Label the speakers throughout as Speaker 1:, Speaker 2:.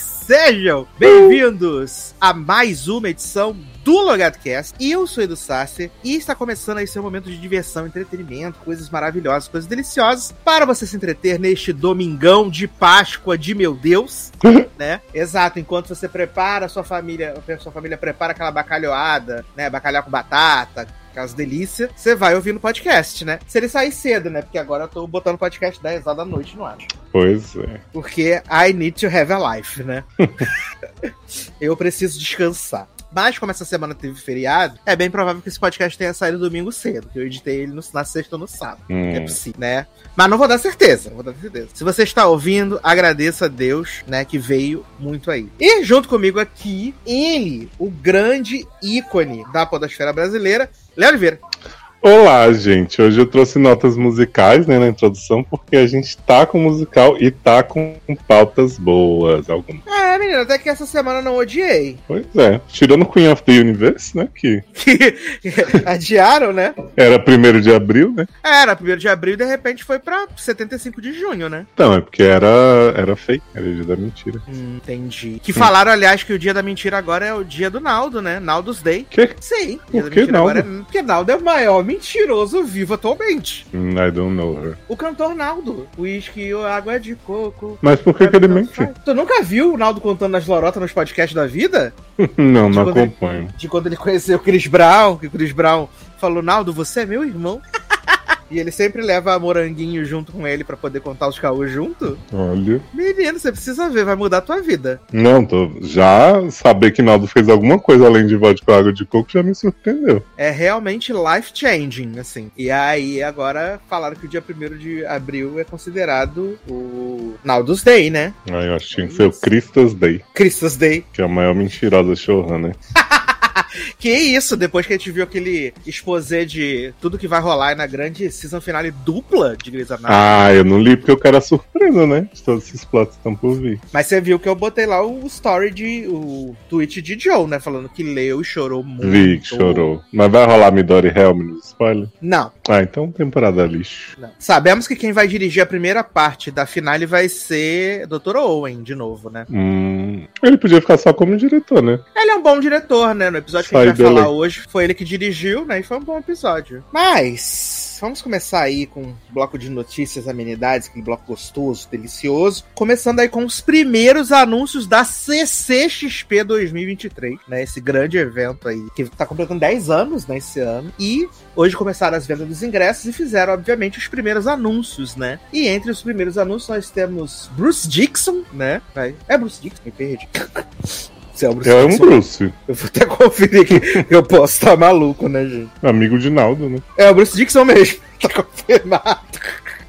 Speaker 1: Sejam bem-vindos a mais uma edição do LogadoCast. Eu sou Edu Sasser e está começando aí seu momento de diversão, entretenimento, coisas maravilhosas, coisas deliciosas para você se entreter neste domingão de Páscoa de meu Deus, né? Exato, enquanto você prepara a sua família, a sua família prepara aquela bacalhoada, né? Bacalhau com batata, aquelas delícias, você vai ouvir no podcast, né? Se ele sair cedo, né? Porque agora eu tô botando podcast 10 horas da noite no ar.
Speaker 2: Pois é.
Speaker 1: Porque I need to have a life, né? eu preciso descansar. Mas como essa semana teve feriado, é bem provável que esse podcast tenha saído domingo cedo, que eu editei ele no, na sexta ou no sábado.
Speaker 2: Hum.
Speaker 1: É possível, né? Mas não vou dar certeza, não vou dar certeza. Se você está ouvindo, agradeço a Deus, né, que veio muito aí. E junto comigo aqui, ele, o grande ícone da podosfera brasileira, Léo Oliveira.
Speaker 2: Olá, gente. Hoje eu trouxe notas musicais né, na introdução, porque a gente tá com musical e tá com pautas boas. Algumas.
Speaker 1: É, menino, até que essa semana não odiei.
Speaker 2: Pois é. Tirando Queen of the Universe, né? Que
Speaker 1: Adiaram, né?
Speaker 2: era 1 de abril, né?
Speaker 1: Era, primeiro de abril e de repente foi pra 75 de junho, né?
Speaker 2: Não, é porque era, era fake, era dia da mentira.
Speaker 1: Hum, entendi. Que falaram, aliás, que o dia da mentira agora é o dia do Naldo, né? Naldo's Day.
Speaker 2: Que?
Speaker 1: Sim,
Speaker 2: Por que
Speaker 1: agora é. Porque Naldo é o maior mentiroso vivo atualmente.
Speaker 2: Hum, I don't know her.
Speaker 1: O cantor Naldo. Uísque, água de coco.
Speaker 2: Mas por que, que ele mente?
Speaker 1: Tu nunca viu o Naldo contando nas lorotas nos podcasts da vida?
Speaker 2: Não, não
Speaker 1: Tipo, né?
Speaker 2: acompanho.
Speaker 1: De quando ele conheceu o Chris Brown, que o Chris Brown falou: Naldo, você é meu irmão. E ele sempre leva a moranguinho junto com ele pra poder contar os caôs junto.
Speaker 2: Olha.
Speaker 1: Menino, você precisa ver, vai mudar a tua vida.
Speaker 2: Não, tô. Já saber que Naldo fez alguma coisa além de vodka com água de coco já me surpreendeu.
Speaker 1: É realmente life changing, assim. E aí, agora falaram que o dia 1 de abril é considerado o Naldo's Day, né?
Speaker 2: Aí eu acho que tinha que ser o Christus Day,
Speaker 1: Christmas Day.
Speaker 2: que é a maior mentirosa showrunner.
Speaker 1: Que isso, depois que a gente viu aquele exposé de tudo que vai rolar na grande season finale dupla de Grey's Anatomy.
Speaker 2: Ah, eu não li porque eu quero a surpresa, né? De todos esses plots que estão por vir.
Speaker 1: Mas você viu que eu botei lá o story de. o tweet de Joe, né? Falando que leu e chorou muito.
Speaker 2: Vi que chorou. Mas vai rolar Midori Helm nos spoiler?
Speaker 1: Não,
Speaker 2: Ah, então temporada lixo.
Speaker 1: não. Sabemos que quem vai dirigir a primeira parte da finale vai ser Dr. Owen, de novo, né?
Speaker 2: Hum, ele podia ficar só como diretor, né?
Speaker 1: Ele é um bom diretor, né? No episódio que a
Speaker 2: Sai
Speaker 1: gente vai falar
Speaker 2: dele.
Speaker 1: hoje, foi ele que dirigiu, né? E foi um bom episódio. Mas vamos começar aí com um bloco de notícias, amenidades, aquele bloco gostoso, delicioso. Começando aí com os primeiros anúncios da CCXP 2023, né? Esse grande evento aí, que tá completando 10 anos, né? Esse ano. E hoje começaram as vendas dos ingressos e fizeram, obviamente, os primeiros anúncios, né? E entre os primeiros anúncios nós temos Bruce Dixon, né? Vai- É Bruce Dixon, me perdi. Se é o Bruce
Speaker 2: É um
Speaker 1: Dixon.
Speaker 2: Bruce,
Speaker 1: Eu vou até conferir aqui. que Eu posso estar maluco, né, gente?
Speaker 2: amigo de Naldo, né?
Speaker 1: É o Bruce Dixon mesmo. Tá confirmado.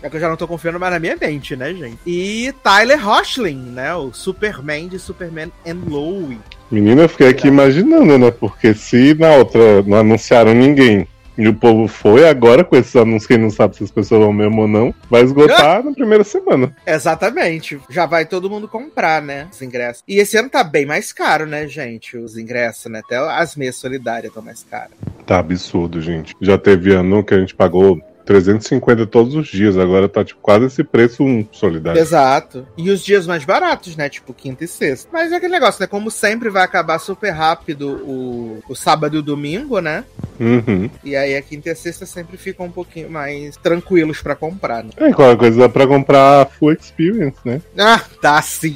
Speaker 1: É que eu já não tô confiando mais na minha mente, né, gente? E Tyler Hoechlin, né? O Superman de Superman and Lois.
Speaker 2: Menina, eu fiquei aqui imaginando, né? Porque se na outra não anunciaram ninguém e o povo foi, agora com esses anúncios, quem não sabe se as pessoas vão mesmo ou não, vai esgotar na primeira semana.
Speaker 1: Exatamente. Já vai todo mundo comprar, né? Os ingressos. E esse ano tá bem mais caro, né, gente? Os ingressos, né? Até as meias solidárias estão mais caras.
Speaker 2: Tá absurdo, gente. Já teve ano que a gente pagou 350 todos os dias, agora tá tipo quase esse preço um
Speaker 1: É.
Speaker 2: solidário.
Speaker 1: Exato. E os dias mais baratos, né? Tipo quinta e sexta. Mas é aquele negócio, né? Como sempre vai acabar super rápido o, o sábado e o domingo, né?
Speaker 2: Uhum.
Speaker 1: E aí a quinta e a sexta sempre ficam um pouquinho mais tranquilos pra comprar, né?
Speaker 2: É, qualquer coisa dá pra comprar a full experience, né?
Speaker 1: Ah, tá sim.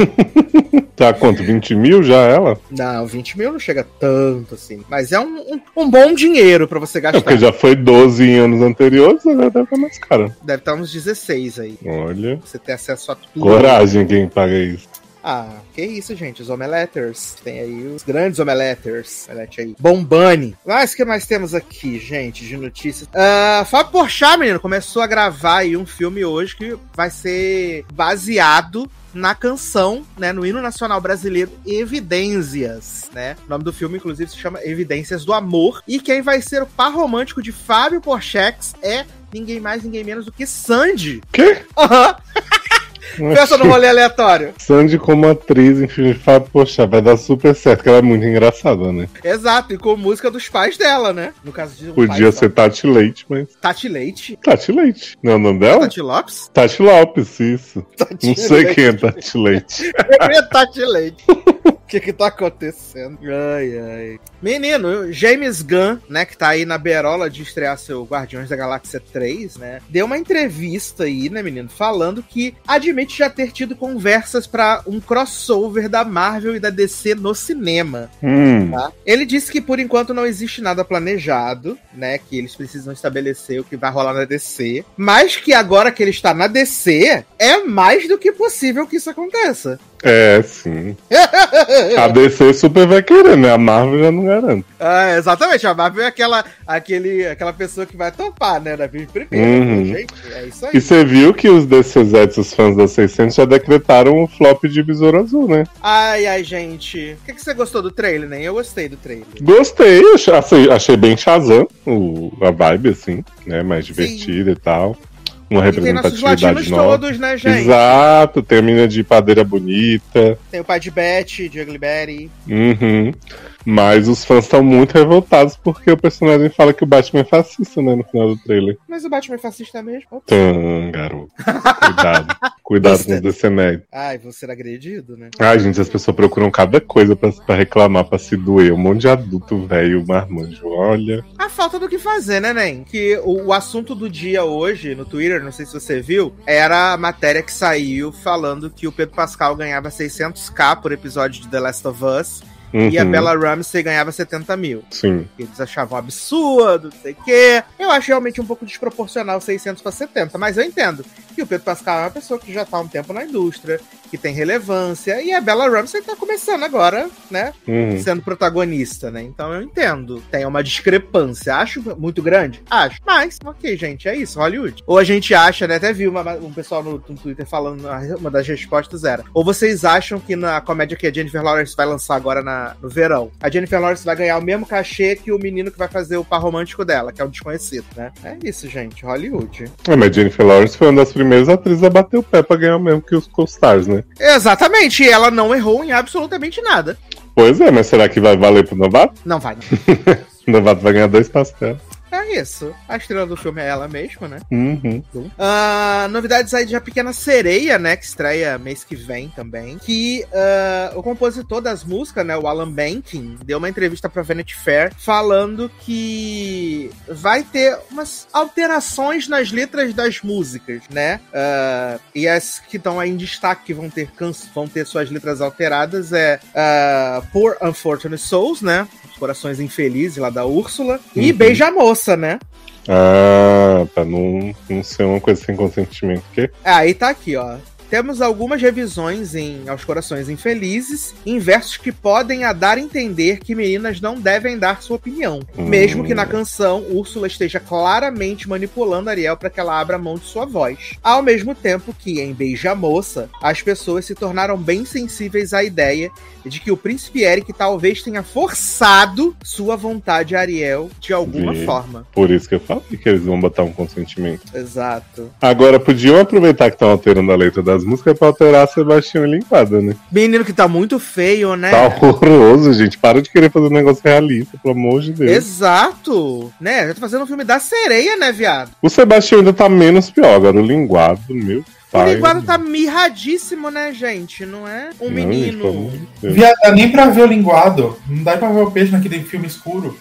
Speaker 2: Tá quanto? 20 mil já ela?
Speaker 1: não, 20 mil não chega tanto assim. Mas é um, um, um bom dinheiro pra você
Speaker 2: É porque
Speaker 1: gastar.
Speaker 2: já foi 12 em anos anteriores, agora deve estar mais cara.
Speaker 1: Deve estar uns 16 aí.
Speaker 2: Olha.
Speaker 1: Você ter acesso a tudo.
Speaker 2: Coragem quem paga isso.
Speaker 1: Ah, que isso, gente. Os omeletters. Tem aí os grandes omeletters. Omelete aí. Bombani. Mas o que mais temos aqui, gente, de notícias? Ah, Fábio Porchat, menino, começou a gravar aí um filme hoje que vai ser baseado na canção, né, no hino nacional brasileiro Evidências, né? O nome do filme, inclusive, se chama Evidências do Amor. E quem vai ser o par romântico de Fábio Porchat é ninguém mais, ninguém menos do que Sandy.
Speaker 2: Quê?
Speaker 1: Aham. Pensa no rolê aleatório.
Speaker 2: Sandy como atriz em filme de Fábio Poxa, vai dar super certo, porque ela é muito engraçada, né?
Speaker 1: Exato, e com música dos pais dela, né? No caso de.
Speaker 2: Podia
Speaker 1: pais,
Speaker 2: ser
Speaker 1: não.
Speaker 2: Tati Leite, mas.
Speaker 1: Tati Leite.
Speaker 2: Tati Leite. Não é o nome dela?
Speaker 1: Tati Lopes?
Speaker 2: Tati Lopes, isso.
Speaker 1: Tati
Speaker 2: Não sei
Speaker 1: Leite.
Speaker 2: quem é Tati Leite.
Speaker 1: Eu ia tá de leite. O que que tá acontecendo? Ai, ai. Menino, James Gunn, né, que tá aí na berola de estrear seu Guardiões da Galáxia 3, né, deu uma entrevista aí, né, menino, falando que admite já ter tido conversas pra um crossover da Marvel e da DC no cinema.
Speaker 2: Hum.
Speaker 1: Tá? Ele disse que por enquanto não existe nada planejado, né? Que eles precisam estabelecer o que vai rolar na DC. Mas que agora que ele está na DC, é mais do que possível que isso aconteça.
Speaker 2: É, sim. A DC super vai querer, né? A Marvel já não garante.
Speaker 1: Ah, exatamente, a Marvel é aquela, aquele, aquela pessoa que vai topar, né? Na vida primeira.
Speaker 2: Uhum.
Speaker 1: Gente, é isso aí.
Speaker 2: E você viu que os DCZs, os fãs da 600, já decretaram o flop de Besouro Azul, né?
Speaker 1: Ai, ai, gente. O que, que você gostou do trailer, né? Eu gostei do trailer.
Speaker 2: Gostei, eu achei, assim, achei bem Shazam o, a vibe, assim, né? Mais divertida e tal. Uma
Speaker 1: E tem nossos latinos
Speaker 2: representatividade nova.
Speaker 1: todos, né, gente?
Speaker 2: Exato, tem a menina de padeira bonita.
Speaker 1: Tem o pai de Beth, Diego Liberi.
Speaker 2: Uhum. Mas os fãs estão muito revoltados porque o personagem fala que o Batman é fascista, né? No final do trailer.
Speaker 1: Mas o Batman é fascista mesmo. Ops.
Speaker 2: Tum, garoto. Cuidado. Cuidado com o DCNet.
Speaker 1: Ai, vou ser agredido, né?
Speaker 2: Ai, gente, as pessoas procuram cada coisa pra, pra reclamar, pra se doer. Um monte de adulto velho, marmanjo. Olha.
Speaker 1: A falta do que fazer, né, Nen? Que o, o assunto do dia hoje no Twitter, não sei se você viu, era a matéria que saiu falando que o Pedro Pascal ganhava 600k por episódio de The Last of Us e a
Speaker 2: Uhum,
Speaker 1: Bella Ramsey ganhava 70 mil.
Speaker 2: Sim.
Speaker 1: Eles achavam um absurdo, não sei o quê. Eu acho realmente um pouco desproporcional 600 para 70, mas eu entendo que o Pedro Pascal é uma pessoa que já tá há um tempo na indústria, que tem relevância, e a Bella Ramsey tá começando agora, né?
Speaker 2: Uhum.
Speaker 1: sendo protagonista, né? Então eu entendo. Tem uma discrepância. Acho muito grande? Acho. Mas, ok, gente, é isso, Hollywood. Ou a gente acha, né? Até vi uma- um pessoal no, no Twitter falando, ah, uma das respostas era: ou vocês acham que na comédia que a Jennifer Lawrence vai lançar agora na- no verão, a Jennifer Lawrence vai ganhar o mesmo cachê que o menino que vai fazer o par romântico dela, que é um desconhecido, né? É isso, gente, Hollywood.
Speaker 2: É, mas Jennifer Lawrence foi uma das primeiras atrizes a bater o pé pra ganhar o mesmo que os co-stars, né?
Speaker 1: Exatamente, e ela não errou em absolutamente nada.
Speaker 2: Pois é, mas será que vai valer pro Novato?
Speaker 1: Não vai, não.
Speaker 2: O Novato vai ganhar dois pastel.
Speaker 1: É isso. A estrela do filme é ela mesma, né?
Speaker 2: Uhum.
Speaker 1: Ah, novidades aí de A Pequena Sereia, né? Que estreia mês que vem também. Que ah, o compositor das músicas, né? O Alan Banking, deu uma entrevista pra Vanity Fair falando que vai ter umas alterações nas letras das músicas, né? Ah, e as que estão aí em destaque, que vão ter, can- vão ter suas letras alteradas, é ah, Poor Unfortunate Souls, né? Os Corações Infelizes lá da Úrsula. E
Speaker 2: Uhum.
Speaker 1: Beija a Moça, né?
Speaker 2: Ah, pra não, não ser uma coisa sem consentimento. é Porque
Speaker 1: Aí tá aqui, ó. Temos algumas revisões em Aos Corações Infelizes, em versos que podem a dar a entender que meninas não devem dar sua opinião.
Speaker 2: Hum.
Speaker 1: Mesmo que na canção, Úrsula esteja claramente manipulando Ariel para que ela abra mão de sua voz. Ao mesmo tempo que, em Beija Moça, as pessoas se tornaram bem sensíveis à ideia de que o príncipe Eric talvez tenha forçado sua vontade a Ariel de alguma
Speaker 2: Vi.
Speaker 1: forma.
Speaker 2: por isso que eu falei que eles vão botar um consentimento.
Speaker 1: Exato.
Speaker 2: Agora, podiam aproveitar que estão alterando a letra das músicas pra alterar Sebastião e Linguada, né?
Speaker 1: Menino que tá muito feio, né?
Speaker 2: Tá horroroso, gente. Para de querer fazer um negócio realista, pelo amor de Deus.
Speaker 1: Exato! Né? Já tá fazendo um filme da sereia, né, viado?
Speaker 2: O Sebastião ainda tá menos pior, agora o Linguado, meu
Speaker 1: O
Speaker 2: pai.
Speaker 1: linguado tá mirradíssimo, né, gente? Não é? Um
Speaker 2: Não, gente, pelo amor
Speaker 1: menino.
Speaker 2: de Deus.
Speaker 3: Viado, dá nem pra ver o linguado. Não dá pra ver o peixe naquele filme escuro.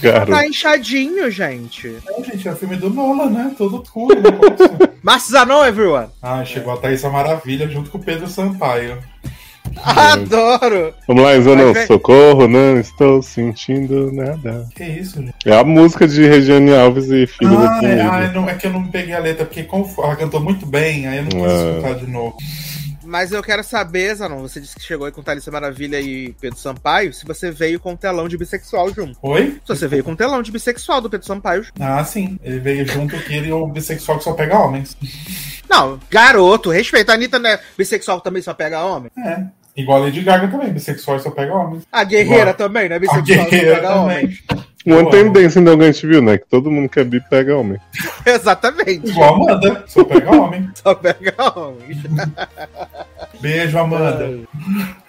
Speaker 2: Garoto.
Speaker 1: Tá inchadinho, gente.
Speaker 3: Não, gente, é o filme do Nola, né? Todo escuro. o negócio.
Speaker 1: Márcio Zanon, everyone!
Speaker 3: ah, chegou a Thaisa Maravilha junto com o Pedro Sampaio.
Speaker 1: Adoro!
Speaker 2: Vamos lá,
Speaker 1: Vai
Speaker 2: Isanão.
Speaker 1: ver-
Speaker 2: Socorro, não estou sentindo nada.
Speaker 3: Que isso, gente?
Speaker 2: É a música de Regiane Alves e Filho
Speaker 3: Ah,
Speaker 2: da
Speaker 3: é,
Speaker 2: Comida.
Speaker 3: ah, eu não- é que eu não peguei a letra, porque conf- ela cantou muito bem, aí eu não quis
Speaker 2: É.
Speaker 3: escutar de novo.
Speaker 1: Mas eu quero saber, Zanon, você disse que chegou aí com Thalissa Maravilha e Pedro Sampaio, se você veio com o telão de bissexual junto.
Speaker 3: Oi?
Speaker 1: Se você veio com o telão de bissexual do Pedro Sampaio junto.
Speaker 3: Ah, sim. Ele veio junto que ele é um bissexual que só pega homens.
Speaker 1: Não, garoto, respeita. A Anitta, né? Bissexual também só pega homem.
Speaker 3: É. Igual a Lady Gaga também, bissexual só pega homens.
Speaker 1: A guerreira
Speaker 3: Ué.
Speaker 1: também, né? Bissexual só
Speaker 3: guerreira
Speaker 1: pega
Speaker 3: também.
Speaker 1: homem.
Speaker 2: Uma
Speaker 3: Boa.
Speaker 2: tendência ainda alguém te viu, né? Que todo mundo que é bi pega homem.
Speaker 1: Exatamente.
Speaker 3: Igual a Amanda, só pega homem.
Speaker 1: Só pega homem.
Speaker 3: Beijo, Amanda.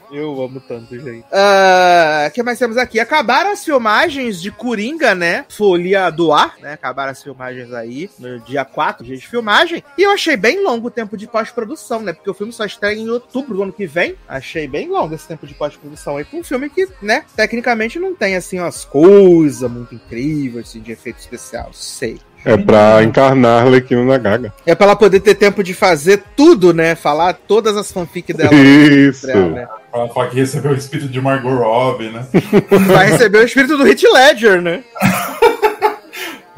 Speaker 1: Eu amo tanto, gente. O Ah, que mais temos aqui? Acabaram as filmagens de Coringa, né? Folia do ar, né? Acabaram as filmagens aí no dia 4, dia de filmagem. E eu achei bem longo o tempo de pós-produção, né? Porque o filme só estreia em outubro do ano que vem. Achei bem longo esse tempo de pós-produção aí pra um filme que, né? Tecnicamente não tem, assim, umas coisas muito incríveis, assim, de efeito especial. Sei.
Speaker 2: É
Speaker 1: Hum.
Speaker 2: pra encarnar Arlequino na Gaga.
Speaker 1: É pra ela poder ter tempo de fazer tudo, né? Falar todas as fanfic dela.
Speaker 2: Isso.
Speaker 1: dela, né?
Speaker 3: Ela fala que recebeu o espírito de Margot Robbie, né?
Speaker 1: Vai receber o espírito do Heath Ledger, né?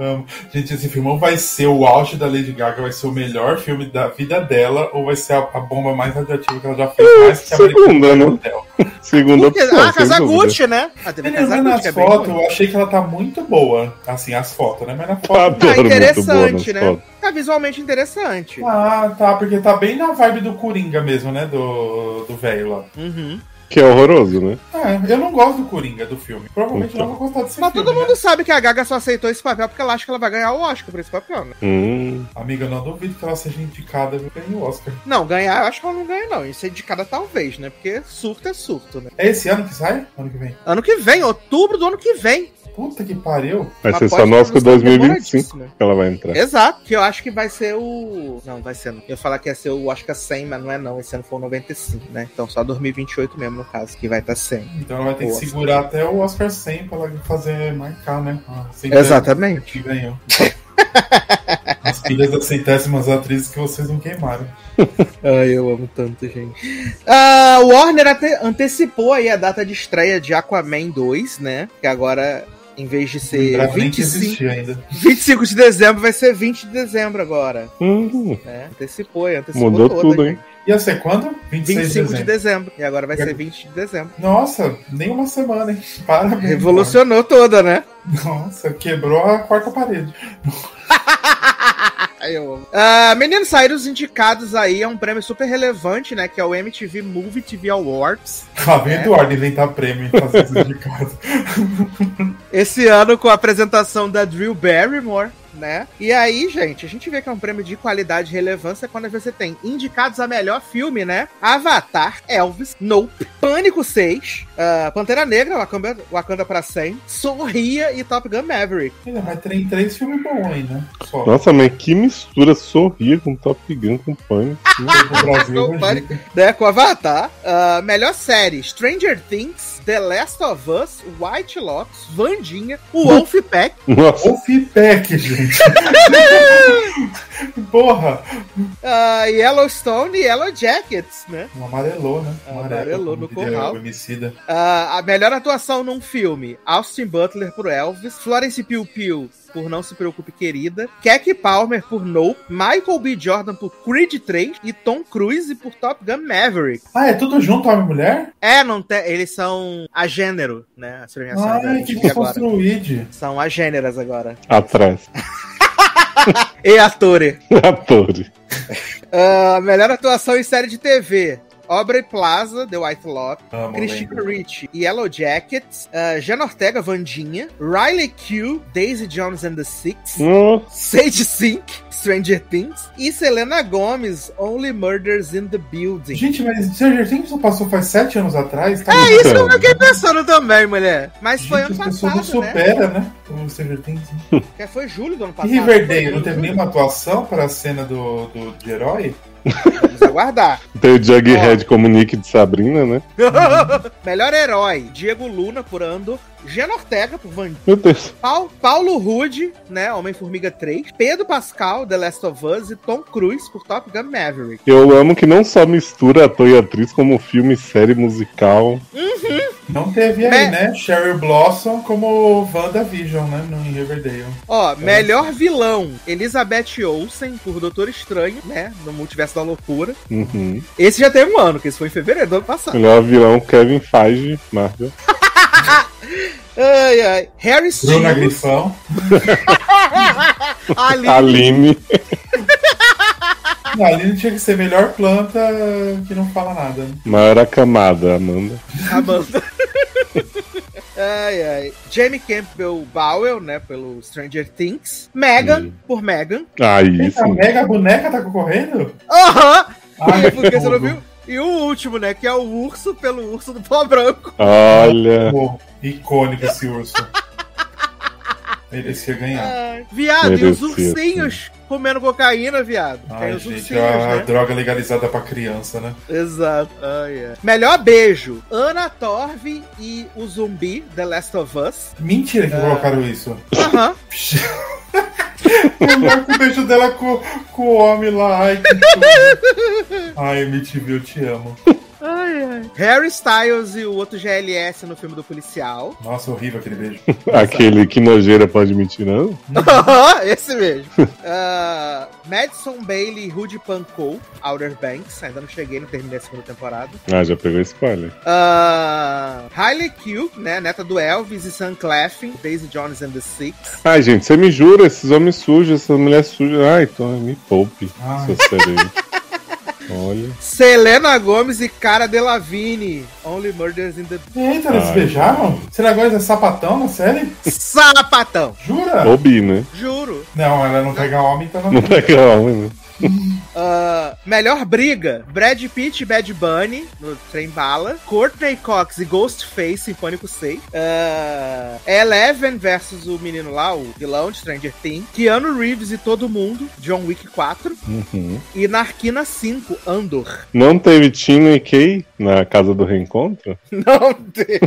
Speaker 3: Amo. Gente, esse filmão vai ser o auge da Lady Gaga, vai ser o melhor filme da vida dela, ou vai ser a, a bomba mais radioativa que ela já fez, mais que a
Speaker 2: segunda, né?
Speaker 3: Hotel.
Speaker 2: Segunda
Speaker 1: Porque,
Speaker 2: opção.
Speaker 1: ah,
Speaker 2: sem dúvida.
Speaker 1: Kazaguchi, né? Ah, teve
Speaker 3: Menino, vendo
Speaker 1: Kazaguchi,
Speaker 3: as
Speaker 1: que é bem
Speaker 3: fotos,
Speaker 1: bom.
Speaker 3: eu achei que ela tá muito boa. Assim, as fotos, né? Mas
Speaker 2: tá
Speaker 3: na foto.
Speaker 1: Ah,
Speaker 2: Adoro muito boa nas
Speaker 1: interessante, né?
Speaker 2: fotos.
Speaker 1: Tá visualmente interessante.
Speaker 3: Ah, tá, porque tá bem na vibe do Coringa mesmo, né? Do do velho lá.
Speaker 1: Uhum.
Speaker 2: Que é horroroso, né?
Speaker 3: É, eu não gosto do Coringa do filme. Provavelmente eu
Speaker 2: Então.
Speaker 3: não vou gostar desse
Speaker 1: Mas
Speaker 3: filme.
Speaker 1: todo
Speaker 3: né?
Speaker 1: mundo sabe que a Gaga só aceitou esse papel porque ela acha que ela vai ganhar o Oscar por esse papel, né?
Speaker 2: Hum.
Speaker 3: Amiga, eu não duvido que ela seja indicada e ganhe o Oscar.
Speaker 1: Não, ganhar, eu acho que ela não ganha, não. Isso é indicada talvez, né? Porque surto é surto, né?
Speaker 3: É esse ano que sai? Ano que vem?
Speaker 1: Ano que vem, outubro do ano que vem.
Speaker 3: Puta que pariu.
Speaker 2: Vai
Speaker 1: Uma
Speaker 2: ser só
Speaker 1: pós-
Speaker 2: nosso com 2025
Speaker 1: demoradíssima.
Speaker 2: que ela vai entrar.
Speaker 1: Exato, que eu acho que vai ser o. Não, vai ser não. Eu ia falar que ia ser o Oscar 100, mas não é não. Esse ano foi o 95, né? Então só 2028 mesmo, no caso, que vai tá estar 100.
Speaker 3: Então ela vai ter
Speaker 1: Oscar.
Speaker 3: que segurar até o Oscar 100 pra ela fazer marcar, né? Ah, sem
Speaker 1: Exatamente.
Speaker 3: que ganhou. As filhas das centésimas atrizes que vocês não queimaram.
Speaker 1: Ai, eu amo tanto, gente. Ah, Warner ante- antecipou aí a data de estreia de Aquaman 2, né? Que agora, em vez de ser
Speaker 3: Lembrava nem que
Speaker 1: 25,
Speaker 3: existia ainda.
Speaker 1: 25 de dezembro, vai ser 20 de dezembro agora.
Speaker 2: Hum,
Speaker 1: Né? Antecipou, aí, antecipou
Speaker 2: mudou
Speaker 1: toda,
Speaker 2: tudo,
Speaker 1: gente.
Speaker 2: hein?
Speaker 3: Ia ser é quando? 26 de
Speaker 1: 25 de
Speaker 3: dezembro.
Speaker 1: dezembro. E agora vai ser 20 de dezembro.
Speaker 3: Nossa, nem uma semana, hein? Parabéns.
Speaker 1: Revolucionou toda, né?
Speaker 3: cara. Nossa, quebrou a quarta parede.
Speaker 1: Ai, eu amo. Ah, meninos, saíram os indicados aí a um prêmio super relevante, né? Que é o MTV Movie TV Awards.
Speaker 3: Lá vem
Speaker 1: É.
Speaker 3: Tá Eduardo inventar prêmio e fazer isso de casa.
Speaker 1: Esse ano com a apresentação da Drew Barrymore, né? E aí, gente, a gente vê que é um prêmio de qualidade e relevância quando você tem indicados a melhor filme, né? Avatar, Elvis, Nope, Pânico 6, ah, Pantera Negra, Wakanda, Wakanda pra 100, Sorria e Top Gun Maverick.
Speaker 3: Ainda vai ter em três filmes bons ainda. Só.
Speaker 2: Nossa, mas que mistura sorria com Top Gun com pânico.
Speaker 3: Pro Brasil,
Speaker 1: Não,
Speaker 3: imagina.
Speaker 1: Né, com Avatar, ah, melhor série, Stranger Things, The Last of Us, White Lotus, Vandinha, Wolf Pack,
Speaker 2: Nossa,
Speaker 1: Oh.
Speaker 3: O feedback, gente. Porra!
Speaker 1: ah, Yellowstone e Yellow Jackets, né?
Speaker 3: Um amarelou, né?
Speaker 1: Ah, amarelou
Speaker 3: como
Speaker 1: no
Speaker 3: diria
Speaker 1: curral.
Speaker 3: o Emicida.
Speaker 1: Ah, a melhor atuação num filme: Austin Butler por Elvis, Florence Pugh Pugh por Não Se Preocupe Querida, Keke Palmer por Nope, Michael B. Jordan por Creed 3 e Tom Cruise por Top Gun Maverick.
Speaker 3: Ah, é tudo junto, homem e mulher?
Speaker 1: É, não tem, eles são a gênero, né? As premiações da
Speaker 3: Ai, que
Speaker 1: MTV agora.
Speaker 3: desconstruído.
Speaker 1: São agêneras agora.
Speaker 2: atrás.
Speaker 1: E atores.
Speaker 2: Atores.
Speaker 1: Ah, melhor atuação em série de TV: Aubrey Plaza, The White Lotus.
Speaker 3: Amo,
Speaker 1: Christina
Speaker 3: lembro.
Speaker 1: Ricci, Yellow Jackets, uh, Jana Ortega, Vandinha, Riley Q, Daisy Jones and the
Speaker 3: Hum.
Speaker 1: Six,
Speaker 2: Nossa,
Speaker 1: Sage Sink, Stranger Things e Selena Gomes, Only Murders in the Building.
Speaker 3: Gente, mas Stranger Things não passou faz sete anos atrás? Tá
Speaker 1: É isso que eu
Speaker 2: Então.
Speaker 1: fiquei pensando também, mulher. Mas
Speaker 3: Gente,
Speaker 1: foi ano
Speaker 3: as pessoas não
Speaker 1: passado, né?
Speaker 3: superam, né? O Stranger Things.
Speaker 1: Porque Foi julho do ano
Speaker 3: E
Speaker 1: passado.
Speaker 3: Riverdale, não
Speaker 1: Foi
Speaker 3: teve
Speaker 1: julho.
Speaker 3: nenhuma atuação para a cena do, do, de herói?
Speaker 1: Vamos aguardar.
Speaker 2: tem o Jughead como Nick de Sabrina, né?
Speaker 3: Uhum.
Speaker 1: Melhor herói, Diego Luna por Andor, Jana Ortega por Vandinha.
Speaker 2: Meu Deus.
Speaker 1: Pau- Paulo Rude, né? Homem-Formiga 3. Pedro Pascal, The Last of Us. E Tom Cruise por Top Gun Maverick.
Speaker 2: Eu amo que não só mistura ator e atriz, como filme, série, musical.
Speaker 3: Não teve aí,
Speaker 1: Mas-
Speaker 3: né? Sherry Blossom como WandaVision, né? No em Riverdale.
Speaker 1: Ó, melhor vilão: Elizabeth Olsen por Doutor Estranho, né? No Multiverso da Loucura.
Speaker 2: Uhum.
Speaker 1: Esse já tem um ano, que esse foi em fevereiro do ano passado.
Speaker 2: Melhor vilão, Kevin Feige, Marvel.
Speaker 1: Ai, ai. Harry
Speaker 3: Bruna
Speaker 1: Styles.
Speaker 3: Grifão.
Speaker 1: Ali.
Speaker 2: Aline.
Speaker 3: A Aline Ah, tinha que ser melhor planta que não fala nada. né?
Speaker 2: Maior a camada, Amanda.
Speaker 1: Amanda. Ai, ai. Jamie Campbell Bowell, né? Pelo Stranger Things. Megan,
Speaker 2: Hum.
Speaker 1: por Megan.
Speaker 2: Aí
Speaker 3: Eita,
Speaker 2: sim.
Speaker 3: mega boneca tá concorrendo?
Speaker 1: Aham!
Speaker 3: Ai,
Speaker 1: E Ah, é porque você não
Speaker 3: tudo.
Speaker 1: viu? E o último, né? Que é o urso pelo urso do pó branco.
Speaker 2: Olha.
Speaker 3: Pô, icônico esse urso. Merecia ganhar.
Speaker 1: Ai. Viado, e os
Speaker 2: Merecia,
Speaker 1: ursinhos comendo cocaína, viado. Tem
Speaker 3: Ai,
Speaker 1: os
Speaker 3: gente, ah,
Speaker 1: ursinhos,
Speaker 3: a
Speaker 1: né?
Speaker 3: droga legalizada pra criança, né?
Speaker 1: Exato. Ai, ai. Melhor beijo: Ana Torv e o zumbi, The Last of Us.
Speaker 3: Mentira que
Speaker 1: Ah.
Speaker 3: colocaram isso.
Speaker 1: Aham.
Speaker 3: o beijo dela com, com o homem lá. Ai, que tudo. Ai, MTV, eu te amo.
Speaker 1: Ai, ai. Harry Styles e o outro GLS no filme do policial.
Speaker 3: Nossa, horrível aquele beijo.
Speaker 2: Aquele que nojeira pode mentir, não?
Speaker 3: Uhum.
Speaker 1: Esse mesmo. Ah, Madison Bailey e Rudy Pankow, Outer Banks. Ainda não cheguei, não terminei a segunda temporada.
Speaker 2: Ah, já pegou spoiler.
Speaker 1: Ah, Hailey Q, né? Neta do Elvis e Sam Claflin, Daisy Jones and the Six.
Speaker 2: Ai, gente, você me jura, esses homens sujos, essas mulheres sujas. Ai, então me poupe,
Speaker 3: Ai.
Speaker 2: seu sereno. Olha.
Speaker 1: Selena Gomes e Cara Delevingne, Only Murders in the
Speaker 3: Eita, eles
Speaker 2: Ai.
Speaker 3: beijaram? Será que é sapatão na série?
Speaker 1: Sapatão.
Speaker 3: Jura?
Speaker 2: Ou bi, né?
Speaker 1: Juro.
Speaker 3: Não, ela não pega homem, então não.
Speaker 2: Não pega homem, né?
Speaker 1: Ah, melhor briga: Brad Pitt e Bad Bunny no Trem Bala, Courtney Cox e Ghostface em Pânico 6, Ah, Eleven versus o menino lá, o vilão de Stranger Things, Keanu Reeves e todo mundo, John Wick 4,
Speaker 2: Uhum.
Speaker 1: e Narquina 5, Andor.
Speaker 2: Não teve Tina e Kay na casa do reencontro?
Speaker 1: Não tem.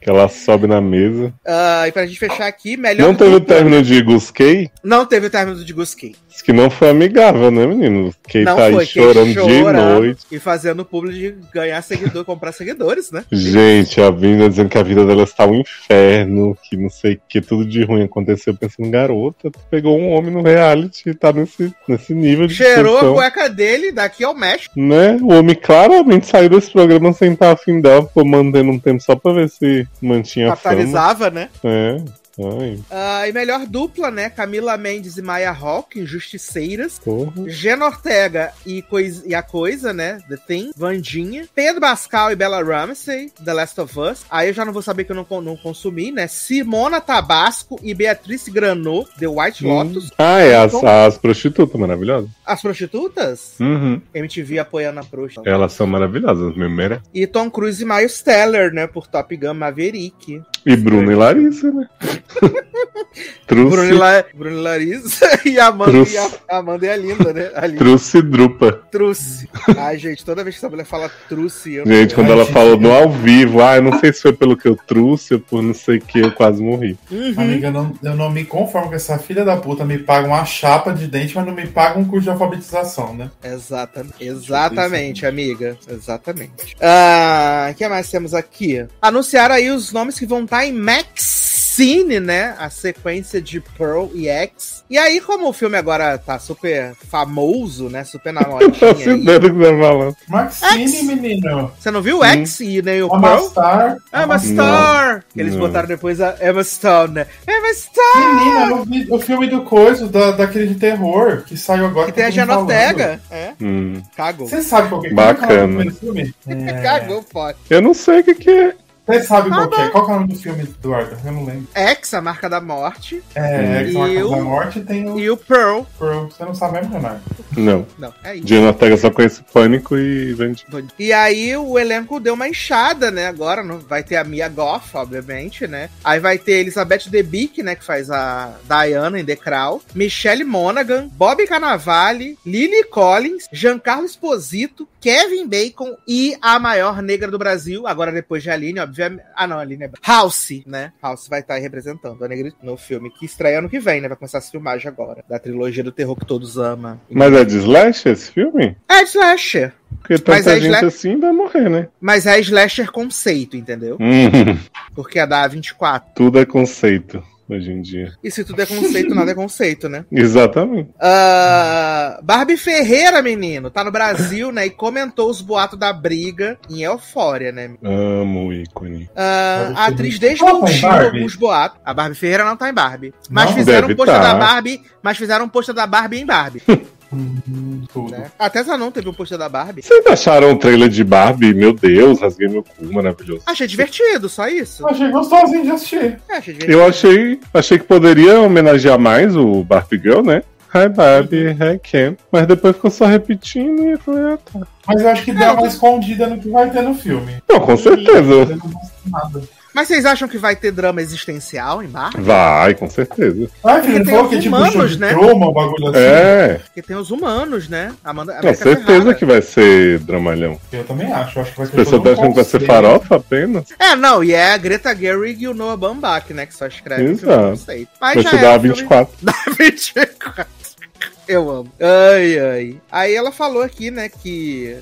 Speaker 2: Que ela sobe na mesa.
Speaker 1: Ah, e pra gente fechar aqui, melhor.
Speaker 2: Não teve o término de Gus Kay?
Speaker 1: Não teve o término de Guski.
Speaker 2: Diz que não foi amigável, né, menino? Kay
Speaker 1: Não
Speaker 2: tá aí
Speaker 1: foi, que
Speaker 2: chorando de noite.
Speaker 1: E fazendo o público de ganhar seguidor, comprar seguidores, né?
Speaker 2: Gente, a Vina dizendo que a vida dela está um inferno, que não sei o que, tudo de ruim aconteceu pensando, garota, tu pegou um homem no reality e tá nesse, nesse nível de
Speaker 1: Cheirou a
Speaker 2: discussão,
Speaker 1: cueca dele daqui ao México.
Speaker 2: né? O homem claramente saiu desse programa sem estar afim dela, ficou mantendo um tempo só pra ver se mantinha a fama.
Speaker 1: Capitalizava, né?
Speaker 2: É. Ai,
Speaker 1: Ah, e melhor dupla, né? Camila Mendes e Maya Hawk, Injusticeiras.
Speaker 2: porra.
Speaker 1: Gena Ortega e, Cois- e a Coisa, né? The Thing, Vandinha. Pedro Pascal e Bella Ramsey, The Last of Us. Aí eu já não vou saber que eu não, con- não consumi, né? Simona Tabasco e Beatriz Granot, The White Lotus.
Speaker 2: Ah, é as,
Speaker 1: Então-
Speaker 2: as prostitutas maravilhosas.
Speaker 1: As prostitutas?
Speaker 2: Uhum.
Speaker 1: MTV apoiando a proxa.
Speaker 2: Elas são maravilhosas, né? meu mera.
Speaker 1: E Tom Cruise e Miles Teller, né? Por Top Gun Maverick.
Speaker 2: E Bruno e Larissa, né?
Speaker 1: Bruno, e
Speaker 2: Truce,
Speaker 1: La... Bruno e Larissa e Amanda e, a... Amanda e a Linda, né? A Linda.
Speaker 2: Truce Drupa.
Speaker 1: Truce. Ai, gente, toda vez que essa mulher fala truce, eu.
Speaker 2: Gente, quando
Speaker 3: Ai,
Speaker 2: ela
Speaker 3: gente.
Speaker 2: falou no ao vivo, ah, eu não sei se foi pelo que eu trouxe ou por não sei o que, eu quase morri.
Speaker 1: Uhum.
Speaker 3: Amiga, eu não, eu não me conformo que essa filha da puta me paga uma chapa de dente, mas não me paga um curso de alfabetização, né?
Speaker 1: Exatamente, exatamente, amiga. Exatamente. Ah, o que mais temos aqui? Anunciaram aí os nomes que vão estar em Maxine, né? A sequência de Pearl e X. E aí, como o filme agora tá super famoso, né? Super na modinha
Speaker 2: Faço
Speaker 1: aí.
Speaker 2: ideia do que você tá falando.
Speaker 3: Maxine, menino.
Speaker 1: Você não viu o X e nem o Pearl?
Speaker 3: Amastar.
Speaker 1: Emma Star! Eles
Speaker 2: Não.
Speaker 1: botaram depois a Emma Stone, né? Emma Stone!
Speaker 3: Menina, eu vi o filme do Coiso, da, daquele de terror, que saiu agora.
Speaker 1: Que tem a
Speaker 3: todo mundo falando.
Speaker 1: Genotega. É,
Speaker 2: Hum.
Speaker 1: cagou.
Speaker 3: Você sabe qual que é?
Speaker 2: Bacana.
Speaker 3: Qual que é o nome do filme? É.
Speaker 1: Cagou, pode.
Speaker 2: Eu não sei o que, que é.
Speaker 3: Você sabe qual que é? Qual que é o nome do filme, Eduardo? Eu não lembro.
Speaker 1: X, a marca da morte.
Speaker 3: É, é que tem uma
Speaker 1: E
Speaker 3: Casa
Speaker 1: o-
Speaker 3: da Morte e tem o
Speaker 1: E o Pearl.
Speaker 3: Pearl. Você não sabe mesmo, Leonardo?
Speaker 2: Não.
Speaker 1: Não, é isso.
Speaker 2: Diana Ortega só conhece pânico e vende.
Speaker 1: E aí o elenco deu uma inchada, né? Agora não vai ter a Mia Goff, obviamente, né? Aí vai ter Elizabeth Debicki, né? Que faz a Diana em The Crown. Michelle Monaghan, Bob Cannavale, Lily Collins, Giancarlo Esposito, Kevin Bacon e a maior negra do Brasil, agora depois de Aline, obviamente. Ah, não, Aline é branca. House, né? House vai estar aí representando a negra no filme que estreia ano que vem, né? Vai começar a filmagem agora, da trilogia do terror que todos amam.
Speaker 2: Mas é de slash esse filme?
Speaker 1: É slasher.
Speaker 2: Porque
Speaker 1: Mas é
Speaker 2: tanta gente
Speaker 1: sla-
Speaker 2: assim vai morrer, né?
Speaker 1: Mas é slasher conceito, entendeu?
Speaker 2: Hum,
Speaker 1: Porque é da A24.
Speaker 2: tudo é conceito hoje em dia.
Speaker 1: E se tudo é conceito, nada é conceito, né?
Speaker 2: Exatamente.
Speaker 1: Ah, Barbie Ferreira, menino, tá no Brasil, né? E comentou os boatos da briga em Eufória, né? menino?
Speaker 2: Amo o ícone.
Speaker 1: Ah,
Speaker 3: Barbie
Speaker 1: a atriz
Speaker 3: Ferreira. Ela tá em
Speaker 1: desmentiu
Speaker 3: Barbie?
Speaker 1: alguns boatos. A Barbie Ferreira não tá em Barbie. Mas
Speaker 3: Não?
Speaker 1: fizeram um
Speaker 2: Deve
Speaker 1: pôster
Speaker 2: tá.
Speaker 1: da Barbie. Mas fizeram um pôster da Barbie em Barbie.
Speaker 3: Hum, Tudo.
Speaker 1: né? Até Zanon teve um pôster da Barbie.
Speaker 2: Vocês acharam o trailer de Barbie? Meu Deus, rasguei meu cu, maravilhoso.
Speaker 1: Achei divertido, só isso.
Speaker 3: Eu Achei gostosinho de assistir.
Speaker 1: É, achei divertido.
Speaker 2: Eu achei, achei que poderia homenagear mais o Barbie Girl, né? Hi
Speaker 1: Uhum.
Speaker 2: Barbie, hi Ken. Mas depois ficou só repetindo e eu falei, ah, tá.
Speaker 3: Mas eu acho que deu uma escondida no que vai ter no filme.
Speaker 2: Não, com certeza.
Speaker 3: Eu não gosto de nada.
Speaker 1: Mas vocês acham que vai ter drama existencial em Barbie?
Speaker 2: Vai, com certeza.
Speaker 3: Ah, filho,
Speaker 1: Porque tem
Speaker 3: não falou
Speaker 1: os
Speaker 3: que é tipo
Speaker 1: humanos,
Speaker 3: show de
Speaker 1: né?
Speaker 3: Truman, um bagulho assim.
Speaker 2: É,
Speaker 1: Porque tem os humanos, né? Amanda,
Speaker 2: com
Speaker 1: América
Speaker 2: certeza
Speaker 1: Ferrara.
Speaker 2: que vai ser dramalhão.
Speaker 3: Eu também acho. Eu acho que vai ter
Speaker 2: A pessoa
Speaker 3: todo
Speaker 2: tá
Speaker 3: um
Speaker 2: achando que vai ser
Speaker 3: conceito.
Speaker 2: farofa apenas.
Speaker 1: É, não, e é a Greta Gerwig e o Noah Baumbach, né? Que só escreve
Speaker 2: Exato.
Speaker 1: filme de conceito. Mas
Speaker 2: Vai
Speaker 1: já
Speaker 2: ser
Speaker 1: era
Speaker 2: da
Speaker 1: um filme-
Speaker 2: A24.
Speaker 1: Da 24. Eu amo. Ai, ai. Aí ela falou aqui, né, que.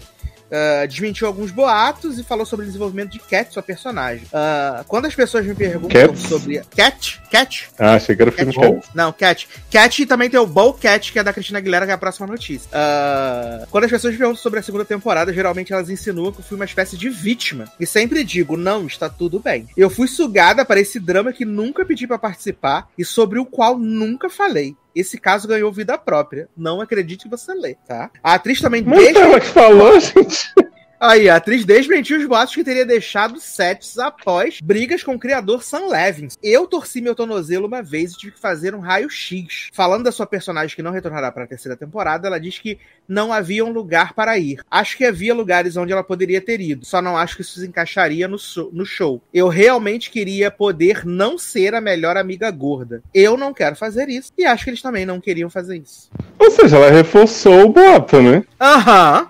Speaker 1: ah, desmentiu alguns boatos e falou sobre o desenvolvimento de Cat, sua personagem. Ah, quando as pessoas me perguntam
Speaker 2: Cats?
Speaker 1: sobre. Cat? Cat?
Speaker 2: Ah, achei que era o filme
Speaker 1: Cat?
Speaker 2: de Cat.
Speaker 1: Não, Cat. Cat e também tem o Ball Cat, que é da Cristina Aguilera, que é a próxima notícia. Ah, quando as pessoas me perguntam sobre a segunda temporada, geralmente elas insinuam que eu fui uma espécie de vítima. E sempre digo, não, está tudo bem. Eu fui sugada para esse drama que nunca pedi para participar e sobre o qual nunca falei. Esse caso ganhou vida própria. Não acredite que você lê, tá? A atriz também
Speaker 2: Mas foi ela que falou, gente.
Speaker 1: Aí, a atriz desmentiu os boatos que teria deixado sets após brigas com o criador Sam Levins. Eu torci meu tornozelo uma vez e tive que fazer um raio-x. Falando da sua personagem que não retornará para a terceira temporada, ela diz que não havia um lugar para ir. Acho que havia lugares onde ela poderia ter ido, só não acho que isso se encaixaria no, so- no show. Eu realmente queria poder não ser a melhor amiga gorda. Eu não quero fazer isso e acho que eles também não queriam fazer isso.
Speaker 2: Ou seja, ela reforçou o boato, né?
Speaker 1: Aham.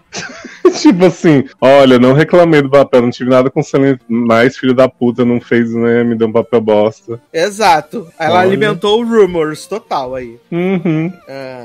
Speaker 2: tipo assim, olha, não reclamei do papel, não tive nada com o Selena mais filho da puta, não fez, né? Me deu um papel bosta.
Speaker 1: Exato. Ela
Speaker 2: Olha.
Speaker 1: alimentou o rumors total aí.
Speaker 2: Uhum.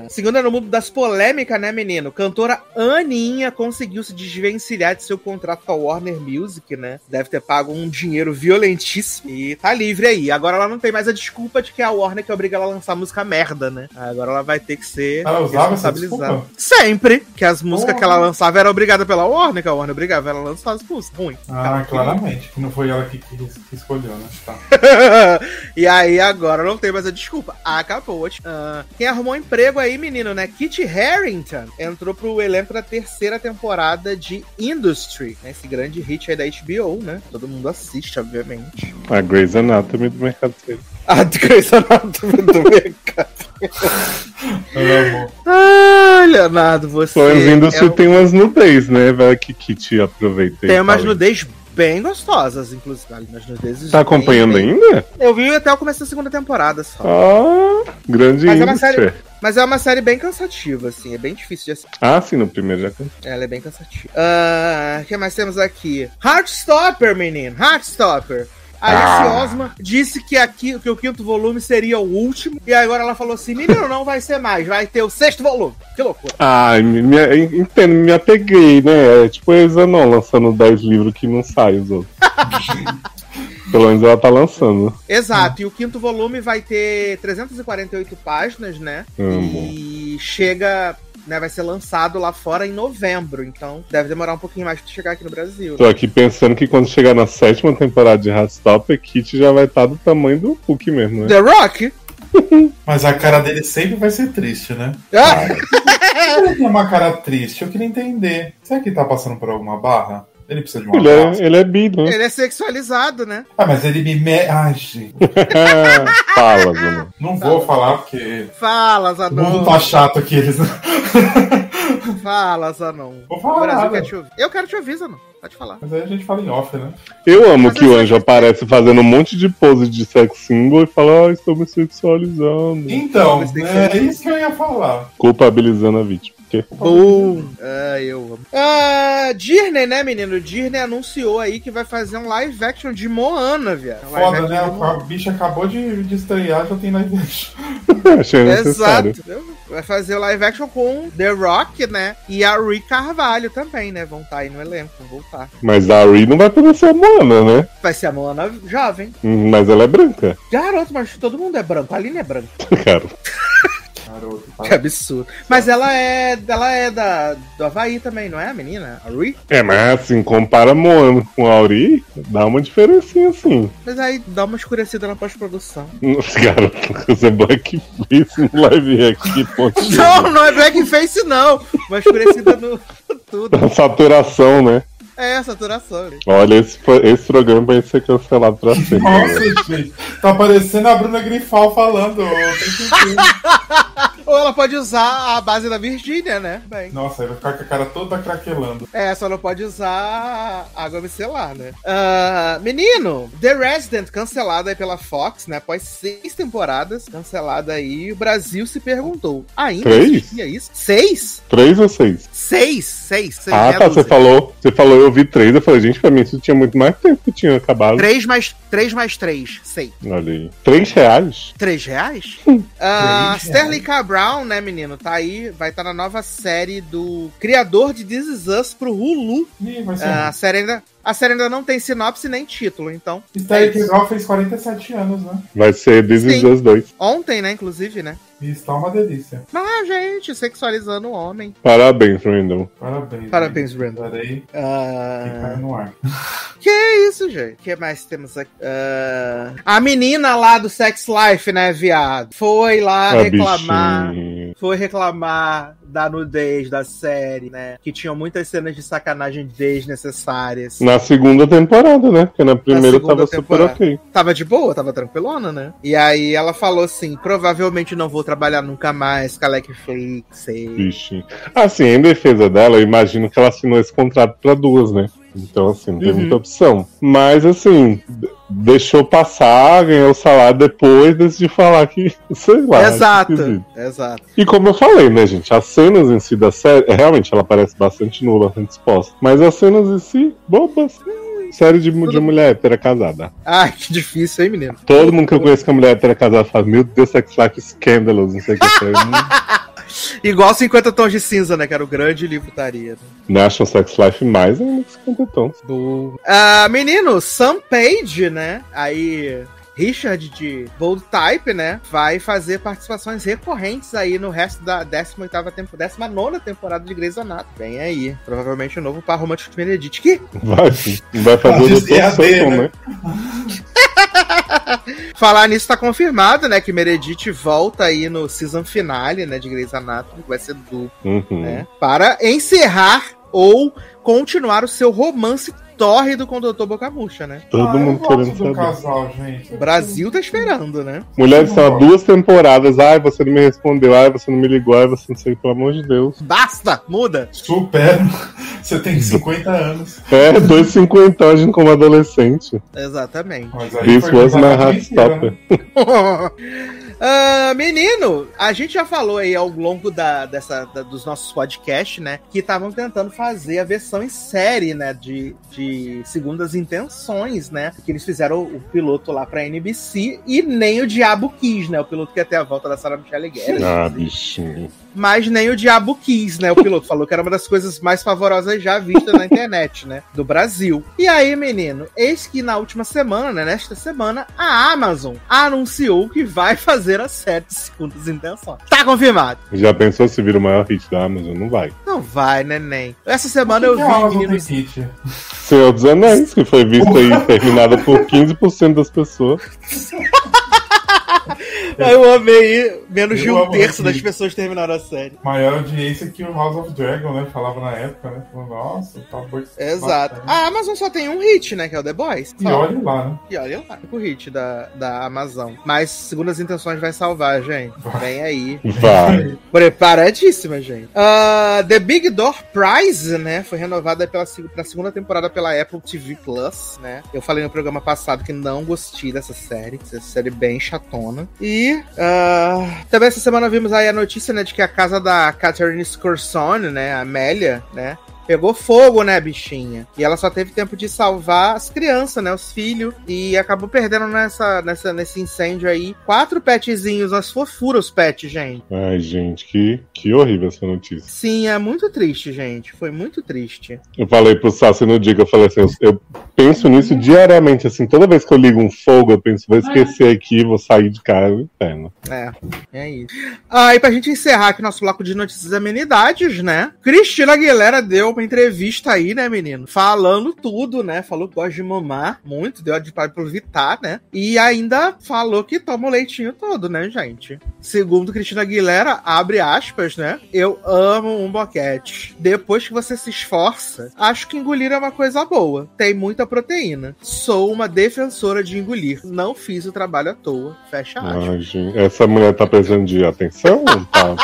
Speaker 1: Segunda no mundo das polêmicas, né, menino? Cantora Aninha conseguiu se desvencilhar de seu contrato com a Warner Music, né? Deve ter pago um dinheiro violentíssimo e tá livre aí. Agora ela não tem mais a desculpa de que é a Warner que obriga ela a lançar música merda, né? Agora ela vai ter que ser
Speaker 3: Ela usava essa
Speaker 1: responsabilizada.
Speaker 3: desculpa?
Speaker 1: Sempre que as músicas
Speaker 3: Porra.
Speaker 1: que ela lançava era obrigada pela Warner, que a Warner obrigava ela a lançar as músicas. Ruim.
Speaker 3: Ah, claramente. Que não foi ela que, que- que escolheu, né? Tá.
Speaker 1: e aí agora não tem mais a desculpa. Acabou. Ah, quem arrumou emprego aí, menino, né? Kit Harrington entrou pro elenco da terceira temporada de Industry. né? Esse grande hit aí da HBO, né? Todo mundo assiste, obviamente.
Speaker 2: A Grey's Anatomy do mercado dele.
Speaker 1: A Grey's Anatomy do mercado.
Speaker 3: Eu amo.
Speaker 1: Ah, Leonardo, você.
Speaker 2: Pelo menos ainda
Speaker 1: é
Speaker 2: se
Speaker 1: um-
Speaker 2: tem umas nudez, né? Vai que Kit aproveita e
Speaker 1: Tem umas
Speaker 2: fala.
Speaker 1: nudez bem gostosas, inclusive. Ali, umas nudezes
Speaker 2: Tá
Speaker 1: bem-
Speaker 2: acompanhando
Speaker 1: bem-
Speaker 2: ainda?
Speaker 1: Eu vi até o começo da segunda temporada só.
Speaker 2: Ah, grande
Speaker 1: Mas é uma
Speaker 2: indústria.
Speaker 1: série- Mas é uma série bem cansativa, assim. É bem difícil de assistir.
Speaker 2: Ah, sim, no primeiro já tem.
Speaker 1: Ela é bem cansativa. Ah, O que mais temos aqui? Heartstopper, menino. Heartstopper. A Alice
Speaker 2: Ah.
Speaker 1: Osman disse que, aqui, que o quinto volume seria o último. E agora ela falou assim: menino, não vai ser mais, vai ter o sexto volume. Que loucura.
Speaker 2: Ai, me, me- entendo, me apeguei, né? É tipo a não lançando 10 livros que não saem os outros. Pelo menos ela tá lançando.
Speaker 1: Exato, e o quinto volume vai ter 348 páginas, né?
Speaker 2: Amo.
Speaker 1: E chega. Né, vai ser lançado lá fora em novembro, então deve demorar um pouquinho mais pra chegar aqui no Brasil.
Speaker 2: Tô aqui pensando que quando chegar na sétima temporada de Rastopper, Kit já vai estar do tamanho do Hulk mesmo, né?
Speaker 1: The Rock?
Speaker 3: Mas a cara dele sempre vai ser triste, né?
Speaker 1: Ah,
Speaker 3: Ele tem uma cara triste, eu queria entender. Será que ele tá passando por alguma barra? Ele precisa de um
Speaker 2: Ele
Speaker 3: abraço.
Speaker 2: é, ele é bi, né?
Speaker 1: ele é sexualizado, né?
Speaker 3: Ah, mas ele me. Me... Ai, gente.
Speaker 2: Ah, Fala, Bruno.
Speaker 3: Não vou
Speaker 1: Tá.
Speaker 3: falar porque.
Speaker 1: Fala,
Speaker 3: O
Speaker 1: Zanon.
Speaker 3: mundo tá chato aqui, eles.
Speaker 1: Fala, Zanon.
Speaker 3: Vou
Speaker 1: O
Speaker 3: falar
Speaker 1: Brasil
Speaker 3: nada.
Speaker 1: quer te ouvir. Eu quero te ouvir, Zanon. Pode falar.
Speaker 3: Mas aí a gente fala em off, né?
Speaker 2: Eu amo
Speaker 1: Mas
Speaker 2: que
Speaker 1: eu
Speaker 2: o
Speaker 1: sei
Speaker 2: anjo
Speaker 1: que-
Speaker 2: aparece fazendo um monte de pose de sex symbol e fala, ah, estou me sexualizando.
Speaker 3: Então,
Speaker 1: Mas tem que
Speaker 3: né,
Speaker 1: ser-
Speaker 3: é isso que eu ia falar.
Speaker 2: Culpabilizando a vítima. Porque
Speaker 1: Boom. Ah, eu amo. Ah, Disney, né, menino? Disney anunciou aí que vai fazer um live action de Moana, viado. Live
Speaker 3: Foda,
Speaker 1: action
Speaker 3: né?
Speaker 1: de Moana.
Speaker 3: O bicho acabou de, de estrear, já tem live action.
Speaker 2: achei É necessário.
Speaker 1: Exato. Vai fazer o live action com The Rock, né? E a Rui Carvalho também, né? Vão estar aí no elenco, vão voltar.
Speaker 2: Mas a Ari não vai poder ser a Moana, né?
Speaker 1: Vai ser a Moana jovem.
Speaker 2: Hum, Mas ela é branca,
Speaker 1: Garoto, mas todo mundo é branco. A Aline é branca.
Speaker 2: cara.
Speaker 3: Garoto, tá?
Speaker 1: Que absurdo. Mas ela é. Ela é da, do Havaí também, não é a menina? A Rui?
Speaker 2: É, mas assim, compara Moana com Auri, dá uma diferencinha assim.
Speaker 1: Mas aí dá uma escurecida na pós-produção.
Speaker 2: Nossa, garoto, você é blackface no live aqui, ponto.
Speaker 1: Não, não é blackface, não. Uma escurecida no tudo.
Speaker 2: Saturação, né?
Speaker 1: É, saturação. né?
Speaker 2: Olha, esse, pro- esse programa vai ser cancelado pra sempre. né?
Speaker 3: Nossa, gente. Tá parecendo a Bruna Grifal falando. ô, tem sentido.
Speaker 1: Ou ela pode usar a base da Virgínia, né? Bem.
Speaker 3: Nossa, aí vai ficar com a cara toda craquelando.
Speaker 1: É, só não pode usar água micelar, né? Ah, menino, The Resident, cancelada aí pela Fox, né? Após seis temporadas, cancelada aí, o Brasil se perguntou. Ainda
Speaker 2: Três?
Speaker 1: existia isso? Seis?
Speaker 2: Três ou seis?
Speaker 1: Seis? Seis? seis
Speaker 2: ah,
Speaker 1: meia
Speaker 2: tá.
Speaker 1: dúzia.
Speaker 2: Você falou, você falou, eu vi três. Eu falei, gente, pra mim isso tinha muito mais tempo que tinha acabado.
Speaker 1: Três mais três, mais três, seis.
Speaker 2: Olha aí. Três reais?
Speaker 1: Três reais? Ah,
Speaker 3: Três reais.
Speaker 1: Sterling K. Brown, né, menino? Tá aí, vai estar na nova série do criador de This Is Us pro Hulu.
Speaker 3: Ih, vai ser.
Speaker 1: Ah, a, série ainda, a série ainda não tem sinopse nem título, então.
Speaker 3: Esther Queiroz fez 47 anos, né?
Speaker 2: Vai ser desses
Speaker 1: Sim.
Speaker 2: os dois.
Speaker 1: Ontem, né, inclusive, né?
Speaker 3: E está tá uma delícia.
Speaker 1: Mas, ah, gente, sexualizando o homem.
Speaker 2: Parabéns, Randall.
Speaker 3: Parabéns.
Speaker 1: Parabéns,
Speaker 3: gente.
Speaker 1: Brandon.
Speaker 3: Parei e
Speaker 1: Ah,
Speaker 3: caiu no ar.
Speaker 1: que é isso, gente? O que mais temos aqui? Ah, a menina lá do Sex Life, né, viado? Foi lá
Speaker 2: Ah,
Speaker 1: reclamar.
Speaker 2: bichinho.
Speaker 1: Foi reclamar da nudez da série, né? Que tinham muitas cenas de sacanagem desnecessárias.
Speaker 2: Na segunda temporada, né? Porque na primeira
Speaker 1: segunda
Speaker 2: tava
Speaker 1: temporada.
Speaker 2: super ok.
Speaker 1: Tava de boa, tava tranquilona, né? E aí ela falou assim: provavelmente não vou trabalhar nunca mais, Kalec Flix. e-
Speaker 2: Bichinho. Assim, em defesa dela, eu imagino que ela assinou esse contrato pra duas, né? Então, assim, não tem
Speaker 1: Uhum.
Speaker 2: muita opção. Mas, assim, d- deixou passar, ganhou o salário depois, decidiu falar que, sei lá. acho esquisito.
Speaker 1: Exato, exato.
Speaker 2: E como eu falei, né, gente, as cenas em si da série, é, realmente ela parece bastante nula, bastante exposta. Mas as cenas em si, bobas. Série de, mu- de mulher hétera casada.
Speaker 1: Ai, que difícil, hein, menino?
Speaker 2: Todo mundo que eu conheço que é mulher hétera casada fala, meu Deus, sex life scandalous, não sei o que. Eu falei, "Hum,
Speaker 1: Igual 50 Tons de Cinza, né? Que era o grande livro taria. Né?
Speaker 2: Não acham sex life mais ainda que 50 tons.
Speaker 1: Ah, menino, Sam Page, né? Aí. Richard de Bold Type, né? Vai fazer participações recorrentes aí no resto da 18ª temporada, 19 temporada de Grey's Anatomy. Vem aí, provavelmente o novo par romântico de Benedict. Que
Speaker 2: Vai, sim. vai fazer o
Speaker 3: Pode ser
Speaker 2: doutor
Speaker 3: a
Speaker 2: Sutton,
Speaker 3: dele, né?
Speaker 2: né?
Speaker 1: Falar nisso tá confirmado, né? Que Meredith volta aí no season finale, né? De Grey's Anatomy, que vai ser duplo,
Speaker 2: Uhum.
Speaker 3: É.
Speaker 1: né? Para encerrar ou continuar o seu romance tórrido com o Dr. Boca Murcha, né?
Speaker 2: Todo
Speaker 3: Ah,
Speaker 2: mundo
Speaker 3: eu gosto
Speaker 2: querendo
Speaker 3: do
Speaker 2: saber.
Speaker 3: casal, gente.
Speaker 1: O Brasil tá esperando, né?
Speaker 2: Mulheres estão há
Speaker 3: Não.
Speaker 2: duas temporadas. Ai, você não me respondeu. Ai, você não me ligou. Ai, você não sei, pelo amor de Deus.
Speaker 1: Basta! Muda!
Speaker 3: Supera. Você tem 50 anos.
Speaker 2: É, dois cinquentão, a gente como adolescente.
Speaker 1: Exatamente.
Speaker 3: Mas aí
Speaker 2: This
Speaker 3: foi
Speaker 2: was my
Speaker 3: completamente
Speaker 2: hot
Speaker 3: mentira,
Speaker 2: stopper.
Speaker 3: né?
Speaker 1: Ah, menino, a gente já falou aí ao longo da, dessa, da- dos nossos podcasts, né? Que estavam tentando fazer a versão em série, né? De, de segundas intenções, né? Que eles fizeram o, o piloto lá pra NBC e nem o Diabo quis, né? O piloto que ia ter a volta da Sarah Michelle Gellar.
Speaker 2: Ah, bichinho.
Speaker 1: mas nem o diabo quis, né? O piloto falou que era uma das coisas mais favorosas já vistas na internet, né? Do Brasil. E aí, menino, eis que na última semana, né? Nesta semana, a Amazon anunciou que vai fazer a série de Segundas Intenções. Tá confirmado.
Speaker 2: Já pensou se vira o maior hit da Amazon? Não vai.
Speaker 1: Não vai, neném. Essa semana eu
Speaker 3: Que aula
Speaker 1: vi,
Speaker 3: do
Speaker 1: meninos.
Speaker 3: Kit.
Speaker 2: Senhor dos Anéis, que foi visto aí terminada por 15% das pessoas.
Speaker 1: Eu amei. Menos de
Speaker 3: Eu
Speaker 1: um
Speaker 3: amo
Speaker 1: terço
Speaker 3: aqui.
Speaker 1: das pessoas terminaram a série.
Speaker 3: Maior audiência que o House of Dragon, né? Falava na época, né? Falou, nossa, tá bom.
Speaker 1: Exato.
Speaker 3: bacana.
Speaker 1: A Amazon só tem um hit, né? Que é o The Boys.
Speaker 3: E
Speaker 1: Só.
Speaker 3: olha lá, né?
Speaker 1: E olha lá, o hit da, da Amazon. Mas, segundo as intenções, vai salvar, gente. Vem aí.
Speaker 2: Vai.
Speaker 1: Preparadíssima, gente. Ah, The Big Door Prize, né? Foi renovada pela, seg- pra segunda temporada pela Apple TV Plus, né? Eu falei no programa passado que não gostei dessa série. Essa série bem chatona. E ah, também essa semana vimos aí a notícia, né? De que a casa da Catherine Scorsone, né? A Amélia, né? Pegou fogo, né, bichinha? E ela só teve tempo de salvar as crianças, né? Os filhos. E acabou perdendo nessa, nessa, nesse incêndio aí quatro petzinhos. As fofuras, os pets, gente.
Speaker 2: Ai, gente, que, que horrível essa notícia.
Speaker 1: Sim, é muito triste, gente. Foi muito triste.
Speaker 2: Eu falei pro Sassi no dia que eu falei assim, eu, eu penso nisso diariamente, assim, toda vez que eu ligo um fogo, eu penso, vou esquecer aqui, vou sair de casa e pena.
Speaker 1: É, é isso. Ah, e pra gente encerrar aqui nosso bloco de notícias e amenidades, né? Cristina Aguilera deu uma entrevista aí, né, menino? Falando tudo, né? Falou que gosta de mamar muito, deu a de para Vitar, né? E ainda falou que toma o leitinho todo, né, gente? Segundo Cristina Aguilera, abre aspas, né? Eu amo um boquete. Depois que você se esforça, acho que engolir é uma coisa boa. Tem muita proteína. Sou uma defensora de engolir. Não fiz o trabalho à toa. Fecha aspas.
Speaker 2: Ai, gente, essa mulher tá precisando de atenção? Tá,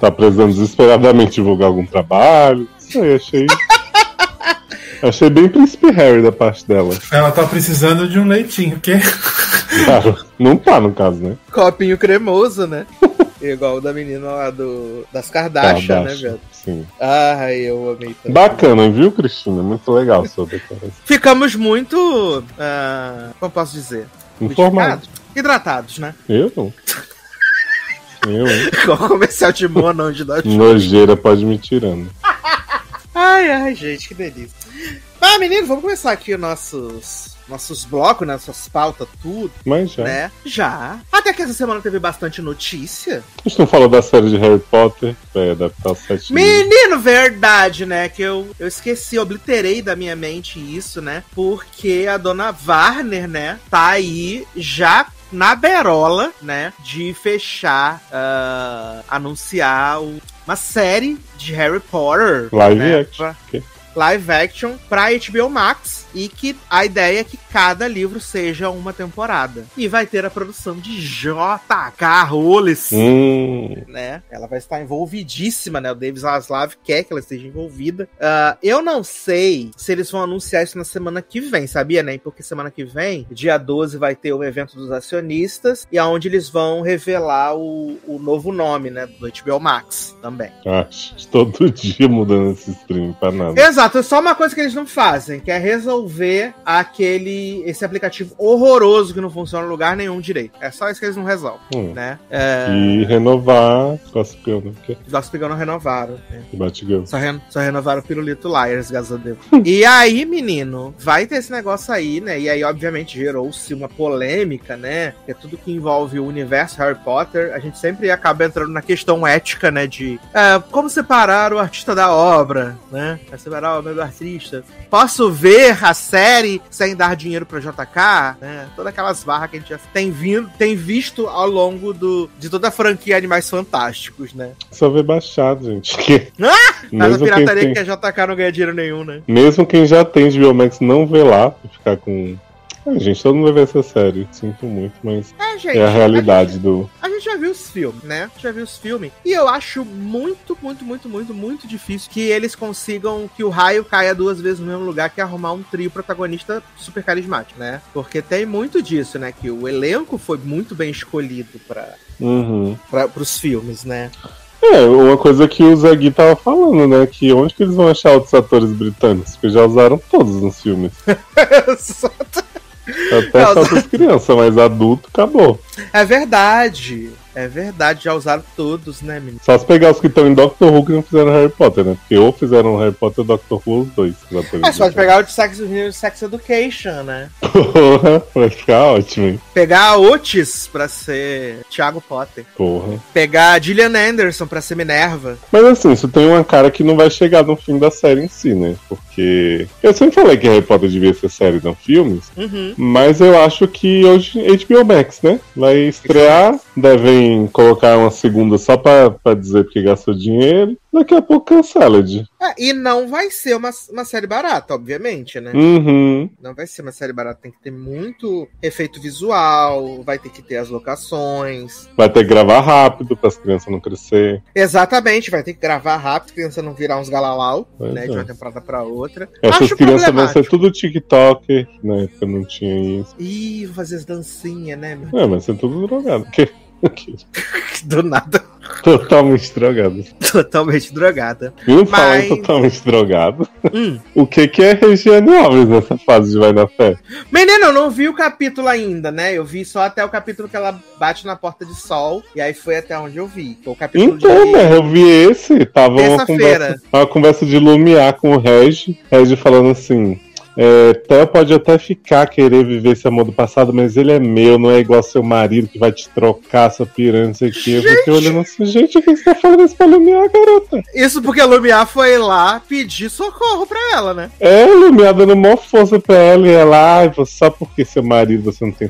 Speaker 2: tá precisando desesperadamente divulgar algum trabalho? Isso aí, achei. Achei bem príncipe Harry da parte dela.
Speaker 3: Ela tá precisando de um leitinho, que
Speaker 2: Claro, não tá no caso, né?
Speaker 1: Copinho cremoso, né? Igual o da menina lá do, das Kardashian, né,
Speaker 2: Kardashian,
Speaker 1: velho?
Speaker 2: Tá
Speaker 1: Tá
Speaker 2: Sim.
Speaker 1: Ai, eu amei também.
Speaker 2: Bacana, viu, Cristina? Muito legal sua declaração.
Speaker 1: Ficamos muito. ah, como posso dizer?
Speaker 2: Informado.
Speaker 1: Modificados? Hidratados, né?
Speaker 2: Eu não. Eu, hein?
Speaker 1: Com o comercial de Monon de
Speaker 2: Hum.
Speaker 1: nós.
Speaker 2: Nojeira pode me tirando.
Speaker 1: Ai, ai, gente, que delícia. Ah, menino, vamos começar aqui os nossos, nossos blocos, né, nossas pautas, tudo,
Speaker 2: Mas já.
Speaker 1: né? Já. Até que essa semana teve bastante notícia.
Speaker 2: A gente não falou da série de Harry Potter, é, vai adaptar os sete livros.
Speaker 1: Menino, verdade, né? Que eu, eu esqueci, obliterei da minha mente isso, né? Porque a dona Warner, né, tá aí já na berola, né, de fechar, ah, anunciar o- uma série de Harry Potter.
Speaker 2: Live
Speaker 1: né,
Speaker 2: action.
Speaker 1: pra-
Speaker 2: Ok.
Speaker 1: live action pra HBO Max e que a ideia é que cada livro seja uma temporada. E vai ter a produção de J.K. Rowling
Speaker 2: Hum,
Speaker 1: né? Ela vai estar envolvidíssima, né? O Davis Zaslav quer que ela esteja envolvida. Ah, eu não sei se eles vão anunciar isso na semana que vem, sabia, né? Porque semana que vem, dia 12, vai ter o evento dos acionistas e aonde eles vão revelar o, o novo nome, né? Do HBO Max também.
Speaker 2: acho. Todo dia mudando esse stream pra nada.
Speaker 1: Exato, é só uma coisa que eles não fazem, que é resolver aquele esse aplicativo horroroso que não funciona em lugar nenhum direito. É só isso que eles não resolvem,
Speaker 2: Hum.
Speaker 1: né?
Speaker 2: E renovar Gossip né? Porque é
Speaker 1: Os nossos pegando renovaram, né?
Speaker 2: Batgirl.
Speaker 1: Só, ren- só renovaram o pirulito Liars, graças a Deus. e aí, menino, vai ter esse negócio aí, né? E aí, obviamente, gerou-se uma polêmica, né? Que é tudo que envolve o universo Harry Potter. A gente sempre acaba entrando na questão ética, né? De é, como separar o artista da obra, né? Vai separar a obra do artista. Posso ver a série sem dar dinheiro pra JK? Né? Todas aquelas barras que a gente já tem, vindo, tem visto ao longo do, de toda a franquia Animais Fantásticos, né?
Speaker 2: Só ver baixado, gente. Que...
Speaker 1: Ah! Mas a
Speaker 2: Mesmo, quem
Speaker 1: pirataria
Speaker 2: tem...
Speaker 1: que a JK não ganha dinheiro nenhum, né?
Speaker 2: Mesmo quem já tem de Biomax não vê lá, pra ficar com. Ah, gente, todo mundo vai ver essa série. Sinto muito, mas
Speaker 1: É, gente.
Speaker 2: é a realidade do.
Speaker 1: A gente já viu os filmes, né? Já viu os filmes. E eu acho muito, muito, muito, muito, muito difícil que eles consigam que o raio caia duas vezes no mesmo lugar que arrumar um trio protagonista super carismático, né? Porque tem muito disso, né? Que o elenco foi muito bem escolhido para
Speaker 2: Uhum.
Speaker 1: pros filmes, né?
Speaker 2: É, uma coisa que o Zé Gui tava falando, né? Que onde que eles vão achar outros atores britânicos? Porque já usaram todos nos filmes.
Speaker 1: Só-
Speaker 2: Até
Speaker 1: Não,
Speaker 2: só as crianças, mas adulto, acabou.
Speaker 1: é verdade. É verdade, já usaram todos, né, menino?
Speaker 2: Só se pegar os que estão em Doctor Who que não fizeram Harry Potter, né? Porque ou fizeram Harry Potter ou Doctor Who, os dois. os atores
Speaker 1: Ah, você pode
Speaker 2: britânicos.
Speaker 1: pegar o de Sex, o Sex Education, né?
Speaker 2: Porra, vai ficar ótimo, hein?
Speaker 1: Pegar a Otis pra ser Thiago Potter.
Speaker 2: Porra.
Speaker 1: Pegar a Gillian Anderson pra ser Minerva.
Speaker 2: Mas assim, isso tem uma cara que não vai chegar no fim da série em si, né? Porque. Eu sempre falei que Harry Potter devia ser série, não filmes.
Speaker 1: Uhum.
Speaker 2: Mas eu acho que hoje HBO Max, né? Vai estrear, devem colocar uma segunda só pra, pra dizer porque gastou dinheiro. Daqui a pouco cancela de.
Speaker 1: É, e não vai ser uma, uma série barata, obviamente, né?
Speaker 2: Uhum.
Speaker 1: Não vai ser uma série barata. Tem que ter muito efeito visual, vai ter que ter as locações.
Speaker 2: Vai ter que gravar rápido para as crianças não crescer.
Speaker 1: Exatamente, vai ter que gravar rápido, criança não virar uns galalau,
Speaker 2: Pois
Speaker 1: né?
Speaker 2: é.
Speaker 1: De uma temporada pra outra.
Speaker 2: Essas crianças vão
Speaker 1: problemático.
Speaker 2: ser tudo TikToker, na época não tinha isso.
Speaker 1: Ih, vou fazer as dancinhas, né? meu?
Speaker 2: É, mas ser tudo drogado. Que- que-
Speaker 1: Do nada.
Speaker 2: Totalmente drogado.
Speaker 1: Totalmente drogada.
Speaker 2: E não fala
Speaker 1: Mas-
Speaker 2: em totalmente drogado.
Speaker 1: Hum.
Speaker 2: O que, que é Regiane Alves nessa fase de Vai na Fé?
Speaker 1: Menino, eu não vi o capítulo ainda, né? Eu vi só até o capítulo que ela bate na porta de sol. E aí foi até onde eu vi. Que é o capítulo
Speaker 2: Então,
Speaker 1: de...
Speaker 2: né, eu vi esse, tava uma
Speaker 1: Terça-feira.
Speaker 2: conversa, uma conversa de Lumiar com o Regi, Regi falando assim, é, Theo pode até ficar querer viver esse amor do passado, mas ele é meu, não é igual seu marido que vai te trocar sua piranha, não sei o que. Eu fiquei olhando assim, gente, o que você tá falando isso pra Lumiar, garota?
Speaker 1: Isso porque a Lumiar foi lá pedir socorro pra ela, né?
Speaker 2: É, Lumiar dando maior força pra ela e ela, "Ai, você- só porque seu marido você não tem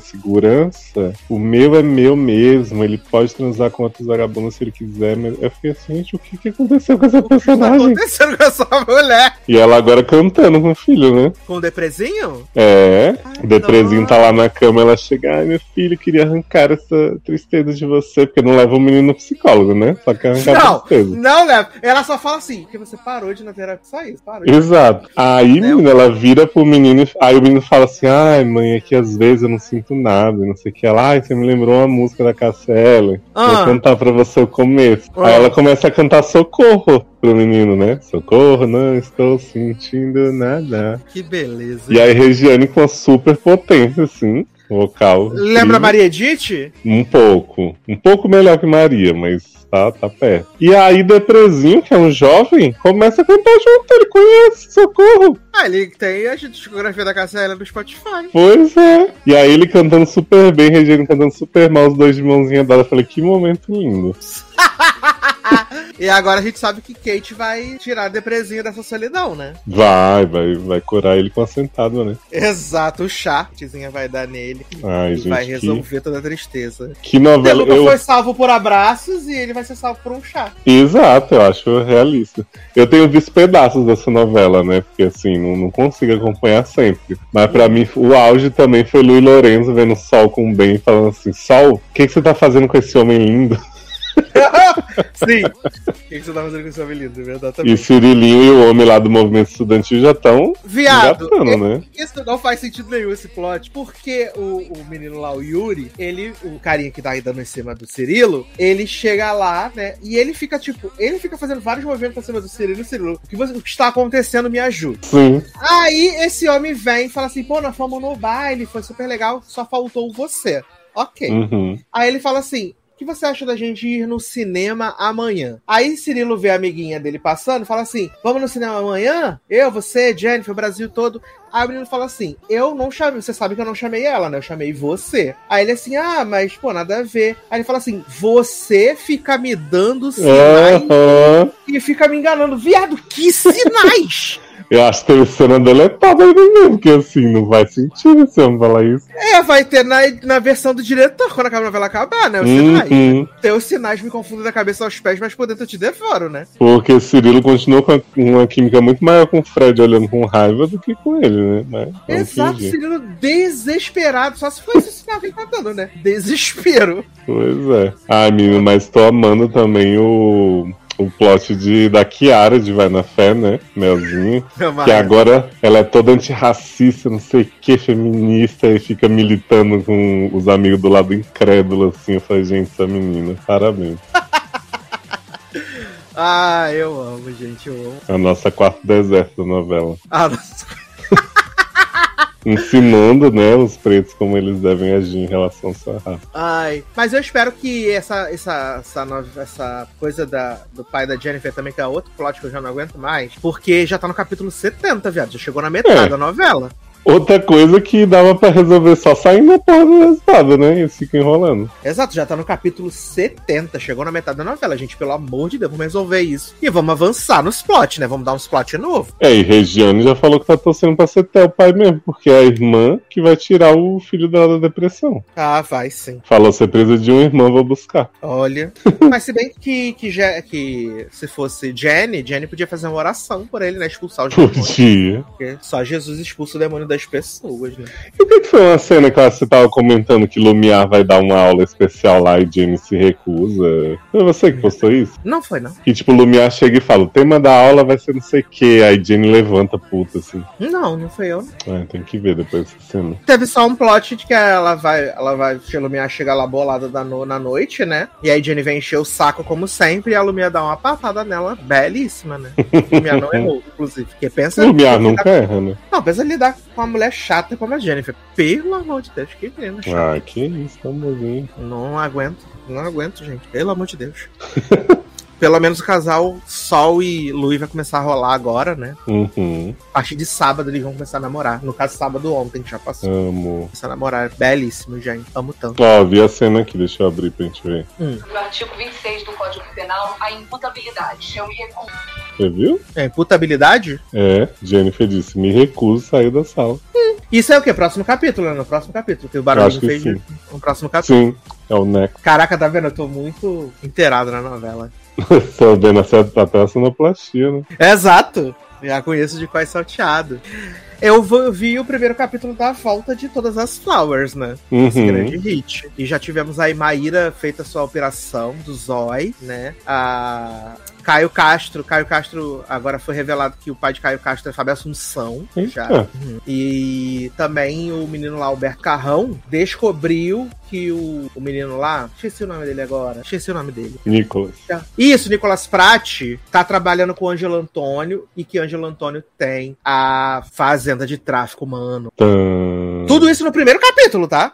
Speaker 2: segurança, o meu é meu mesmo, ele pode transar com outros vagabundos se ele quiser, mas eu fiquei assim, gente, o que, que aconteceu com essa
Speaker 1: O que tá
Speaker 2: personagem?
Speaker 1: acontecendo com essa mulher?
Speaker 2: E ela agora cantando com o filho, né?
Speaker 1: Com o depresinho?
Speaker 2: É.
Speaker 1: Ai,
Speaker 2: O Deprezinho
Speaker 1: não.
Speaker 2: tá lá na cama, ela chega, ai meu filho, queria arrancar essa tristeza de você, porque não leva o menino no psicólogo, né? Só quer arrancar a
Speaker 1: Não,
Speaker 2: tristeza.
Speaker 1: não, né? Ela só fala assim, porque você parou de ir na terapia. Só isso, parou. de-
Speaker 2: Exato. Aí,
Speaker 1: é. Né?
Speaker 2: menina, ela vira pro menino, e- aí o menino fala assim, ai mãe, é que às vezes eu não sinto nada, não sei o que. Ela, ai, você me lembrou uma música da Cassiela,
Speaker 1: Ah.
Speaker 2: vou cantar pra você o começo.
Speaker 1: Ah.
Speaker 2: Aí ela começa a cantar socorro pro menino, né? Socorro, não estou sentindo nada.
Speaker 1: Que beleza.
Speaker 2: E aí, Regiane com super potência, assim, vocal.
Speaker 1: Lembra
Speaker 2: incrível.
Speaker 1: Maria Edith?
Speaker 2: Um pouco. Um pouco melhor que Maria, mas tá, tá perto. E aí, Deprezinho, que é um jovem, começa a cantar junto, ele conhece, socorro.
Speaker 1: Ah, ele tem a discografia da Cassiela no Spotify.
Speaker 2: Pois é. E aí, ele cantando super bem, Regiane cantando super mal, os dois de mãozinha dada. Eu falei, que momento lindo.
Speaker 1: E agora a gente sabe que Kate vai tirar o depresinho dessa solidão, né?
Speaker 2: Vai, vai, vai curar ele com a sentada, né?
Speaker 1: Exato, o chá que Tizinha vai dar nele
Speaker 2: Ai,
Speaker 1: e
Speaker 2: gente,
Speaker 1: vai
Speaker 2: que-
Speaker 1: resolver toda a tristeza.
Speaker 2: que, novela.
Speaker 1: Deluca
Speaker 2: Eu...
Speaker 1: foi salvo por abraços e ele vai ser salvo por um chá.
Speaker 2: Exato, eu acho realista. Eu tenho visto pedaços dessa novela, né? Porque assim, não, não consigo acompanhar sempre. Mas pra mim, o auge também foi Luiz Lourenço vendo o Sol com o Ben e falando assim: Sol, o que, que você tá fazendo com esse homem lindo?
Speaker 1: Sim. O que que você tá fazendo com esse homem lindo? É verdade também.
Speaker 2: E Cirilinho e o homem lá do movimento estudantil já estão
Speaker 1: Viado,
Speaker 2: engatando, né?
Speaker 1: Isso não faz sentido nenhum, esse plot, porque o, o menino lá, o Yuri, ele, o carinha que tá aí dando em cima do Cirilo, ele chega lá, né, e ele fica, tipo, ele fica fazendo vários movimentos em cima do Cirilo, Cirilo, o que, você- o que está acontecendo me ajuda.
Speaker 2: Sim.
Speaker 1: Aí esse homem vem e fala assim, pô, nós fomos no baile, foi super legal, só faltou você. Ok.
Speaker 2: Uhum.
Speaker 1: Aí ele fala assim, o que você acha da gente ir no cinema amanhã? Aí Cirilo vê a amiguinha dele passando, fala assim, vamos no cinema amanhã? Eu, você, Jennifer, o Brasil todo. Aí o menino fala assim, eu não chamei, você sabe que eu não chamei ela, né? Eu chamei você. Aí ele assim, ah, mas pô, nada a ver. Aí ele fala assim, você fica me dando sinais
Speaker 2: Aham.
Speaker 1: e fica me enganando. Viado, que sinais!
Speaker 2: Eu acho que teve cena deletada aí mesmo, porque assim, não faz sentido esse homem falar isso.
Speaker 1: é, vai ter na, na versão do diretor, quando a novela acabar, né? Os sinais.
Speaker 2: Uhum.
Speaker 1: Teus sinais me confundem da cabeça aos pés, mas por dentro eu te devoro, né?
Speaker 2: Porque Cirilo continuou com uma química muito maior com o Fred olhando com raiva do que com ele, né? Mas, não
Speaker 1: Exato,
Speaker 2: entendi.
Speaker 1: Cirilo desesperado. Só se foi isso que alguém tá dando, né? Desespero.
Speaker 2: Pois é. Ai, menino, mas tô amando também o, o plot de, da Kiara de Vai na Fé, né? Melzinho. Que agora ela é toda antirracista, não sei o que, feminista, e fica militando com os amigos do lado incrédulo, assim. Eu falei, gente, essa menina, parabéns.
Speaker 1: Ah, eu amo, gente. Eu amo.
Speaker 2: É A nossa quarta deserto da novela.
Speaker 1: Ah, nossa.
Speaker 2: Ensinando, né, os pretos como eles devem agir em relação à sua raça.
Speaker 1: Ai. Mas eu espero que essa, essa, essa, nova- essa coisa da, do pai da Jennifer também, que é outro plot que eu já não aguento mais, porque já tá no capítulo 70, viado. Já chegou na metade
Speaker 2: É.
Speaker 1: da novela.
Speaker 2: Outra coisa que dava pra resolver só saindo a porra do resultado, né? E fica enrolando.
Speaker 1: Exato, já tá no capítulo 70, chegou na metade da novela. Gente, pelo amor de Deus, vamos resolver isso. E vamos avançar nos plots, né? Vamos dar uns plot novo.
Speaker 2: É, e Regiane já falou que tá torcendo pra ser até o pai mesmo, porque é a irmã que vai tirar o filho dela da depressão.
Speaker 1: Ah, vai sim.
Speaker 2: Falou, você precisa de uma irmã, vou buscar.
Speaker 1: Olha. Mas se bem que, que, Je- que se fosse Jenny, Jenny podia fazer uma oração por ele, né? Expulsar os demônios.
Speaker 2: Podia.
Speaker 1: Porque só Jesus expulsa o demônio das pessoas, né?
Speaker 2: E o que que foi foi uma cena que você tava comentando que Lumiar vai dar uma aula especial lá e Jamie se recusa? Foi você que postou isso?
Speaker 1: Não foi, não.
Speaker 2: Que tipo, Lumiar chega e fala: o tema da aula vai ser não sei o que. Aí Jamie levanta puta assim.
Speaker 1: Não, não foi eu.
Speaker 2: Ah, tem que ver depois essa cena.
Speaker 1: Teve só um plot de que ela vai, ela vai, que a Lumiar chega lá bolada da no- na noite, né? E aí Jenny vem encher o saco como sempre e a Lumiar dá uma patada nela belíssima, né? Lumiar não errou, inclusive. Porque pensa
Speaker 2: Lumiar nunca erra, né?
Speaker 1: Não, pensa em lidar com uma mulher chata como a Jennifer. Pelo amor de Deus, que pena. chata.
Speaker 2: Ah, que isso, tamo bem.
Speaker 1: Não aguento, não aguento, gente. Pelo amor de Deus. Pelo menos o casal Sol e Lui vai começar a rolar agora, né?
Speaker 2: Uhum,
Speaker 1: A partir de sábado eles vão começar a namorar. No caso, sábado ontem já passou.
Speaker 2: amo.
Speaker 1: Começar a namorar. Belíssimo, gente. Amo tanto.
Speaker 2: Ó, vi a cena aqui, deixa eu abrir pra gente ver.
Speaker 4: No artigo 26 do Código Penal, a imputabilidade. Eu me recuso.
Speaker 2: Você viu?
Speaker 1: É, imputabilidade?
Speaker 2: É, Jennifer disse, me recuso a sair da sala.
Speaker 1: Isso é o quê? Próximo capítulo, né? No próximo capítulo. Que o
Speaker 2: Acho
Speaker 1: barulho
Speaker 2: que
Speaker 1: fez
Speaker 2: sim.
Speaker 1: no próximo capítulo.
Speaker 2: Sim, é o Neco.
Speaker 1: Caraca, tá vendo? Eu tô muito inteirado na novela.
Speaker 2: Tô vendo a- tá até a sonoplastia, né?
Speaker 1: Exato. Já conheço de quais salteado. Eu vou- vi o primeiro capítulo da volta de todas as Flowers, né? Esse
Speaker 2: Uhum.
Speaker 1: grande hit. E já tivemos aí Maíra feita sua operação do Zói, né? A Caio Castro. Caio Castro, agora foi revelado que o pai de Caio Castro é Fábio Assunção. Já.
Speaker 2: Eita.
Speaker 1: E também o menino lá, Alberto Carrão, descobriu que o, o menino lá. Esqueci o nome dele agora. Esqueci o nome dele. tá?
Speaker 2: Nicolas.
Speaker 1: Isso, Nicolas Prati tá trabalhando com o Ângelo Antônio e que Ângelo Antônio tem a fazenda de tráfico humano.
Speaker 2: Tã.
Speaker 1: Tudo isso no primeiro capítulo, tá?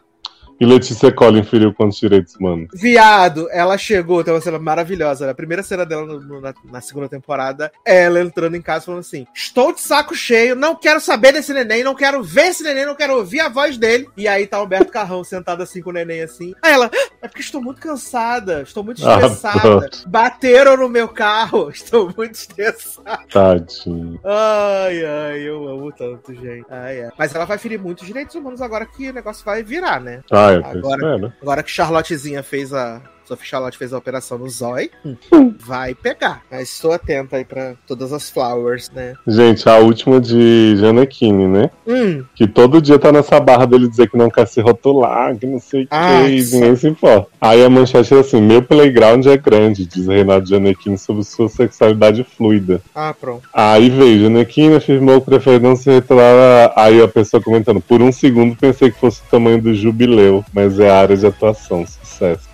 Speaker 2: E Letícia Collin feriu quantos direitos humanos?
Speaker 1: Viado, ela chegou, tem uma cena maravilhosa. né? A primeira cena dela no- no- na, na segunda temporada é ela entrando em casa falando assim: Estou de saco cheio, não quero saber desse neném, não quero ver esse neném, não quero ouvir a voz dele. E aí tá Alberto Carrão sentado assim com o neném assim. Aí ela, "Ah, é porque estou muito cansada, estou muito
Speaker 2: Ah,
Speaker 1: estressada.
Speaker 2: pronto.
Speaker 1: Bateram no meu carro, estou muito estressada.
Speaker 2: Tadinho.
Speaker 1: Ai, ai, eu amo tanto, gente. Ai, ai. Mas ela vai ferir muitos direitos humanos agora que o negócio vai virar, né?
Speaker 2: Ah, eu até
Speaker 1: Agora-
Speaker 2: espero.
Speaker 1: Agora que Charlottezinha fez a. Sophie Charlotte fez a operação no Zói, vai pegar. Mas estou atenta aí pra todas as flowers, né?
Speaker 2: Gente, a última de Janequine, né?
Speaker 1: Hum,
Speaker 2: Que todo dia tá nessa barra dele dizer que não quer se rotular, que não sei o
Speaker 1: Ah,
Speaker 2: que, e
Speaker 1: sim.
Speaker 2: ninguém se importa. Aí a manchete é assim: meu playground é grande, diz Renato Janequine sobre sua sexualidade fluida.
Speaker 1: ah, pronto.
Speaker 2: Aí veio, Janequine afirmou que prefere não se rotular. a- Aí a pessoa comentando: por um segundo pensei que fosse o tamanho do jubileu, mas é a área de atuação, sucesso.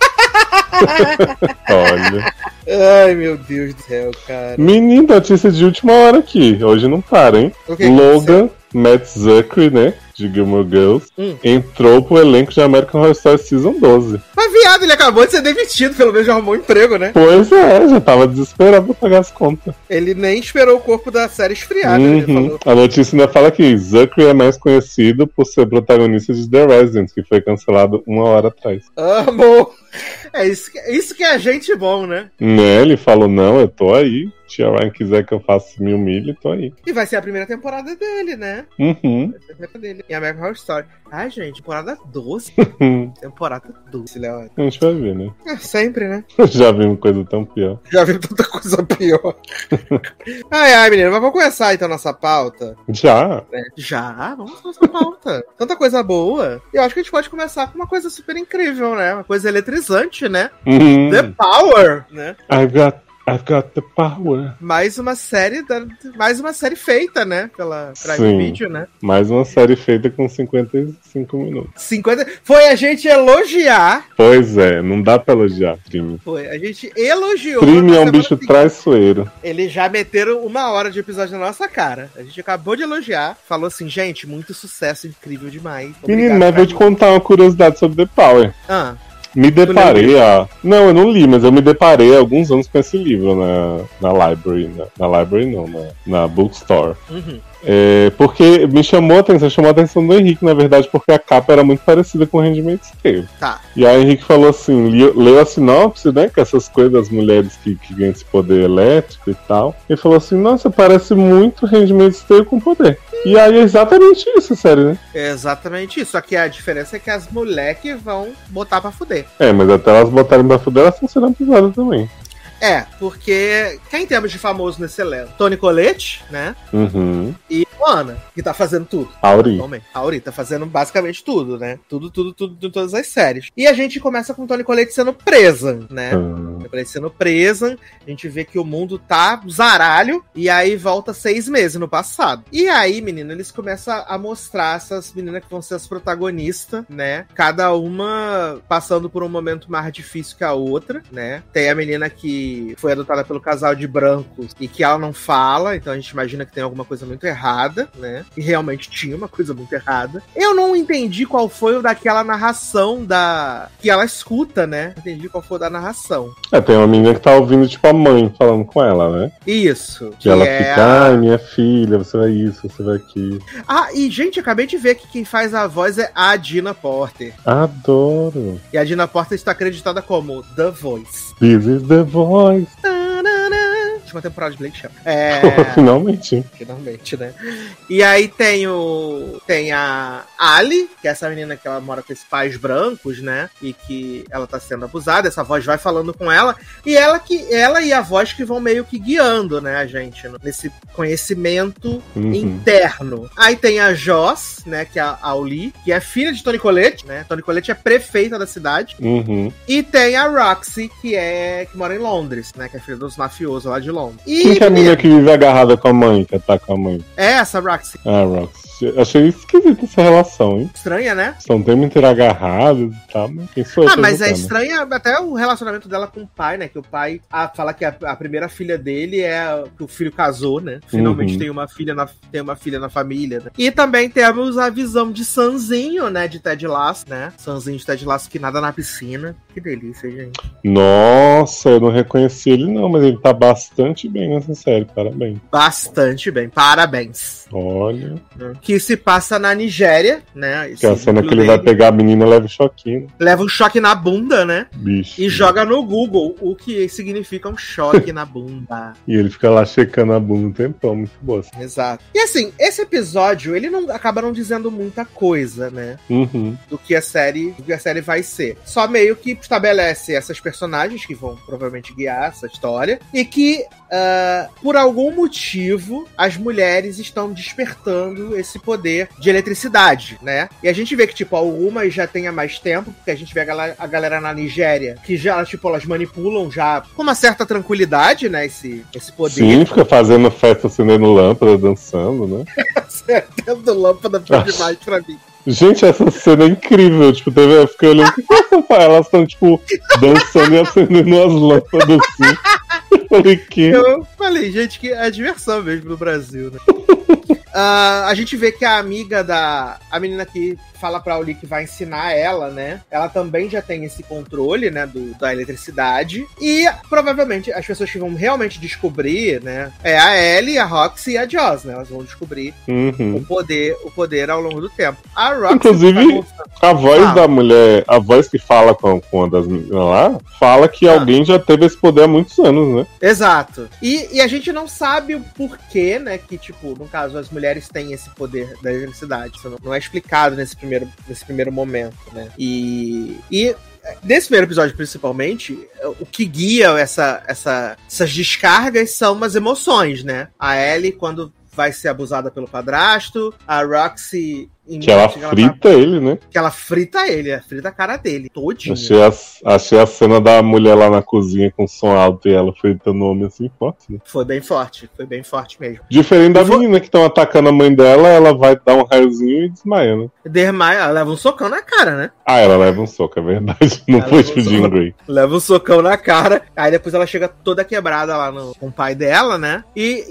Speaker 2: Olha.
Speaker 1: Ai, meu Deus do céu, cara.
Speaker 2: Menino, notícia de última hora aqui. Hoje não para, hein?
Speaker 1: O que que
Speaker 2: Logan, Matt Zuckery, né? De Gilmore Girls,
Speaker 1: Hum.
Speaker 2: entrou pro elenco de American Horror Story Season 12.
Speaker 1: Mas viado, ele acabou de ser demitido, pelo menos já arrumou um emprego, né?
Speaker 2: Pois é, já tava desesperado pra pagar as contas.
Speaker 1: Ele nem esperou o corpo da série esfriar, né? Ele
Speaker 2: Uhum.
Speaker 1: falou.
Speaker 2: A notícia ainda fala que Zuckery é mais conhecido por ser protagonista de The Resident, que foi cancelado uma hora atrás.
Speaker 1: Amo! É isso que, isso que é gente bom, né?
Speaker 2: Né? Ele falou: não, eu tô aí. Tia Ryan quiser que eu faça mil milho, tô aí.
Speaker 1: E vai ser a primeira temporada dele, né?
Speaker 2: Uhum.
Speaker 1: Vai ser a primeira dele. Em American Horror Story. Ai, gente, temporada 12. temporada 12, Léo.
Speaker 2: A gente vai ver, né?
Speaker 1: É, sempre, né?
Speaker 2: Já vimos coisa tão pior.
Speaker 1: Já vi tanta coisa pior. ai, ai, menino. Mas vamos começar, então, nossa pauta.
Speaker 2: Já.
Speaker 1: Já, vamos pra nossa pauta. Tanta coisa boa. E eu acho que a gente pode começar com uma coisa super incrível, né? Uma coisa eletrizante, né?
Speaker 2: Uhum.
Speaker 1: The Power, né?
Speaker 2: I've got, I've got the power.
Speaker 1: Mais uma série da... Mais uma série feita, né? Pela Prime
Speaker 2: Sim.
Speaker 1: Video, né?
Speaker 2: Mais uma série feita com 55 minutos.
Speaker 1: 50... Foi a gente elogiar
Speaker 2: Pois é, não dá pra elogiar, Prime.
Speaker 1: Foi. A gente elogiou.
Speaker 2: Prime
Speaker 1: na
Speaker 2: é um
Speaker 1: semana
Speaker 2: bicho
Speaker 1: seguinte.
Speaker 2: traiçoeiro.
Speaker 1: Eles já meteram uma hora de episódio na nossa cara. A gente acabou de elogiar. Falou assim, gente, muito sucesso, incrível demais.
Speaker 2: Menino,
Speaker 1: Obrigado,
Speaker 2: mas vou te
Speaker 1: Prime.
Speaker 2: contar uma curiosidade sobre The Power.
Speaker 1: Ah,
Speaker 2: Me
Speaker 1: leu
Speaker 2: deparei a. Não, eu não li, mas eu me deparei há alguns anos com esse livro na, na library. Na, na library não, na, na bookstore.
Speaker 1: uhum.
Speaker 2: É, porque me chamou a atenção, chamou a atenção do Henrique, na verdade, porque a capa era muito parecida com o Handmaid's Tale.
Speaker 1: Tá.
Speaker 2: E aí o Henrique falou assim, li- leu a sinopse, né, que essas coisas das mulheres que, que ganham esse poder elétrico e tal. E falou assim, nossa, parece muito Handmaid's Tale com poder. E aí é exatamente isso, sério, né?
Speaker 1: É exatamente isso. Só que a diferença é que as moleques vão botar pra fuder.
Speaker 2: É, mas até elas botarem pra fuder, elas funcionam pesada também.
Speaker 1: É, porque quem temos de famoso nesse elenco? Tony Colette, né?
Speaker 2: Uhum.
Speaker 1: E Moana, que tá fazendo tudo.
Speaker 2: Auri.
Speaker 1: Atualmente. A Auri tá fazendo basicamente tudo, né? Tudo, tudo, tudo, de todas as séries. E a gente começa com Tony Colette sendo presa, né?
Speaker 2: Ah,
Speaker 1: Ela sendo presa, a gente vê que o mundo tá zaralho, e aí volta seis meses no passado. E aí, menina, eles começam a mostrar essas meninas que vão ser as protagonistas, né? Cada uma passando por um momento mais difícil que a outra, né? Tem a menina que foi adotada pelo casal de brancos e que ela não fala, então a gente imagina que tem alguma coisa muito errada, né? E realmente tinha uma coisa muito errada. Eu não entendi qual foi o daquela narração da que ela escuta, né? Não Entendi qual foi o da narração.
Speaker 2: É, tem uma menina que tá ouvindo, tipo, a mãe falando com ela, né?
Speaker 1: Isso.
Speaker 2: Que ela
Speaker 1: é
Speaker 2: fica, ai, minha filha, você vai isso, você vai aquilo.
Speaker 1: a- Ah, e gente, acabei de ver que quem faz a voz é a Dina Porter.
Speaker 2: Adoro.
Speaker 1: E a Dina Porter está acreditada como The Voice.
Speaker 2: This is the voice.
Speaker 1: Tanana. Última temporada de Blake Channel.
Speaker 2: Pô,
Speaker 1: É.
Speaker 2: Finalmente.
Speaker 1: Finalmente, né? E aí tem o. Tem a Ali, que é essa menina que ela mora com esses pais brancos, né? E que ela tá sendo abusada, essa voz vai falando com ela. E ela que ela e a voz que vão meio que guiando, né, a gente, no- nesse conhecimento
Speaker 2: Uhum.
Speaker 1: interno. Aí tem a Joss, né, que é a Auli, que é filha de Tony Colette, né? Tony Colette é prefeita da cidade.
Speaker 2: Uhum.
Speaker 1: E tem a Roxy, que é que mora em Londres, né, que é filha dos mafiosos lá de Londres. E
Speaker 2: Quem que é a
Speaker 1: menina,
Speaker 2: menina que vive agarrada com a mãe, que tá com a mãe?
Speaker 1: é essa Roxy,
Speaker 2: Ah, Rox. Achei esquisita essa relação, hein?
Speaker 1: estranha, né?
Speaker 2: Estão o tempo inteiro agarrados e tal, mas quem sou eu?
Speaker 1: Ah,
Speaker 2: pra
Speaker 1: mas é
Speaker 2: julgar, né?
Speaker 1: estranha até o relacionamento dela com o pai, né? Que o pai ah, fala que a, a primeira filha dele é a- que o filho casou, né? Finalmente
Speaker 2: Uhum.
Speaker 1: tem uma filha na tem uma filha na família. Né? E também temos a visão de Sanzinho, né? De Ted Lasso, né? Sanzinho de Ted Lasso que nada na piscina. Que delícia, gente.
Speaker 2: Nossa, eu não reconheci ele não, mas ele tá bastante bem nessa série, parabéns.
Speaker 1: Bastante bem. Parabéns.
Speaker 2: Olha,
Speaker 1: né? Que se passa na Nigéria, né?
Speaker 2: que é a
Speaker 1: Esse
Speaker 2: cena que
Speaker 1: núcleo
Speaker 2: ele vai
Speaker 1: dele
Speaker 2: pegar a menina leva o choquinho,
Speaker 1: Leva um choque na bunda, né?
Speaker 2: bicho.
Speaker 1: E joga no Google o que significa um choque na bunda.
Speaker 2: E ele fica lá checando a bunda um tempão, muito boa. assim.
Speaker 1: Exato. E assim, esse episódio, ele não acaba não dizendo muita coisa, né?
Speaker 2: Uhum.
Speaker 1: Do que a série, do que a série vai ser. Só meio que estabelece essas personagens que vão provavelmente guiar essa história e que ah, por algum motivo as mulheres estão despertando esse poder de eletricidade, né? E a gente vê que tipo algumas já têm há mais tempo, porque a gente vê a galera, a galera na Nigéria que já tipo elas manipulam já com uma certa tranquilidade, né, esse esse poder.
Speaker 2: Sim, fica fazendo festa, acendendo lâmpada, dançando, né?
Speaker 1: Dentro lâmpada foi demais pra mim.
Speaker 2: Gente, essa cena é incrível, tipo, teve, eu fiquei olhando, o que que elas estão fazendo? Elas estão, tipo, dançando e acendendo as lâmpadas assim. Eu falei, que?
Speaker 1: Eu falei, gente, que é diversão mesmo no Brasil, né? Ah, a gente vê que a amiga da. A menina que fala pra Oli que vai ensinar ela, né? Ela também já tem esse controle, né? Do, da eletricidade. E provavelmente as pessoas que vão realmente descobrir, né? É a Ellie, a Roxy e a Joss, né? Elas vão descobrir
Speaker 2: Uhum.
Speaker 1: o poder o poder ao longo do tempo. A Roxy.
Speaker 2: Inclusive,
Speaker 1: tá mostrando-
Speaker 2: A voz
Speaker 1: Ah.
Speaker 2: da mulher, a voz que fala com, com uma das meninas lá, fala que
Speaker 1: Ah.
Speaker 2: alguém já teve esse poder há muitos anos, né?
Speaker 1: Exato. E, e a gente não sabe o porquê, né? Que, tipo, no caso, as mulheres têm esse poder da eletricidade. Isso não, não é explicado nesse primeiro, nesse primeiro momento, né? E. e Nesse primeiro episódio, principalmente, o que guia essa, essa, essas descargas são umas emoções, né? A Ellie, quando vai ser abusada pelo padrasto, a Roxy. em-
Speaker 2: Que ela
Speaker 1: que
Speaker 2: frita ele, né?
Speaker 1: tá- que ela frita ele, ela frita a cara dele, todinho.
Speaker 2: Achei a, achei a cena da mulher lá na cozinha com som alto e ela fritando o homem assim forte. né?
Speaker 1: Foi bem forte, foi bem forte mesmo.
Speaker 2: Diferente da
Speaker 1: Eu vou-
Speaker 2: menina que estão atacando a mãe dela, ela vai dar um raiozinho e desmaia, né?
Speaker 1: Dermai, ela leva um socão na cara, né?
Speaker 2: Ah, ela leva um soco, é verdade. Não
Speaker 1: Ela
Speaker 2: foi
Speaker 1: leva um
Speaker 2: tipo Jean
Speaker 1: soco.
Speaker 2: Grey.
Speaker 1: Leva um socão na cara. Aí depois ela chega toda quebrada lá no, com o pai dela, né?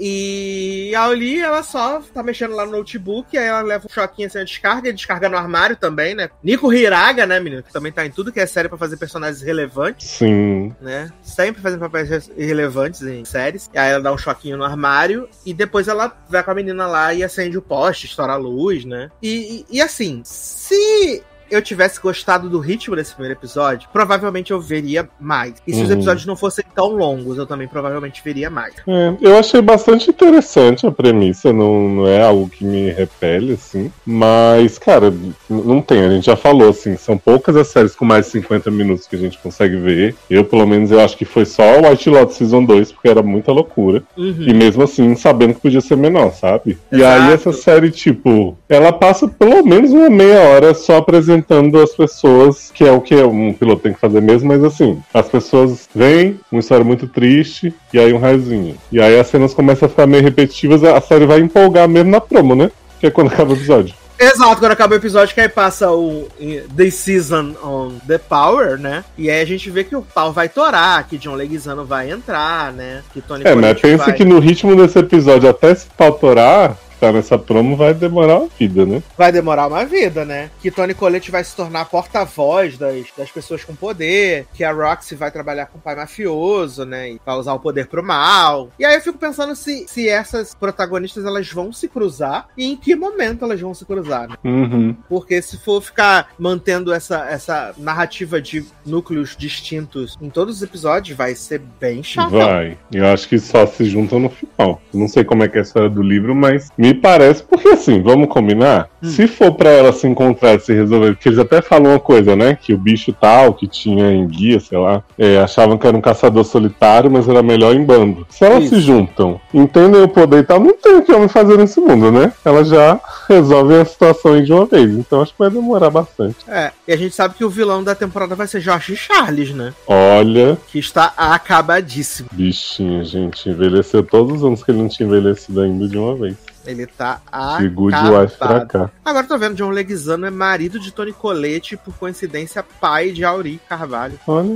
Speaker 1: E, e a Oli, ela só tá mexendo lá no notebook. Aí ela leva um choquinho assim, a descarga. E descarga no armário também, né? Nico Hiraga, né, menino? Que também tá em tudo que é série pra fazer personagens relevantes,
Speaker 2: Sim.
Speaker 1: né? Sempre fazendo papéis irrelevantes em séries. E aí ela dá um choquinho no armário. E depois ela vai com a menina lá e acende o poste, estoura a luz, né? E, e, e assim, se eu tivesse gostado do ritmo desse primeiro episódio, provavelmente eu veria mais. E se os
Speaker 2: Uhum.
Speaker 1: episódios não fossem tão longos, eu também provavelmente veria mais.
Speaker 2: É, eu achei bastante interessante a premissa, não, não é algo que me repele, assim. Mas, cara, n- não tem, a gente já falou, assim, são poucas as séries com mais de 50 minutos que a gente consegue ver. Eu, pelo menos, eu acho que foi só o White Lotus Season 2, porque era muita loucura. E
Speaker 1: Uhum.
Speaker 2: mesmo assim, sabendo que podia ser menor, sabe? E
Speaker 1: Exato.
Speaker 2: aí essa série, tipo, ela passa pelo menos uma meia hora só apresentando as pessoas, que é o que um piloto tem que fazer mesmo, mas assim, as pessoas vêm, uma história muito triste, e aí um raizinho. E aí as cenas começam a ficar meio repetitivas, a a série vai empolgar mesmo na promo, né? Que é quando acaba o episódio.
Speaker 1: Exato, quando acaba o episódio, que aí passa o eh, The Season on The Power, né? E aí a gente vê que o pau vai torar, que John Leguizano vai entrar, né? Que Tony
Speaker 2: É, mas
Speaker 1: Collette
Speaker 2: pensa
Speaker 1: vai-
Speaker 2: que no ritmo desse episódio, até se pautorar, que tá nessa promo, vai demorar uma vida, né?
Speaker 1: vai demorar uma vida, né? Que Tony Colette vai se tornar porta-voz das, das pessoas com poder, que a Roxy vai trabalhar com o pai mafioso, né? E vai usar o poder pro mal. E aí eu fico pensando se, se essas protagonistas elas vão se cruzar e em que momento elas vão se cruzar, né?
Speaker 2: Uhum.
Speaker 1: Porque se for ficar mantendo essa, essa narrativa de núcleos distintos em todos os episódios, vai ser bem chato.
Speaker 2: Vai. Eu acho que só se juntam no final. Não sei como é que é a história do livro, mas me parece, porque assim, vamos combinar?
Speaker 1: Hum.
Speaker 2: Se for pra ela se encontrar e se resolver, porque eles até falam uma coisa, né? Que o bicho tal, que tinha em guia, sei lá, é, achavam que era um caçador solitário, mas era melhor em bando. Se elas
Speaker 1: Isso.
Speaker 2: se juntam, entendem o poder e tal, não tem o que homem fazer nesse mundo, né? Elas já resolvem a situação aí de uma vez. Então acho que vai demorar bastante.
Speaker 1: É, e a gente sabe que o vilão da temporada vai ser Jorge Charles, né?
Speaker 2: Olha,
Speaker 1: Que está acabadíssimo.
Speaker 2: bichinho, gente, envelheceu todos os anos que ele não tinha envelhecido ainda de uma vez.
Speaker 1: Ele tá
Speaker 2: De Good Wife pra
Speaker 1: acabado.
Speaker 2: cá.
Speaker 1: Agora tô vendo, John Leguizano é marido de Tony Colette e, por coincidência, pai de Auri Carvalho.
Speaker 2: Olha,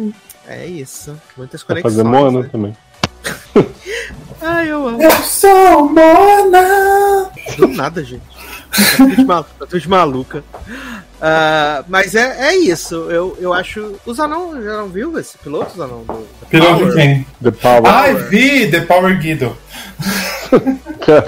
Speaker 2: aí,
Speaker 1: É isso. Muitas
Speaker 2: vai
Speaker 1: conexões.
Speaker 2: fazer Moana
Speaker 1: né?
Speaker 2: também.
Speaker 1: Ai, eu amo.
Speaker 3: Eu sou Mona!
Speaker 1: Do nada, gente. Tá tudo de malu- tá tudo de maluca. Ah, mas é, é isso. Eu, eu acho. O Zanão já não viu esse piloto, Zanão? Do, do
Speaker 3: Piloto
Speaker 1: Power?
Speaker 3: de quem?
Speaker 2: The Power.
Speaker 3: Ai, vi The Power Guido.
Speaker 2: Cara,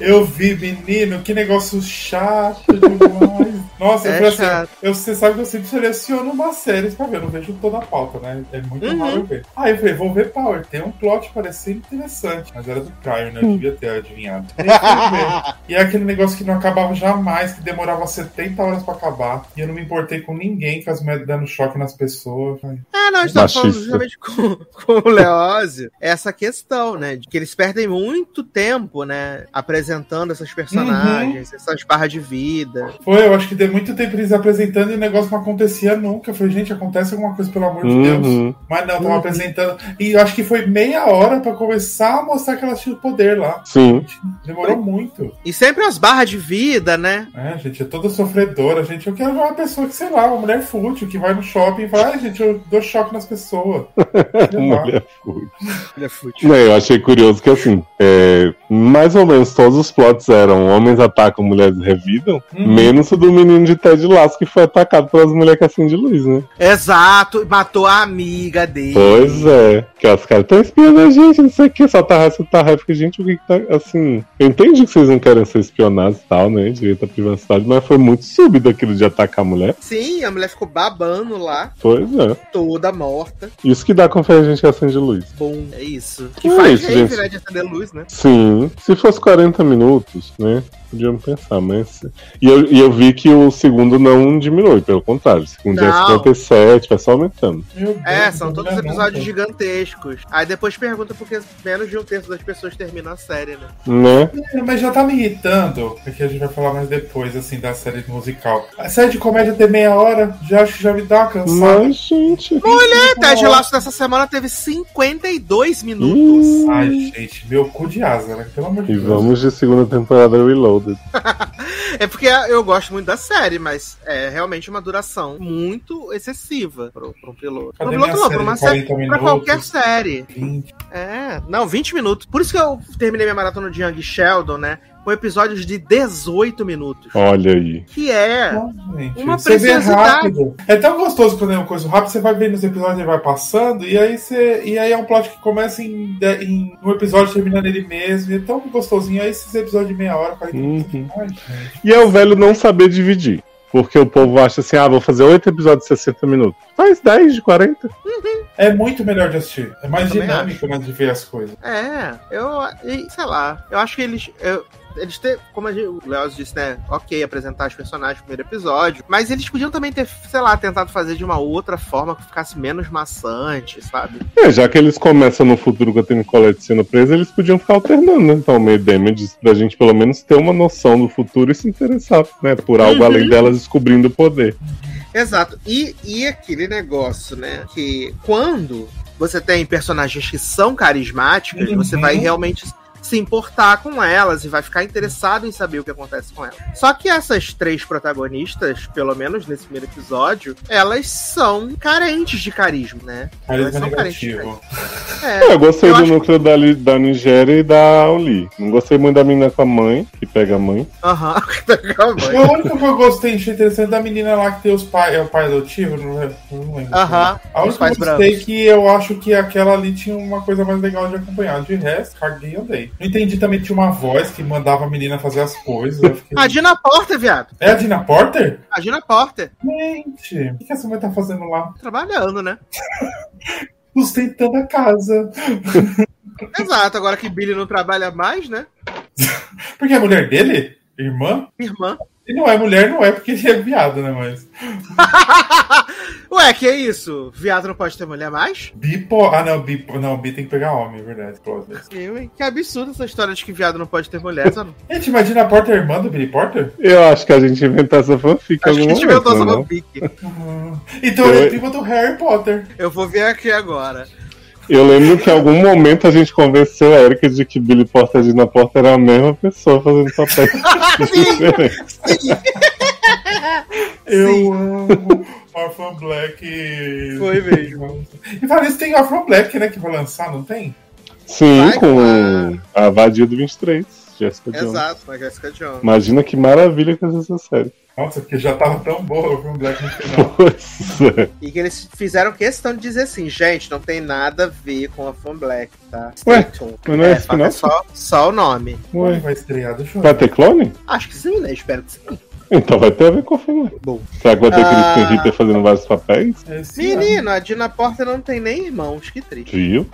Speaker 3: Eu vi, menino, que negócio chato demais. Nossa,
Speaker 1: É
Speaker 3: eu falei
Speaker 1: chato.
Speaker 3: assim, eu, você sabe que eu sempre seleciono umas séries pra ver, eu não vejo toda a pauta, né? É muito
Speaker 1: Uhum.
Speaker 3: mal eu ver. Aí eu falei, vou ver Power, tem um plot parecendo interessante, mas era do Caio, né? Eu devia ter adivinhado. Aí eu fui ver. e é aquele negócio que não acabava jamais, que demorava 70 horas pra acabar, e eu não me importei com ninguém, com as mulheres dando choque nas pessoas. né? Ai,
Speaker 1: Ah, não, a gente tava
Speaker 2: Machista.
Speaker 1: falando justamente com, com o Leózio essa questão, né? De que eles perdem muito tempo, né? Apresentando essas personagens, essas barras de vida.
Speaker 3: Foi, eu acho que deu muito tempo eles apresentando e o negócio não acontecia nunca. Eu falei, gente, acontece alguma coisa, pelo amor de Deus.
Speaker 2: uhum.
Speaker 3: Mas não, tava
Speaker 1: Uhum.
Speaker 3: apresentando. E eu acho que foi meia hora pra começar a mostrar que ela tinha o poder lá.
Speaker 2: Sim.
Speaker 3: Demorou muito.
Speaker 1: E sempre as barras de vida, né?
Speaker 3: É, gente, é toda sofredora, gente. Eu quero ver uma pessoa que, sei lá, uma mulher fútil, que vai no shopping e fala, ai, gente, eu dou choque nas pessoas. Sei lá.
Speaker 2: Mulher fútil.
Speaker 1: Ele é fútil.
Speaker 2: Não, eu achei curioso que assim, é, mais ou menos todos os plots eram homens atacam, mulheres revidam,
Speaker 3: Hum.
Speaker 2: menos o do menino de Ted Lasso que foi atacado pelas mulheres que acendem luz, né?
Speaker 1: Exato, matou a amiga dele.
Speaker 2: Pois é, que as caras estão espiando a gente, não sei o que, só tá essa tarrafa, fica, gente, o que que tá, assim, eu entendi que vocês não querem ser espionados e tal, né, direito à privacidade, mas foi muito súbito aquilo de atacar a mulher,
Speaker 1: Sim, a mulher ficou babando lá,
Speaker 2: pois é, toda
Speaker 1: toda morta.
Speaker 2: isso que dá conferência a gente que acende luz.
Speaker 1: Bom, é isso. Que
Speaker 2: É
Speaker 1: faz
Speaker 2: isso,
Speaker 1: rave,
Speaker 2: gente.
Speaker 1: né? De acender luz, né?
Speaker 2: Sim, se fosse 40 minutos, né, podíamos pensar, mas, e eu, e eu vi que o segundo não diminui, pelo contrário, o segundo já é
Speaker 1: Não.
Speaker 2: 57, vai só aumentando.
Speaker 3: Meu Deus,
Speaker 1: É, são todos
Speaker 3: mulher
Speaker 1: episódios
Speaker 3: nunca.
Speaker 1: gigantescos. Aí depois pergunta porque menos de um terço das pessoas termina a série, né?
Speaker 2: Né?
Speaker 3: É, Mas já tá me irritando, porque a gente vai falar mais depois, assim, da série musical. A série de comédia tem meia hora, já acho que já me dá uma cansada.
Speaker 2: Mas, gente.
Speaker 1: O Ted Lasso dessa semana teve 52 minutos.
Speaker 2: Ih,
Speaker 3: Ai, gente, meu cu de asa, né? Pelo amor de
Speaker 2: E
Speaker 3: Deus.
Speaker 2: vamos de segunda temporada Reloaded.
Speaker 1: É porque eu gosto muito da série, mas é realmente uma duração muito excessiva pro, pro piloto. Pro
Speaker 3: Cadê
Speaker 1: piloto
Speaker 3: minha
Speaker 1: não,
Speaker 3: série
Speaker 1: pra uma
Speaker 3: de
Speaker 1: série.
Speaker 3: 40 minutos?
Speaker 1: Pra qualquer série.
Speaker 3: Gente,
Speaker 1: É, não, 20 minutos. Por isso que eu terminei minha maratona de Young Sheldon, né? Com episódios de 18 minutos.
Speaker 2: Olha aí.
Speaker 1: Que é.
Speaker 3: gente,
Speaker 1: Uma
Speaker 3: você vê
Speaker 1: preciosidade.
Speaker 3: rápido. É tão gostoso quando é uma coisa rápida, você vai vendo os episódios e vai passando, e aí você. E aí é um plot que começa em, de- em um episódio terminando ele mesmo. E é tão gostosinho. Aí esses episódios de meia hora, 40 minutos.
Speaker 2: Uhum.
Speaker 3: Ai, gente.
Speaker 2: E é o velho não saber dividir. Porque o povo acha assim, ah, vou fazer oito episódios de 60 minutos. Faz 10 de 40.
Speaker 3: É muito melhor de assistir. É mais
Speaker 1: Eu também
Speaker 3: dinâmico, né, de ver as coisas.
Speaker 1: É, eu. e, Sei lá. Eu acho que eles. eu- eles ter, como a gente- o Léo disse, né? Ok, apresentar os personagens no primeiro episódio. Mas eles podiam também ter, sei lá, tentado fazer de uma outra forma que ficasse menos maçante, sabe?
Speaker 2: É, já que eles começam no futuro com a Tony Collette sendo presa, eles podiam ficar alternando, né? Então, meio damage, pra gente pelo menos ter uma noção do futuro e se interessar, né? Por algo
Speaker 1: Uhum.
Speaker 2: além delas descobrindo o poder.
Speaker 1: Exato. E, e aquele negócio, né? Que quando você tem personagens que são carismáticos,
Speaker 3: Uhum.
Speaker 1: você vai realmente se importar com elas e vai ficar interessado em saber o que acontece com elas. Só que essas três protagonistas, pelo menos nesse primeiro episódio, elas são carentes de carisma, né?
Speaker 3: Carisma
Speaker 1: são carentes de
Speaker 3: negativo.
Speaker 1: É.
Speaker 2: É, eu gostei
Speaker 1: Eu
Speaker 2: do
Speaker 1: acho
Speaker 2: núcleo da, Li- da Nigéria e da Oli. Não gostei muito da menina com a mãe, que pega a mãe.
Speaker 1: Aham. Calma aí.
Speaker 3: O único que eu gostei, achei interessante, é da menina lá que tem os pais, é o pai adotivo, não lembro. Não lembro
Speaker 1: Aham.
Speaker 3: A
Speaker 1: Os
Speaker 3: única
Speaker 1: pais
Speaker 3: que eu gostei é que eu acho que aquela ali tinha uma coisa mais legal de acompanhar. De resto, caguei e andei. Não entendi também tinha uma voz que mandava a menina fazer as coisas. eu fiquei- assim,
Speaker 1: A Dina Porter, viado.
Speaker 3: É a Dina Porter?
Speaker 1: A Dina Porter.
Speaker 3: Gente, o que que essa mulher tá fazendo lá?
Speaker 1: Trabalhando, né?
Speaker 3: Sustentando a casa.
Speaker 1: Exato. Agora que Billy não trabalha mais, né?
Speaker 3: Porque é a mulher dele? Irmã?
Speaker 1: Irmã.
Speaker 3: Ele não é mulher, não é, porque ele é viado, né? Mas.
Speaker 1: Ué, que é isso? Viado não pode ter mulher mais?
Speaker 3: Bipo. Ah, não, Bipo. Não, Bi tem que pegar homem, é verdade. pode.
Speaker 1: Eu, hein? Que absurdo essa história de que viado não pode ter mulher. só não.
Speaker 3: Gente, imagina a Porter irmã do Billy Porter?
Speaker 2: Eu acho que a gente inventou essa fanfic em
Speaker 1: Acho
Speaker 2: algum
Speaker 1: que a gente
Speaker 2: momento,
Speaker 1: inventou essa
Speaker 2: né, não?
Speaker 1: fanfic.
Speaker 3: Então
Speaker 2: Eu-
Speaker 3: ele é primo do Harry Potter.
Speaker 1: Eu vou ver aqui agora.
Speaker 2: Eu lembro que em algum momento a gente convenceu a Erika de que Billy Porter e Gina Porter era a mesma pessoa fazendo papel. diferente.
Speaker 3: Eu
Speaker 1: Sim.
Speaker 3: amo Orphan Black. e-
Speaker 1: Foi mesmo.
Speaker 3: E fala isso, tem Orphan Black, né? Que vai lançar, não tem?
Speaker 2: Sim,
Speaker 1: Vai
Speaker 2: com
Speaker 1: lá.
Speaker 2: a vadia do 23, Jessica Jones.
Speaker 1: Exato, na Jessica Jones.
Speaker 2: Imagina que maravilha que é essa série.
Speaker 3: Nossa, porque já tava tão boa o Orphan Black no final.
Speaker 2: Pois é.
Speaker 1: E que eles fizeram questão de dizer assim, gente, não tem nada a ver com a Fan Black, tá?
Speaker 2: Ué,
Speaker 1: Stay tuned.
Speaker 2: mas não é esse
Speaker 1: fato,
Speaker 2: final?
Speaker 1: só, só o nome.
Speaker 3: Quando
Speaker 2: Ué.
Speaker 3: vai estrear, deixa eu
Speaker 2: Vai
Speaker 3: ver.
Speaker 2: ter clone?
Speaker 1: Acho que sim, né? Espero que sim.
Speaker 2: Então vai ter a ver com o filme.
Speaker 1: Bom.
Speaker 2: Será que vai ter
Speaker 1: Ah.
Speaker 2: Christian Ritter fazendo vários papéis?
Speaker 3: É esse ano.
Speaker 1: Menino, a Dina Porter não tem nem irmãos, que triste.
Speaker 2: Viu?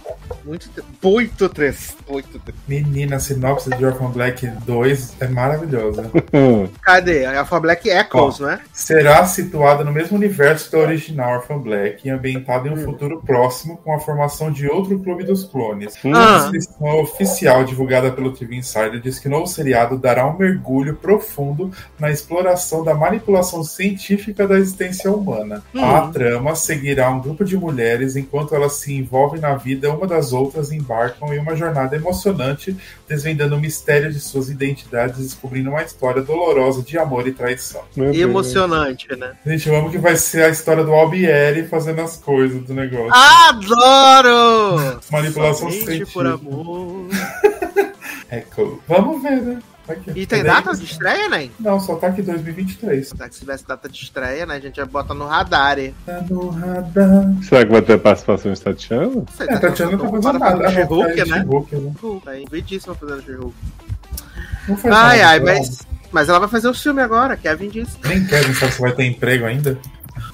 Speaker 1: Muito, tri- muito triste. Muito triste.
Speaker 3: Menina, a sinopse de Orphan Black 2 é maravilhosa.
Speaker 1: Ah,
Speaker 2: Hum.
Speaker 1: Cadê? A Fan Black Echoes, não é?
Speaker 3: Será situada no mesmo universo da original Orphan Black e ambientada em um futuro próximo com a formação de outro clube dos clones.
Speaker 2: Hum,
Speaker 3: A
Speaker 1: Ah,
Speaker 3: descrição oficial divulgada pelo TV Insider diz que o novo seriado dará um mergulho profundo na exploração da manipulação científica da existência humana.
Speaker 1: Hum.
Speaker 3: A trama seguirá um grupo de mulheres enquanto elas se envolvem na vida uma das outras e embarcam em uma jornada emocionante, desvendando o mistério de suas identidades e descobrindo uma história dolorosa de amor e traição.
Speaker 2: Meu Deus.
Speaker 1: emocionante, né?
Speaker 3: Gente, eu amo que vai ser a história do Albieri fazendo as coisas do negócio.
Speaker 1: Adoro!
Speaker 3: Manipulação
Speaker 1: Somente
Speaker 3: científica.
Speaker 1: por amor.
Speaker 3: É cool. Vamos ver, né? Vai que-
Speaker 1: E tem
Speaker 3: Cadê
Speaker 1: data
Speaker 3: isso?
Speaker 1: de estreia, né?
Speaker 3: Não, só tá aqui 2023.
Speaker 1: Se tivesse data de estreia, né? A gente já bota no radar. hein?
Speaker 3: Tá no radar.
Speaker 2: Será que vai ter participação de Tatiana?
Speaker 1: Não sei,
Speaker 3: É, Tatiana não tá fazendo
Speaker 1: ocupada
Speaker 3: nada.
Speaker 1: fazendo
Speaker 3: Ah, não,
Speaker 1: She-Hulk,
Speaker 3: faz
Speaker 1: né?
Speaker 3: She-Hulk, né?
Speaker 1: Hulk, Tá envidíssima fazendo She-Hulk.
Speaker 3: Não faz
Speaker 1: Ai,
Speaker 3: nada,
Speaker 1: ai,
Speaker 3: não.
Speaker 1: mas, mas ela vai fazer o filme agora, Kevin disse.
Speaker 3: Nem Kevin sabe se vai ter emprego ainda.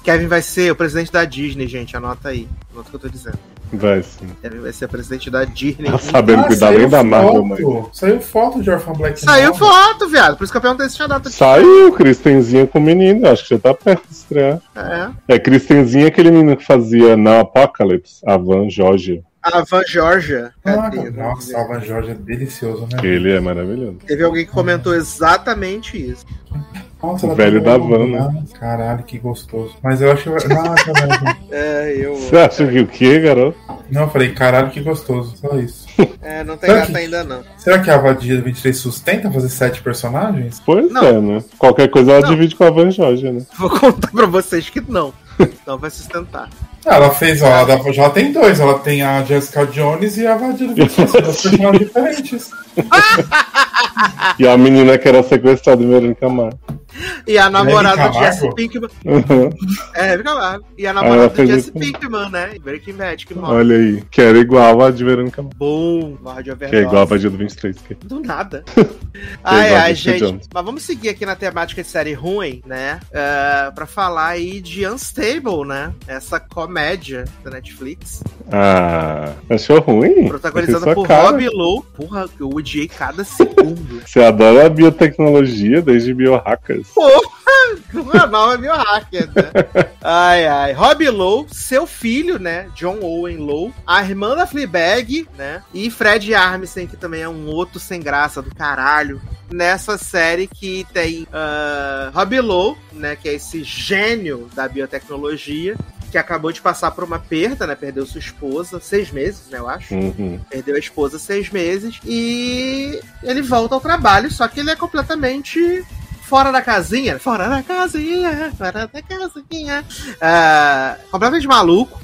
Speaker 1: Kevin vai ser o presidente da Disney, gente. Anota aí. Anota o que eu tô dizendo.
Speaker 2: Vai sim.
Speaker 1: Kevin vai ser o presidente da Disney.
Speaker 2: Tá sabendo cuidar
Speaker 3: Ah, saiu
Speaker 2: além da Marvel,
Speaker 3: foto.
Speaker 2: mãe.
Speaker 3: Saiu foto de Orphan Black.
Speaker 1: Saiu
Speaker 3: nova.
Speaker 1: foto, viado. Por isso que eu perguntei se tinha data de
Speaker 2: Saiu Cristenzinha com o menino, acho que já tá perto de estrear.
Speaker 1: estreia.
Speaker 2: É Cristenzinha é aquele menino que fazia na Apocalypse, a Van Jorge.
Speaker 1: A Van Georgia.
Speaker 3: Ah,
Speaker 1: Cadê?
Speaker 3: nossa, Alvan Jorge é delicioso, né?
Speaker 2: Ele é maravilhoso.
Speaker 1: Teve alguém que comentou exatamente isso.
Speaker 3: Nossa,
Speaker 2: O
Speaker 3: ela
Speaker 2: velho
Speaker 3: tá
Speaker 2: da
Speaker 3: bom,
Speaker 2: van, né?
Speaker 3: né? Caralho, que gostoso. Mas eu acho. Nossa, velho.
Speaker 1: É, eu.
Speaker 2: Você acha que o quê, garoto?
Speaker 3: Não, eu falei, caralho, que gostoso. Só isso.
Speaker 1: É, não tem data ainda, não.
Speaker 3: Será que a Vadia 23 sustenta fazer sete personagens?
Speaker 2: Pois
Speaker 1: Não.
Speaker 2: é, né? Qualquer coisa ela
Speaker 1: Não.
Speaker 2: divide com a Van Jorge, né?
Speaker 1: Vou contar pra vocês que não. Não vai sustentar.
Speaker 3: Ah, Ela fez, ó, ela dá- já tem dois. Ela tem a Jessica Jones e a Vadilha 26, dois personagens diferentes.
Speaker 2: E a menina que era sequestrada em Verônica Mar.
Speaker 1: E a namorada do
Speaker 3: Camargo?
Speaker 1: Jesse Pinkman. É, fica lá. E a
Speaker 2: Ah, ela
Speaker 1: namorada do
Speaker 2: fez
Speaker 1: Jesse
Speaker 2: isso.
Speaker 1: Pinkman, né? Breaking Bad, que morre.
Speaker 2: Olha aí, que era igual a de Verônica Mars,
Speaker 1: Bom, morre de overdose.
Speaker 2: que é igual a Vadia do 23. Que...
Speaker 1: Do nada. ai,
Speaker 2: igual a
Speaker 1: ai,
Speaker 2: Jessica
Speaker 1: gente.
Speaker 2: Jones.
Speaker 1: Mas vamos seguir aqui na temática de série ruim, né? Ah, pra falar aí de Unstable, né? Essa comédia da Netflix.
Speaker 2: Ah, achou ruim?
Speaker 1: Protagonizada
Speaker 2: Achei sua
Speaker 1: por
Speaker 2: é cara.
Speaker 1: Rob Lowe. Porra, eu odiei cada segundo.
Speaker 2: Você adora a biotecnologia desde biohackers.
Speaker 1: Porra! é Uma nova biohacker, né? Ai, ai. Rob Lowe, seu filho, né? John Owen Lowe. A irmã da Fleabag, né? E Fred Armisen, que também é um outro sem graça do caralho. Nessa série que tem ah, Rob Lowe, né? Que é esse gênio da biotecnologia. Que acabou de passar por uma perda, né? Perdeu sua esposa, seis meses, né? Eu acho
Speaker 2: Uhum.
Speaker 1: perdeu a esposa seis meses e ele volta ao trabalho, só que ele é completamente fora da casinha, fora da casinha, fora da casinha, Ah, completamente maluco.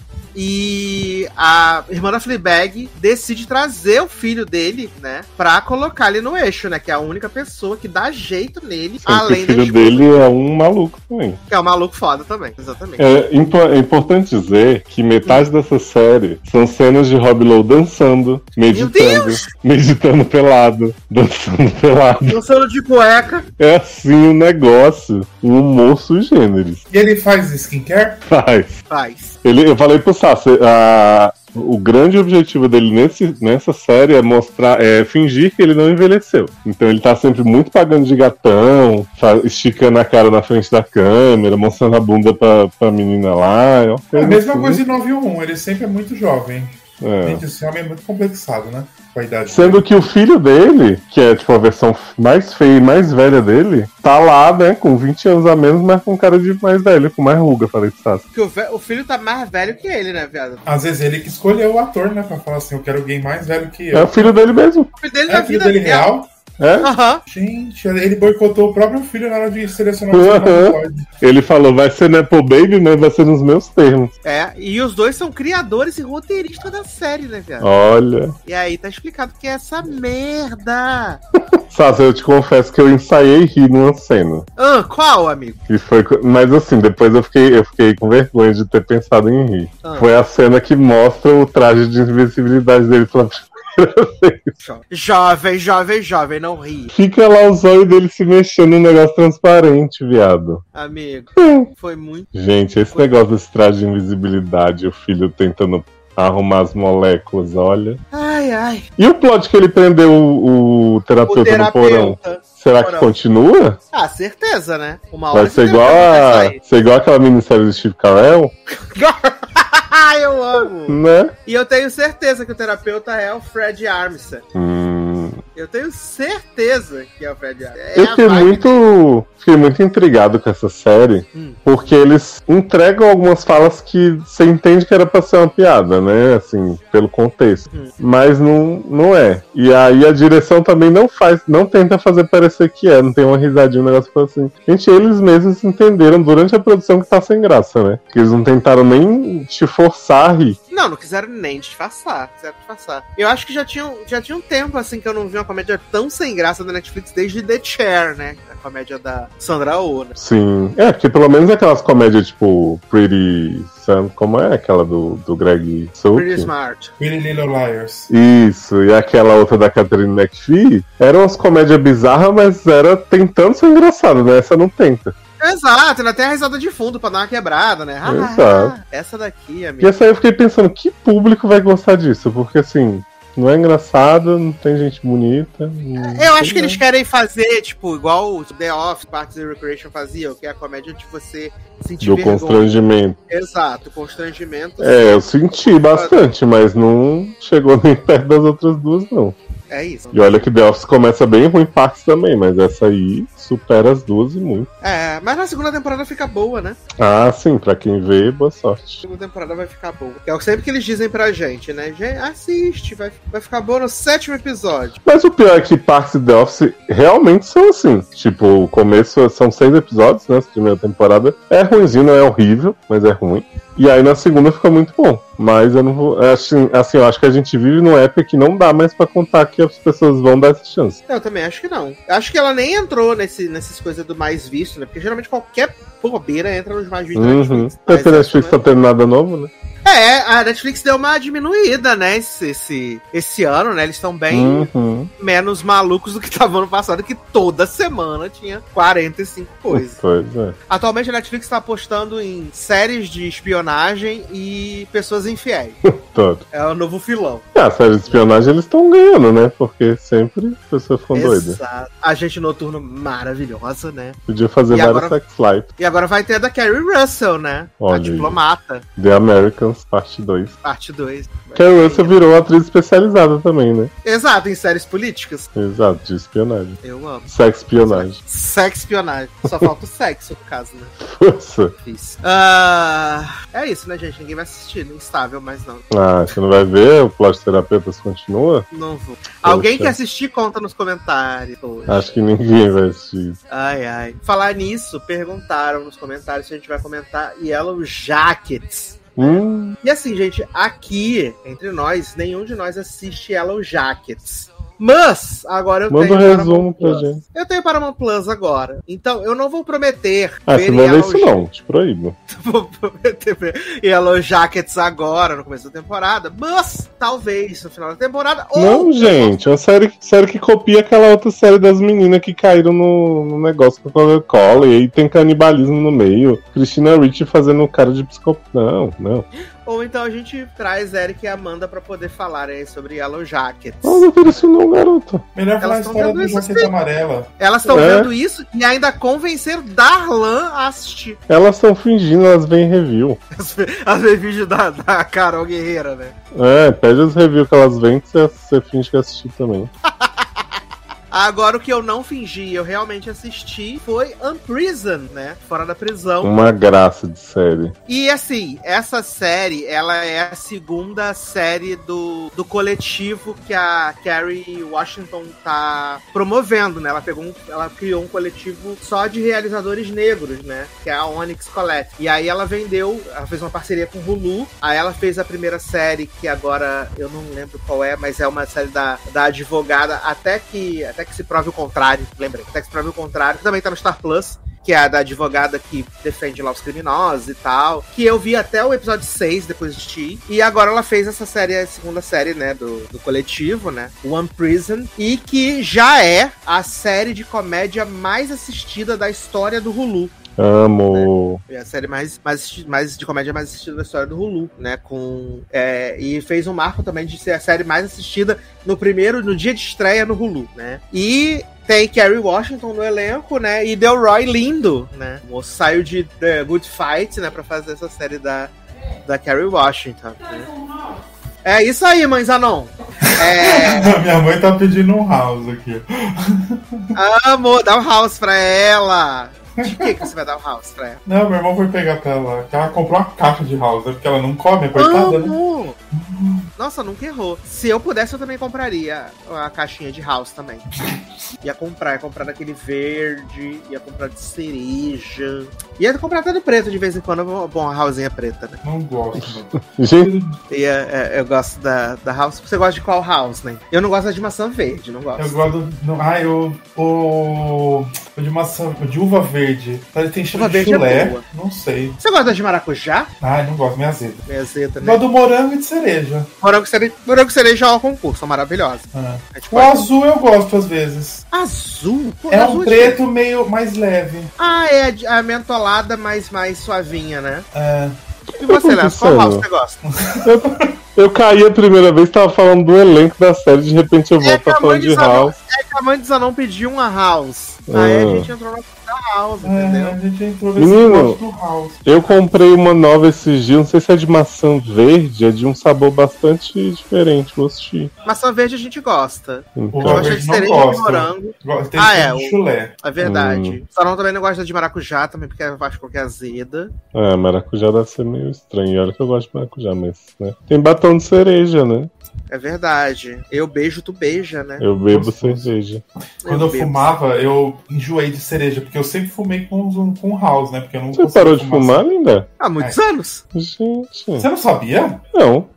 Speaker 1: E a irmã da Fleabag decide trazer o filho dele, né? Pra colocar ele no eixo, né? Que é a única pessoa que dá jeito nele,
Speaker 2: Sendo que
Speaker 1: além
Speaker 2: o
Speaker 1: da
Speaker 2: filho
Speaker 1: esposa,
Speaker 2: dele é um maluco também.
Speaker 1: que é um maluco foda também. Exatamente.
Speaker 2: É, impo- é importante dizer que
Speaker 1: Hum.
Speaker 2: metade dessa série são cenas de Rob Lowe dançando, meditando, meditando pelado, dançando pelado.
Speaker 1: Dançando de cueca.
Speaker 2: É assim o negócio, o humor sui generis.
Speaker 3: E ele faz skincare?
Speaker 2: Faz.
Speaker 1: Faz.
Speaker 2: Ele, eu falei pro Sassi, a- o grande objetivo dele nesse, nessa série é mostrar, é fingir que ele não envelheceu. Então ele tá sempre muito pagando de gatão, fa- esticando a cara na frente da câmera, mostrando a bunda pra, pra menina lá. É uma
Speaker 3: É
Speaker 2: coisa
Speaker 3: a mesma
Speaker 2: assim.
Speaker 3: coisa de 911, ele sempre é muito jovem.
Speaker 2: É.
Speaker 3: Gente, esse homem é muito complexado, né? Com a idade.
Speaker 2: Sendo que o filho dele, que é tipo a versão mais feia e mais velha dele, tá lá, né, com 20 anos a menos, mas com cara de mais velho, com mais ruga, falei de Sassi.
Speaker 1: Porque o, ve- o filho tá mais velho que ele, né, viado?
Speaker 3: Às vezes ele que escolheu o ator, né? Pra falar assim, eu quero alguém mais velho que
Speaker 2: É
Speaker 3: eu.
Speaker 2: o filho dele mesmo.
Speaker 1: O filho dele
Speaker 3: É
Speaker 1: na
Speaker 3: o filho
Speaker 1: vida
Speaker 3: dele
Speaker 1: real.
Speaker 3: real? Ah.
Speaker 2: É?
Speaker 1: Aham.
Speaker 3: Gente, ele boicotou o próprio filho na hora de selecionar o seu
Speaker 2: Aham.
Speaker 3: pode.
Speaker 2: Ele falou, vai ser Nepo Baby, mas vai ser nos meus termos.
Speaker 1: É, e os dois são criadores e roteiristas da série, né, viado?
Speaker 2: Olha.
Speaker 1: E aí tá explicado que é essa merda.
Speaker 2: Sassi, eu te confesso que eu ensaiei rir numa cena.
Speaker 1: Ah, qual, amigo?
Speaker 2: E foi, co- mas assim, depois eu fiquei, eu fiquei com vergonha de ter pensado em rir.
Speaker 1: Ah.
Speaker 2: Foi a cena que mostra o traje de invencibilidade dele pela primeira vez.
Speaker 1: Jovem, jovem, jovem, não ri,
Speaker 2: Fica lá o zóio dele se mexendo no negócio transparente, viado.
Speaker 1: amigo. Foi muito.
Speaker 2: Gente, esse negócio desse traje de invisibilidade, o filho tentando arrumar as moléculas, olha.
Speaker 1: Ai, ai.
Speaker 2: E o plot que ele prendeu o, o terapeuta, Tá no porão? Será que
Speaker 1: Porão.
Speaker 2: continua?
Speaker 1: Ah, certeza, né? Uma
Speaker 2: Vai
Speaker 1: esse
Speaker 2: ser é igual
Speaker 1: terapeuta vai
Speaker 2: a. Ser igual aquela minissérie do Steve Carell,
Speaker 1: sair. Ah, eu amo.
Speaker 2: né?
Speaker 1: E eu tenho certeza que o terapeuta é o Fred Armisen.
Speaker 2: Hum,
Speaker 1: Eu tenho certeza que é o Fred Armisen. É
Speaker 2: eu
Speaker 1: a
Speaker 2: fiquei
Speaker 1: vibe né?
Speaker 2: muito. Fiquei muito intrigado com essa série.
Speaker 1: Hum.
Speaker 2: Porque eles entregam algumas falas que você entende que era pra ser uma piada, né? Assim, pelo contexto.
Speaker 1: Hum.
Speaker 2: Mas não, não é. E aí a direção também não faz, não tenta fazer parecer que é, não tem uma risadinha, um negócio assim. Gente, eles mesmos entenderam durante a produção que tá sem graça, né? Que eles não tentaram nem te forçar a rir.
Speaker 1: Não, não quiseram nem disfarçar. Quiseram disfarçar. Eu acho que já tinha, já tinha um tempo, assim, que eu não vi uma comédia tão sem graça da Netflix desde The Chair, né? A comédia da Sandra Oh, né?
Speaker 2: Sim. É, porque pelo menos aquelas comédias tipo Pretty Sam, como é aquela do, do Greg Sulkin?
Speaker 1: Pretty Smart.
Speaker 3: Pretty Little Liars.
Speaker 2: Isso, e aquela outra da Catherine McPhee eram umas comédias bizarras, mas era tentando ser engraçado, né? Essa não tenta.
Speaker 1: Exato, ele até a risada de fundo pra dar uma quebrada, né? Ah,
Speaker 2: Exato.
Speaker 1: essa daqui,
Speaker 2: E
Speaker 1: amigo.
Speaker 2: essa aí eu fiquei pensando, que público vai gostar disso? Porque assim, não é engraçado, não tem gente bonita. não
Speaker 1: É, Eu
Speaker 2: sei
Speaker 1: acho que
Speaker 2: lá.
Speaker 1: eles querem fazer, tipo, igual o The Office, Parks and Recreation fazia, que é a comédia de você sentir
Speaker 2: Do
Speaker 1: vergonha.
Speaker 2: constrangimento.
Speaker 1: Exato, constrangimento.
Speaker 2: É, eu senti bastante, mas não chegou nem perto das outras duas, não.
Speaker 1: É isso.
Speaker 2: E olha que The Office começa bem ruim partes também, mas essa aí supera as duas e muito.
Speaker 1: É, mas na segunda temporada fica boa, né?
Speaker 2: Ah, sim, pra quem vê, boa sorte.
Speaker 1: segunda temporada vai ficar boa. É o que sempre que eles dizem pra gente, né? Gente, assiste, vai, vai ficar boa no sétimo episódio.
Speaker 2: Mas o pior é que Parks e The Office realmente são assim. Tipo, o começo são seis episódios, né? Essa primeira temporada. É ruimzinho, não é horrível, mas é ruim. E aí na segunda fica muito bom. Mas eu não vou. Assim, assim, eu acho que a gente vive numa época que não dá mais pra contar que as pessoas vão dar essa chance.
Speaker 1: Eu também acho que não. Acho que ela nem entrou nesse, nessas coisas do mais visto, né? Porque geralmente qualquer bobeira entra nos mais vistos. da
Speaker 2: Uhum.
Speaker 1: Netflix.
Speaker 2: Até que a
Speaker 1: Mas
Speaker 2: Netflix
Speaker 1: essa,
Speaker 2: tá
Speaker 1: né?
Speaker 2: tendo nada novo, né?
Speaker 1: É, a Netflix deu uma diminuída, né? Esse, esse, esse ano, né? Eles estão bem
Speaker 2: Uhum.
Speaker 1: menos malucos do que estavam no passado, que toda semana tinha 45 coisas.
Speaker 2: Pois é.
Speaker 1: Atualmente a Netflix tá apostando em séries de espionagem e pessoas infiéis.
Speaker 2: Todo.
Speaker 1: É o novo filão.
Speaker 2: E Ah, a série de espionagem eles estão ganhando, né? Porque sempre as pessoas ficam doidas.
Speaker 1: Exato. A gente noturno maravilhosa, né?
Speaker 2: Podia fazer
Speaker 1: E
Speaker 2: várias
Speaker 1: agora-
Speaker 2: sex flight.
Speaker 1: E agora vai ter a da Carrie Russell, né?
Speaker 2: Olha
Speaker 1: a
Speaker 2: aí.
Speaker 1: diplomata,
Speaker 2: The Americans, parte 2.
Speaker 1: parte 2.
Speaker 2: Carrie
Speaker 1: É.
Speaker 2: Russell virou atriz especializada também, né?
Speaker 1: Exato, em séries políticas.
Speaker 2: Exato, de espionagem.
Speaker 1: Eu amo.
Speaker 2: Sexpionagem.
Speaker 1: Sexo espionagem. Só falta o sexo, no caso, né?
Speaker 2: Força.
Speaker 1: Difícil. Ah, é isso, né, gente? Ninguém vai assistir. Instável, mas não.
Speaker 2: Ah, você não vai ver? O plot terapeutas continua?
Speaker 1: Não vou. Alguém
Speaker 2: Poxa. Ah,
Speaker 1: que assistir, conta nos comentários. hoje.
Speaker 2: Acho que ninguém vai assistir isso.
Speaker 1: Ai, ai. Falar nisso, perguntaram nos comentários se a gente vai comentar Yellow Jackets.
Speaker 2: Hum,
Speaker 1: E assim, gente, aqui, entre nós, nenhum de nós assiste Yellow Jackets. Mas, agora eu
Speaker 2: Manda
Speaker 1: tenho.
Speaker 2: um
Speaker 1: Paramount
Speaker 2: resumo pra
Speaker 1: Plus.
Speaker 2: gente.
Speaker 1: Eu tenho Paramount Plus agora. Então, eu não vou prometer.
Speaker 2: Ah,
Speaker 1: ver
Speaker 2: você não vê
Speaker 1: Yellow
Speaker 2: isso não, te proíbo.
Speaker 1: vou prometer ver Yellow Jackets agora, no começo da temporada. Mas, talvez, no final da temporada.
Speaker 2: Não,
Speaker 1: ou
Speaker 2: gente, é uma série, que- série que copia aquela outra série das meninas que caíram no, no negócio com a Coca-Cola e aí tem canibalismo no meio. Christina Ricci fazendo um cara de psicopata. Não, não.
Speaker 1: Ou então a gente traz Eric e Amanda pra poder falarem sobre Yellow Jackets.
Speaker 2: Não, não vira isso não, garota.
Speaker 3: Melhor falar a
Speaker 1: Elas tão
Speaker 3: história
Speaker 1: vendo
Speaker 3: do
Speaker 1: isso,
Speaker 3: Jaqueta Amarela.
Speaker 1: Elas estão
Speaker 2: É.
Speaker 1: vendo isso e ainda convencer Darlan a assistir.
Speaker 2: Elas estão fingindo, elas vêm em review.
Speaker 1: As, as vídeos da, da Carol Guerreira, né?
Speaker 2: É, pede as reviews que elas vêm que você, você finge que assistiu também.
Speaker 1: Agora, o que eu não fingi, eu realmente assisti, foi Unprison, né? Fora da prisão.
Speaker 2: Uma graça de série.
Speaker 1: E assim, essa série, ela é a segunda série do, do coletivo que a Carrie Washington tá promovendo, né? Ela pegou um- ela criou um coletivo só de realizadores negros, né? Que é a Onyx Collective. E aí ela vendeu, ela fez uma parceria com o Hulu, aí ela fez a primeira série que agora eu não lembro qual é, mas é uma série da, da advogada até que até que se prove o contrário, lembrei. Até que se prove o contrário, que também tá no Star Plus que é a da advogada que defende lá os criminosos e tal, que eu vi até o episódio 6 depois de Ti, e agora ela fez essa série, a segunda série, né, do, do coletivo, né, One Prison, e que já é a série de comédia mais assistida da história do Hulu.
Speaker 2: Amo.
Speaker 1: É a série mais, mais, assisti- mais de comédia mais assistida da história do Hulu, né? Com, é, e fez um marco também de ser a série mais assistida no primeiro, no dia de estreia no Hulu, né? E tem Kerry Washington no elenco, né? E Delroy Lindo, né? O moço saiu de The Good Fight, né? Pra fazer essa série da, da Kerry Washington. né? É isso aí, mãe Zanon. É,
Speaker 3: Minha mãe tá pedindo um house aqui.
Speaker 1: amor, dá um house pra ela. De que, que você vai dar um house pra ela?
Speaker 3: Não, meu irmão foi pegar pra ela. que Ela comprou uma caixa de house, né? Porque ela não come, coitada, né?
Speaker 1: Amo! Nossa, nunca errou. Se eu pudesse, eu também compraria a caixinha de house também. Ia comprar, ia comprar daquele verde, ia comprar de cereja. Ia comprar até do preto de vez em quando. Bom, a housinha preta, né?
Speaker 3: Não gosto, mano.
Speaker 2: Gente,
Speaker 1: E, é, é, eu gosto da, da house. Você gosta de qual house, né? Eu não gosto da de maçã verde, não
Speaker 3: Eu
Speaker 1: gosto.
Speaker 3: gosto. Não, ah, eu. O. o de maçã. o De uva verde. Tá, Ele tem cheiro
Speaker 1: Uva
Speaker 3: de
Speaker 1: verde é
Speaker 3: chulé.
Speaker 1: boa.
Speaker 3: não sei.
Speaker 1: Você gosta de maracujá?
Speaker 3: Ai, não gosto, minha azeda.
Speaker 1: Minha zeta,
Speaker 3: Mas
Speaker 1: né?
Speaker 3: do morango e de cereja.
Speaker 1: Morango cereja, morango cereja é um concurso, são maravilhosas.
Speaker 3: Ah.
Speaker 1: A gente
Speaker 3: O
Speaker 1: pode-
Speaker 3: azul eu gosto às vezes.
Speaker 1: Azul? Pô,
Speaker 3: É
Speaker 1: azul
Speaker 3: um
Speaker 1: de quê?
Speaker 3: preto meio mais leve.
Speaker 1: Ah, é a de- a mentolada, mas mais suavinha, né?
Speaker 3: É.
Speaker 1: E você, Léo? Qual
Speaker 2: Sério?
Speaker 1: house você gosta?
Speaker 2: eu caí a primeira vez, tava falando do elenco da série, de repente eu volto É a falar de
Speaker 1: Zanon,
Speaker 2: House.
Speaker 1: é que a mãe de Zanon pediu uma house. Aí a
Speaker 2: Ah.
Speaker 1: gente entrou na da house,
Speaker 3: É,
Speaker 1: entendeu?
Speaker 3: a gente entrou nesse
Speaker 2: Menino.
Speaker 3: gosto do house.
Speaker 2: Eu comprei uma nova esses dias, não sei se é de maçã verde, é de um sabor bastante diferente, gostei.
Speaker 3: Uhum.
Speaker 1: Maçã verde a gente gosta.
Speaker 3: Eu
Speaker 1: Eu
Speaker 2: Então,
Speaker 3: Uva
Speaker 1: gosto
Speaker 3: verde
Speaker 1: de
Speaker 3: não
Speaker 1: cereja de
Speaker 3: gosto.
Speaker 1: morango,
Speaker 3: Go- Tem
Speaker 1: Ah,
Speaker 3: cheiro
Speaker 1: é,
Speaker 3: de
Speaker 1: o-
Speaker 3: chulé.
Speaker 1: é verdade.
Speaker 3: Hum.
Speaker 1: Zanon também não gosta de maracujá, também, porque eu acho que é azeda.
Speaker 2: é, maracujá deve ser meio estranho, olha que eu gosto de maracujá, mas, né. Tem batom de cereja, né?
Speaker 1: É verdade. Eu beijo, tu beija, né?
Speaker 2: Eu bebo
Speaker 3: Gostoso.
Speaker 2: cerveja.
Speaker 3: Quando eu
Speaker 1: bebo.
Speaker 3: fumava, eu enjoei de cereja, porque eu sempre fumei com, um- com House, né? Porque eu não
Speaker 2: Você
Speaker 3: consigo
Speaker 2: parou de fumar, linda?
Speaker 1: Há muitos
Speaker 3: é.
Speaker 1: anos.
Speaker 2: Gente.
Speaker 3: Você não sabia?
Speaker 2: Não.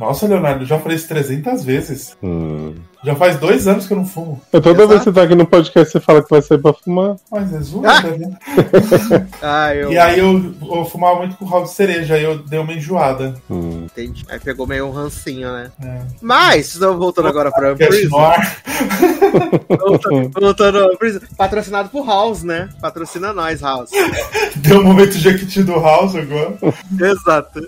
Speaker 3: Nossa, Leonardo, eu já falei isso 300 vezes.
Speaker 2: Hum.
Speaker 3: Já faz dois anos que eu não fumo.
Speaker 2: É toda
Speaker 1: Exato.
Speaker 2: vez que você tá aqui no podcast, você fala que vai sair pra fumar.
Speaker 3: Mas é zoada, né?
Speaker 1: Ah, eu
Speaker 3: E aí eu, eu fumava muito com House de cereja, aí eu dei uma enjoada.
Speaker 2: Hum.
Speaker 1: entendi. Aí pegou meio um rancinho, né?
Speaker 3: É.
Speaker 1: Mas, então, voltando agora pra
Speaker 3: Cash
Speaker 1: Prison.
Speaker 3: Noir.
Speaker 1: Voltando, voltando Prison. Patrocinado por House, né? Patrocina nós, House.
Speaker 3: Deu um momento Jequiti do House agora.
Speaker 1: Exato.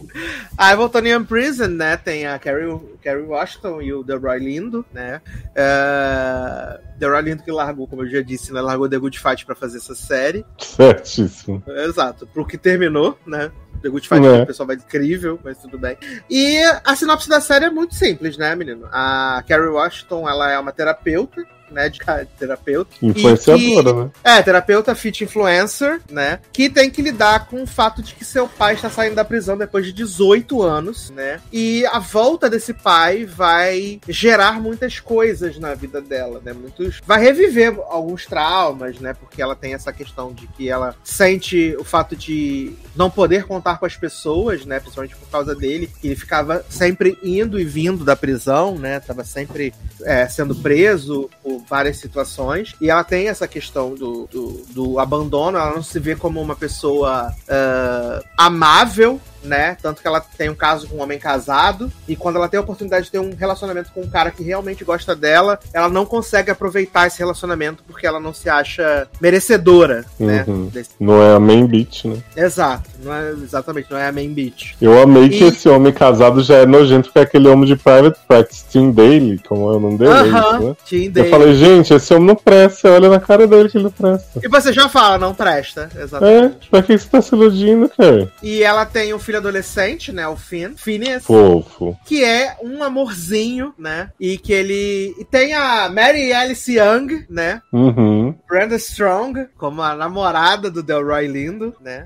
Speaker 1: Aí voltando em Prison, né? Tem a Carrie, Carrie Washington e o Delroy Lindo, né? É, Delroy Lindo que largou, como eu já disse, né? Largou The Good Fight pra fazer essa série.
Speaker 2: Certíssimo.
Speaker 1: Exato. Pro que terminou, né? The Good Fight,
Speaker 2: É.
Speaker 1: o pessoal vai incrível, mas tudo bem. E a sinopse da série é muito simples, né, menino? A Carrie Washington, ela é uma terapeuta, né? De ca- terapeuta.
Speaker 2: Influenciadora, né?
Speaker 1: É, terapeuta fit influencer, né? Que tem que lidar com o fato de que seu pai está saindo da prisão depois de 18 anos, né? E a volta desse pai vai gerar muitas coisas na vida dela, né? Muitos. Vai reviver alguns traumas, né? Porque ela tem essa questão de que ela sente o fato de não poder contar com as pessoas, né? Principalmente por causa dele. que Ele ficava sempre indo e vindo da prisão, né? Tava sempre é, sendo preso por várias situações. E ela tem essa questão do, do, do abandono, ela não se vê como uma pessoa ah, amável. Né? Tanto que ela tem um caso com um homem casado, e quando ela tem a oportunidade de ter um relacionamento com um cara que realmente gosta dela, ela não consegue aproveitar esse relacionamento porque ela não se acha merecedora né?
Speaker 2: Uhum.
Speaker 1: desse-
Speaker 2: Não é a main beat, né?
Speaker 1: Exato, não é, exatamente, não é a main beat.
Speaker 2: Eu amei que
Speaker 1: E-
Speaker 2: esse homem casado já é nojento, porque é aquele homem de private practice, Tim Daly, como é o nome dele, é isso, né?
Speaker 1: Team
Speaker 2: Eu
Speaker 1: Day.
Speaker 2: falei, gente, esse homem não presta, você olha na cara dele que ele não presta.
Speaker 1: E você já fala, não presta,
Speaker 2: É,
Speaker 1: exatamente.
Speaker 2: pra que você tá se iludindo, cara?
Speaker 1: E ela tem um filho adolescente, né, o Finn, Phineas,
Speaker 2: Fofo.
Speaker 1: que é um amorzinho, né, e que ele... E tem a Mary Alice Young, né,
Speaker 2: Uhum.
Speaker 1: Brenda Strong, como a namorada do Delroy Lindo, né,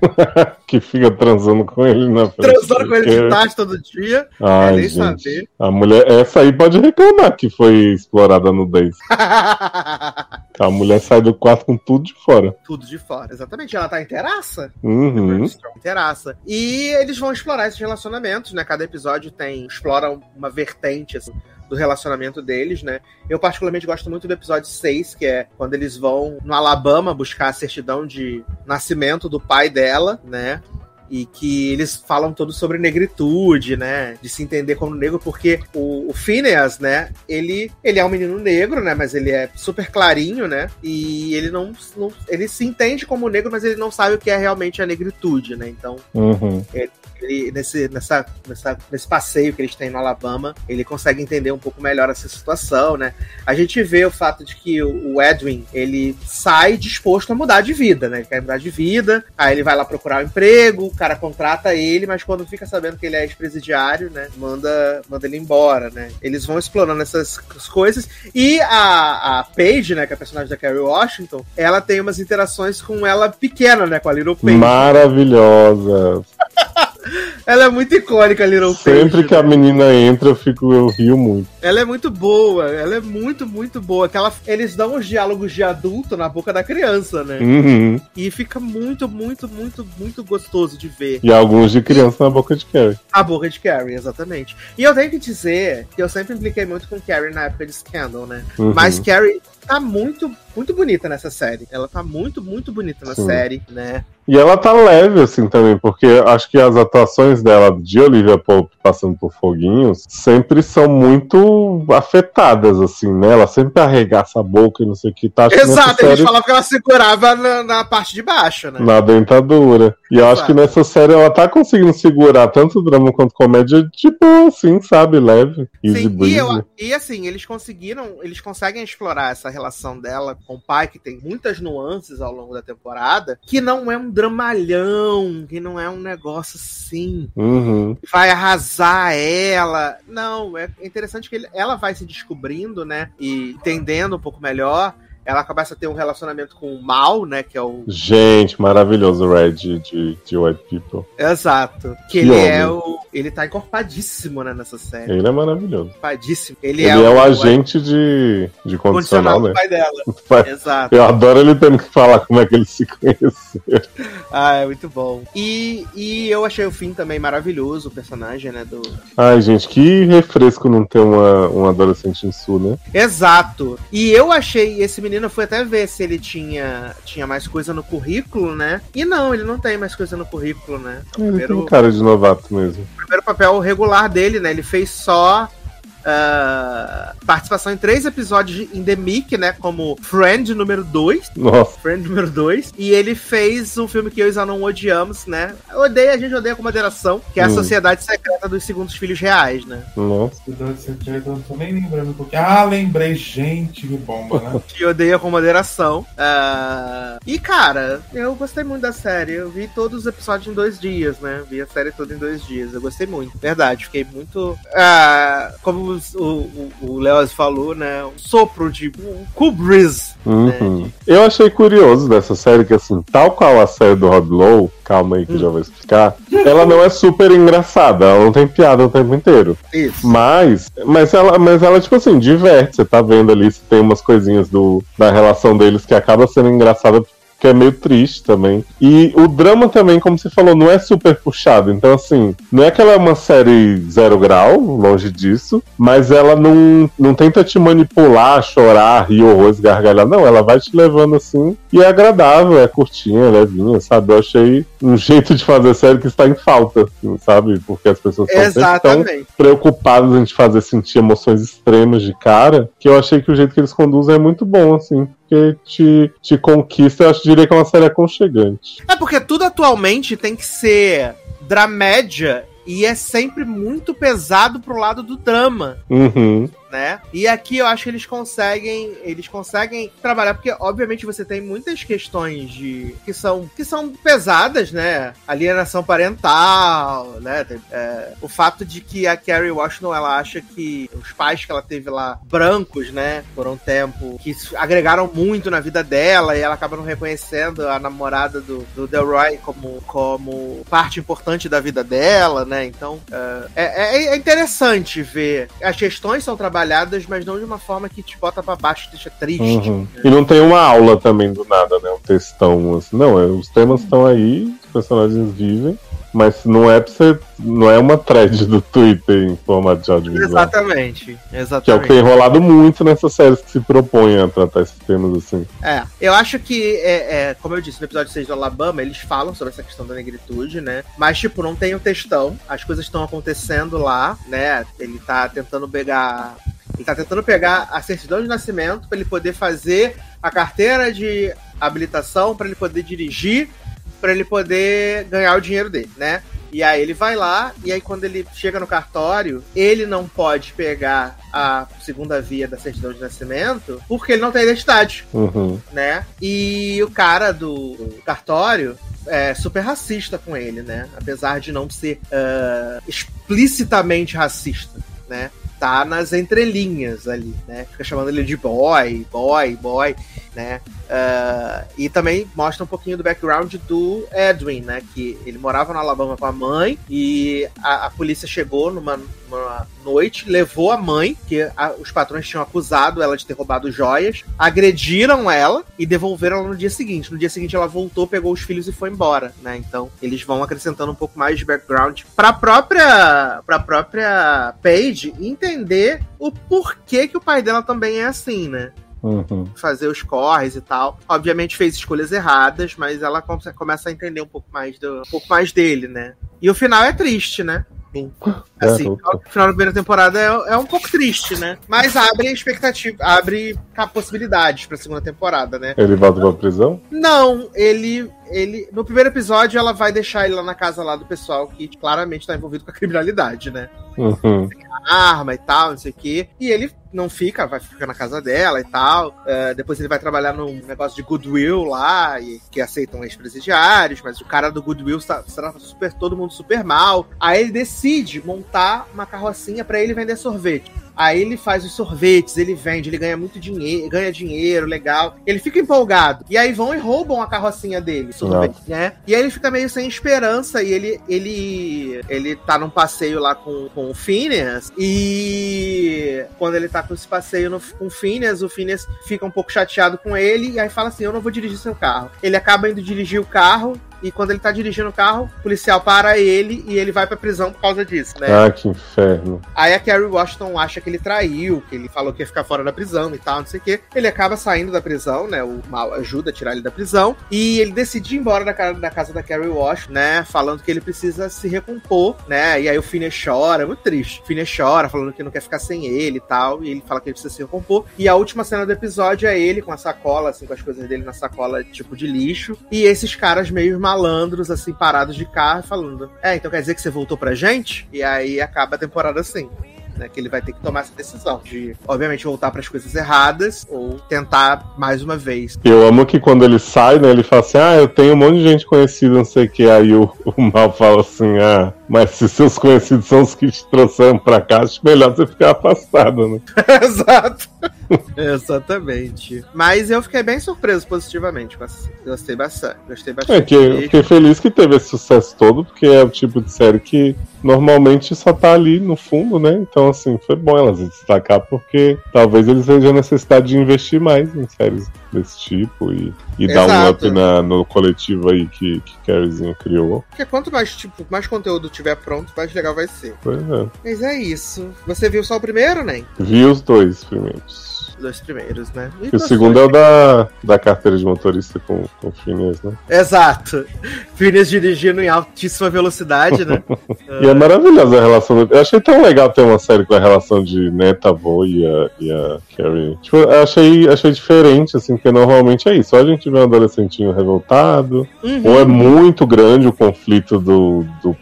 Speaker 2: que fica transando com ele na frente.
Speaker 1: transando com ele de
Speaker 2: dele.
Speaker 1: tarde todo dia,
Speaker 2: Ai,
Speaker 1: é, nem
Speaker 2: gente.
Speaker 1: saber.
Speaker 2: A mulher, essa aí pode reclamar que foi explorada no nudez. A mulher sai do quarto com tudo de fora.
Speaker 1: Tudo de fora, exatamente, ela tá inteiraça.
Speaker 2: Uhum.
Speaker 1: Terraça. E eles vão explorar esses relacionamentos, né? Cada episódio tem explora um, uma vertente assim, do relacionamento deles, né? Eu particularmente gosto muito do episódio 6, que é quando eles vão no Alabama buscar a certidão de nascimento do pai dela, né? E que eles falam todo sobre negritude, né? De se entender como negro, porque o, o Phineas, né? Ele, ele é um menino negro, né? Mas ele é super clarinho, né? E ele não, não. Ele se entende como negro, mas ele não sabe o que é realmente a negritude, né? Então
Speaker 2: Uhum.
Speaker 1: ele, nesse, nessa, nessa- nesse passeio que eles têm no Alabama, ele consegue entender um pouco melhor essa situação, né? A gente vê o fato de que o o Edwin, ele sai disposto a mudar de vida, né? Ele quer mudar de vida, aí ele vai lá procurar um emprego, o cara contrata ele, mas quando fica sabendo que ele é ex-presidiário, né? Manda, manda ele embora, né? Eles vão explorando essas coisas e a, a Paige, né? Que é a personagem da Carrie Washington, ela tem umas interações com ela pequena, né? Com a Little Paige.
Speaker 2: Maravilhosa.
Speaker 1: Ela é muito icônica, a Little Paige.
Speaker 2: Sempre que a
Speaker 1: né?
Speaker 2: menina entra, eu fico, eu rio muito.
Speaker 1: Ela é muito boa, ela é muito, muito boa. Que ela- eles dão os diálogos de adulto na boca da criança, né?
Speaker 2: Uhum.
Speaker 1: E fica muito, muito, muito, muito gostoso de ver
Speaker 2: E alguns de criança na boca de Carrie.
Speaker 1: a boca de Carrie, exatamente. E eu tenho que dizer que eu sempre impliquei muito com Carrie na época de Scandal, né?
Speaker 2: Uhum.
Speaker 1: Mas Carrie tá muito, muito bonita nessa série. Ela tá muito, muito bonita na
Speaker 2: Sim.
Speaker 1: série, né?
Speaker 2: E ela tá leve, assim, também, porque acho que as atuações dela de Olivia Pope passando por foguinhos sempre são muito afetadas, assim, né? Ela sempre arregaça a boca e não sei o que. Tá acho que nessa
Speaker 1: Exato, eles
Speaker 2: série-
Speaker 1: falavam que ela segurava na, na parte de baixo, né?
Speaker 2: Na dentadura. E eu acho que nessa série ela tá conseguindo segurar tanto drama quanto comédia, tipo assim, sabe? Leve. Easy
Speaker 1: Sim, e,
Speaker 2: breezy.
Speaker 1: eu- e assim, eles conseguiram, eles conseguem explorar essa relação dela com o pai, que tem muitas nuances ao longo da temporada, que não é um dramalhão, que não é um negócio assim,
Speaker 2: Uhum.
Speaker 1: vai arrasar ela. Não, é interessante que ele- ela vai se descobrindo, né, e entendendo um pouco melhor. Ela começa a ter um relacionamento com o Mal, né? Que é o.
Speaker 2: Gente, maravilhoso o Red de, de, de White People.
Speaker 1: Exato. Que
Speaker 2: Que
Speaker 1: ele é
Speaker 2: homem.
Speaker 1: o. Ele tá encorpadíssimo, né, nessa série.
Speaker 2: Ele é maravilhoso.
Speaker 1: Encorpadíssimo. Ele,
Speaker 2: Ele é, o agente de, de condicional,
Speaker 1: condicional do
Speaker 2: né?
Speaker 1: pai dela. Exato.
Speaker 2: Eu adoro ele tendo que falar como é que ele se conheceu.
Speaker 1: Ah, é muito bom. E, e eu achei o fim também maravilhoso, o personagem, né? Do...
Speaker 2: Ai, gente, que refresco não ter uma, um adolescente em sul, né?
Speaker 1: Exato. E eu achei, esse menino eu fui até ver se ele tinha, tinha mais coisa no currículo, né? E não, ele não tem mais coisa no currículo, né? O
Speaker 2: Ele tem
Speaker 1: primeiro,
Speaker 2: cara de novato mesmo.
Speaker 1: primeiro papel regular dele, né? Ele fez só. ah, participação em três episódios em The Mick, né? Como Friend número 2.
Speaker 2: Nossa,
Speaker 1: Friend número 2. E ele fez um filme que eu e Zan não odiamos, né? Odeia, a gente odeia com moderação, que é a
Speaker 2: Hum.
Speaker 1: Sociedade Secreta dos Segundos Filhos Reais, né?
Speaker 2: nossa.
Speaker 3: Cidade Secreta, eu não tô nem lembrando porque. Ah, lembrei, gente, que bomba, né?
Speaker 1: Que odeia com moderação. Ah, E, cara, eu gostei muito da série. Eu vi todos os episódios em dois dias, né? Vi a série toda em dois dias. Eu gostei muito. Verdade, fiquei muito. ah, Como os- o, o, o Leoz falou, né? Um sopro de. Um cool breeze.
Speaker 2: Uhum. Eu achei curioso dessa série que, assim, tal qual a série do Rob Lowe, calma aí que já vou explicar, ela não é super engraçada, ela não tem piada o tempo inteiro.
Speaker 1: Isso.
Speaker 2: Mas, mas ela, mas ela, tipo assim, diverte. Você tá vendo ali se tem umas coisinhas do, da relação deles que acaba sendo engraçada, porque é meio triste também. E o drama também, como você falou, não é super puxado. Então, assim, não é que ela é uma série zero grau, longe disso, mas ela não, não tenta te manipular, chorar, rir horrores, gargalhar. Não, ela vai te levando assim e é agradável, é curtinha, é levinha, sabe? Eu achei um jeito de fazer série que está em falta, assim, sabe? Porque as pessoas estão sempre tão
Speaker 1: Exatamente.
Speaker 2: preocupados em te fazer sentir emoções extremas de cara, que eu achei que o jeito que eles conduzem é muito bom, assim, porque te, te conquista, eu acho, diria que é uma série aconchegante.
Speaker 1: É porque tudo atualmente tem que ser dramédia e é sempre muito pesado pro lado do drama,
Speaker 2: Uhum.
Speaker 1: né? E aqui eu acho que eles conseguem, eles conseguem trabalhar porque obviamente você tem muitas questões de que são que são pesadas, né? Alienação parental, né? Tem, é, o fato de que a Carrie Washington ela acha que os pais que ela teve lá brancos, né, por um tempo, que s- agregaram muito na vida dela e ela acaba não reconhecendo a namorada do, do Delroy como, como parte importante da vida dela, né? Então é, é- é interessante ver. As questões são trabalhadas, mas não de uma forma que te bota pra baixo e deixa triste.
Speaker 2: uhum. E não tem uma aula também do nada, né? Um textão, assim. Não, é, os temas estão aí, os personagens vivem, mas não é pra você. Não é uma thread do Twitter em formato de audiovisual.
Speaker 1: Exatamente,
Speaker 2: Que é o que
Speaker 1: exatamente.
Speaker 2: tem enrolado muito nessas séries que se propõem a tratar esses temas assim.
Speaker 1: É, eu acho que, é, é, como eu disse, no episódio 6 do Alabama, eles falam sobre essa questão da negritude, né? Mas, tipo, não tem o textão, as coisas estão acontecendo lá, né? Ele tá tentando pegar. Ele tá tentando pegar a certidão de nascimento pra ele poder fazer a carteira de habilitação, pra ele poder dirigir, pra ele poder ganhar o dinheiro dele, né? E aí ele vai lá, e aí quando ele chega no cartório, ele não pode pegar a segunda via da certidão de nascimento porque ele não tem identidade
Speaker 2: Uhum.
Speaker 1: né? E o cara do cartório é super racista com ele, né? Apesar de não ser ah, explicitamente racista, né? Tá nas entrelinhas ali, né? Fica chamando ele de boy, boy, boy, né? Ah, e também mostra um pouquinho do background do Edwin, né? Que ele morava no Alabama com a mãe e a, a polícia chegou numa, numa noite, levou a mãe, que a- os patrões tinham acusado ela de ter roubado joias, agrediram ela e devolveram ela no dia seguinte. No dia seguinte ela voltou, pegou os filhos e foi embora, né? Então eles vão acrescentando um pouco mais de background pra própria, pra própria Paige entender o porquê que o pai dela também é assim, né?
Speaker 2: Uhum.
Speaker 1: fazer os corres e tal. Obviamente fez escolhas erradas, mas ela come- começa a entender um pouco mais do, um pouco mais dele, né? E o final é triste, né? Assim,
Speaker 2: Garota.
Speaker 1: o final da primeira temporada é, é um pouco triste, né? Mas abre a expectativa, abre a possibilidades pra segunda temporada, né?
Speaker 2: Ele volta pra prisão?
Speaker 1: Não, ele, ele. No primeiro episódio, ela vai deixar ele lá na casa lá do pessoal que claramente tá envolvido com a criminalidade, né?
Speaker 2: Uhum.
Speaker 1: arma e tal, não sei o quê. E ele não fica, vai ficar na casa dela e tal. É, depois ele vai trabalhar num negócio de Goodwill lá, e que aceitam ex-presidiários, mas o cara do Goodwill está trata super, todo mundo super mal. Aí ele decide montar uma carrocinha pra ele vender sorvete. Aí ele faz os sorvetes, ele vende, ele ganha muito dinheiro, ganha dinheiro, legal. Ele fica empolgado. E aí vão e roubam a carrocinha dele, sorvete, né? E aí ele fica meio sem esperança e ele ele ele tá num passeio lá com, com o Phineas e quando ele tá com esse passeio no, com o Phineas, o Phineas fica um pouco chateado com ele e aí fala assim: "Eu não vou dirigir seu carro". Ele acaba indo dirigir o carro e quando ele tá dirigindo o carro, o policial para ele e ele vai pra prisão por causa disso, né?
Speaker 2: Ah, que inferno.
Speaker 1: Aí a Carrie Washington acha que ele traiu, que ele falou que ia ficar fora da prisão e tal, não sei o quê. Ele acaba saindo da prisão, né? O mal ajuda a tirar ele da prisão. E ele decide ir embora da, ca- da casa da Carrie Washington, né? Falando que ele precisa se recompor, né? E aí o Phineas chora, é muito triste. O Phineas chora, falando que não quer ficar sem ele e tal. E ele fala que ele precisa se recompor. E a última cena do episódio é ele com a sacola, assim, com as coisas dele na sacola, tipo de lixo. E esses caras meio malandros, assim, parados de carro, falando: É, então quer dizer que você voltou pra gente? E aí acaba a temporada assim né, que ele vai ter que tomar essa decisão de, obviamente, voltar para as coisas erradas ou tentar mais uma vez.
Speaker 2: Eu amo que quando ele sai, né, ele fala assim, ah, eu tenho um monte de gente conhecida, não sei o que. Aí o, o mal fala assim, ah, mas se seus conhecidos são os que te trouxeram pra cá, acho melhor você ficar afastado, né?
Speaker 1: Exato. Exatamente. Mas eu fiquei bem surpreso positivamente com essa. Gostei bastante. Gostei bastante.
Speaker 2: É que eu fiquei feliz que teve esse sucesso todo, porque é o tipo de série que normalmente só tá ali no fundo, né? Então, assim, foi bom elas se destacar, porque talvez eles vejam a necessidade de investir mais em séries desse tipo e, e dar um
Speaker 1: Exato.
Speaker 2: up na- no coletivo aí que, que Carriezinho criou.
Speaker 1: Porque quanto mais, tipo, mais conteúdo tiver pronto, mais legal vai ser.
Speaker 2: Pois é.
Speaker 1: Mas é isso. Você viu só o primeiro, né?
Speaker 2: Vi os dois primeiros.
Speaker 1: Dois primeiros, né? E
Speaker 2: E o
Speaker 1: você?
Speaker 2: segundo é o da, da carteira de motorista com, com o Phineas, né?
Speaker 1: Exato. Phineas dirigindo em altíssima velocidade, né?
Speaker 2: E é maravilhosa a relação. do- Eu achei tão legal ter uma série com a relação de neta, avô e a, e a Carrie. Tipo, eu achei, achei diferente, assim, porque normalmente é isso. Ou a gente vê um adolescentinho revoltado,
Speaker 1: Uhum.
Speaker 2: ou é muito grande o conflito do. do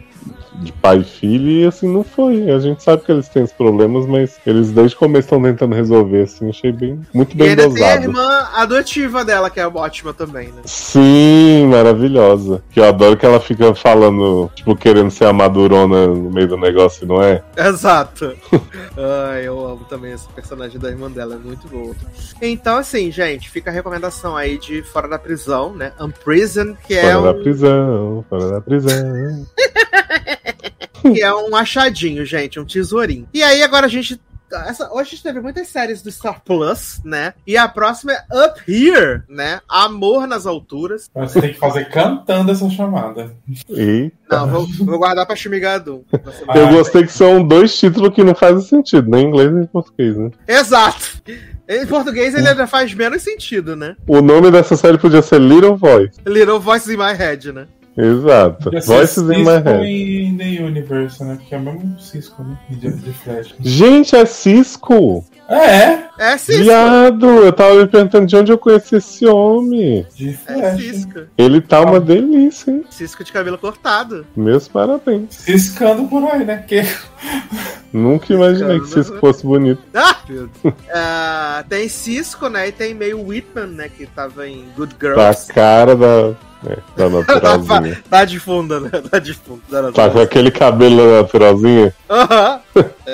Speaker 2: de pai e filho, e assim, não foi. A gente sabe que eles têm os problemas, mas eles desde o começo estão tentando resolver, assim, achei bem, muito
Speaker 1: E
Speaker 2: bem
Speaker 1: ainda tem a
Speaker 2: dosado.
Speaker 1: irmã adotiva dela, que é ótima também, né?
Speaker 2: Sim, maravilhosa. Que eu adoro que ela fica falando, tipo, querendo ser a madurona no meio do negócio, não é?
Speaker 1: Exato. Ai, eu amo também esse personagem da irmã dela, é muito boa. Então, assim, gente, fica a recomendação aí de Fora da Prisão, né? Unprison, que é,
Speaker 2: Fora da
Speaker 1: um,
Speaker 2: prisão, fora da prisão.
Speaker 1: que é um achadinho, gente, um tesourinho. E aí, agora a gente. essa- hoje a gente teve muitas séries do Star Plus, né? E a próxima é Up Here, né? Amor nas Alturas.
Speaker 3: Você tem que fazer cantando essa chamada.
Speaker 2: E
Speaker 1: Não, vou, vou guardar pra Shimigadum. Vai ser
Speaker 2: eu
Speaker 3: Ah,
Speaker 2: gostei que são dois títulos que não fazem sentido, nem em inglês nem em português, né?
Speaker 1: Exato. Em português ele ainda faz menos sentido, né?
Speaker 2: O nome dessa série podia ser Little Voice.
Speaker 1: Little Voices in My Head, né?
Speaker 2: Exato.
Speaker 3: Podia ser
Speaker 2: Voices in my
Speaker 3: Cisco
Speaker 2: head.
Speaker 3: e The Universe, né? Porque é o mesmo Cisco, né? De, de Flash.
Speaker 2: Gente, é Cisco!
Speaker 3: É,
Speaker 1: É Cisco.
Speaker 2: Viado! Eu tava me perguntando de onde eu conheci esse homem.
Speaker 3: de
Speaker 1: É
Speaker 3: Flash.
Speaker 1: Cisco.
Speaker 2: Ele tá
Speaker 3: Ah.
Speaker 2: uma delícia, hein?
Speaker 1: Cisco de cabelo cortado.
Speaker 2: Meus parabéns.
Speaker 3: Ciscando por aí, né? Que...
Speaker 2: Nunca imaginei que
Speaker 1: Cara,
Speaker 2: Cisco fosse bonito.
Speaker 1: Ah, meu Deus. Ah, tem Cisco, né? E tem meio Whitman, né? Que tava em Good
Speaker 2: Tá
Speaker 1: Girls.
Speaker 2: a cara da. É, da naturalzinha.
Speaker 1: Tá de funda, né? Tá de funda. Tá na
Speaker 2: tá com aquele cabelo da naturalzinha.
Speaker 1: Aham.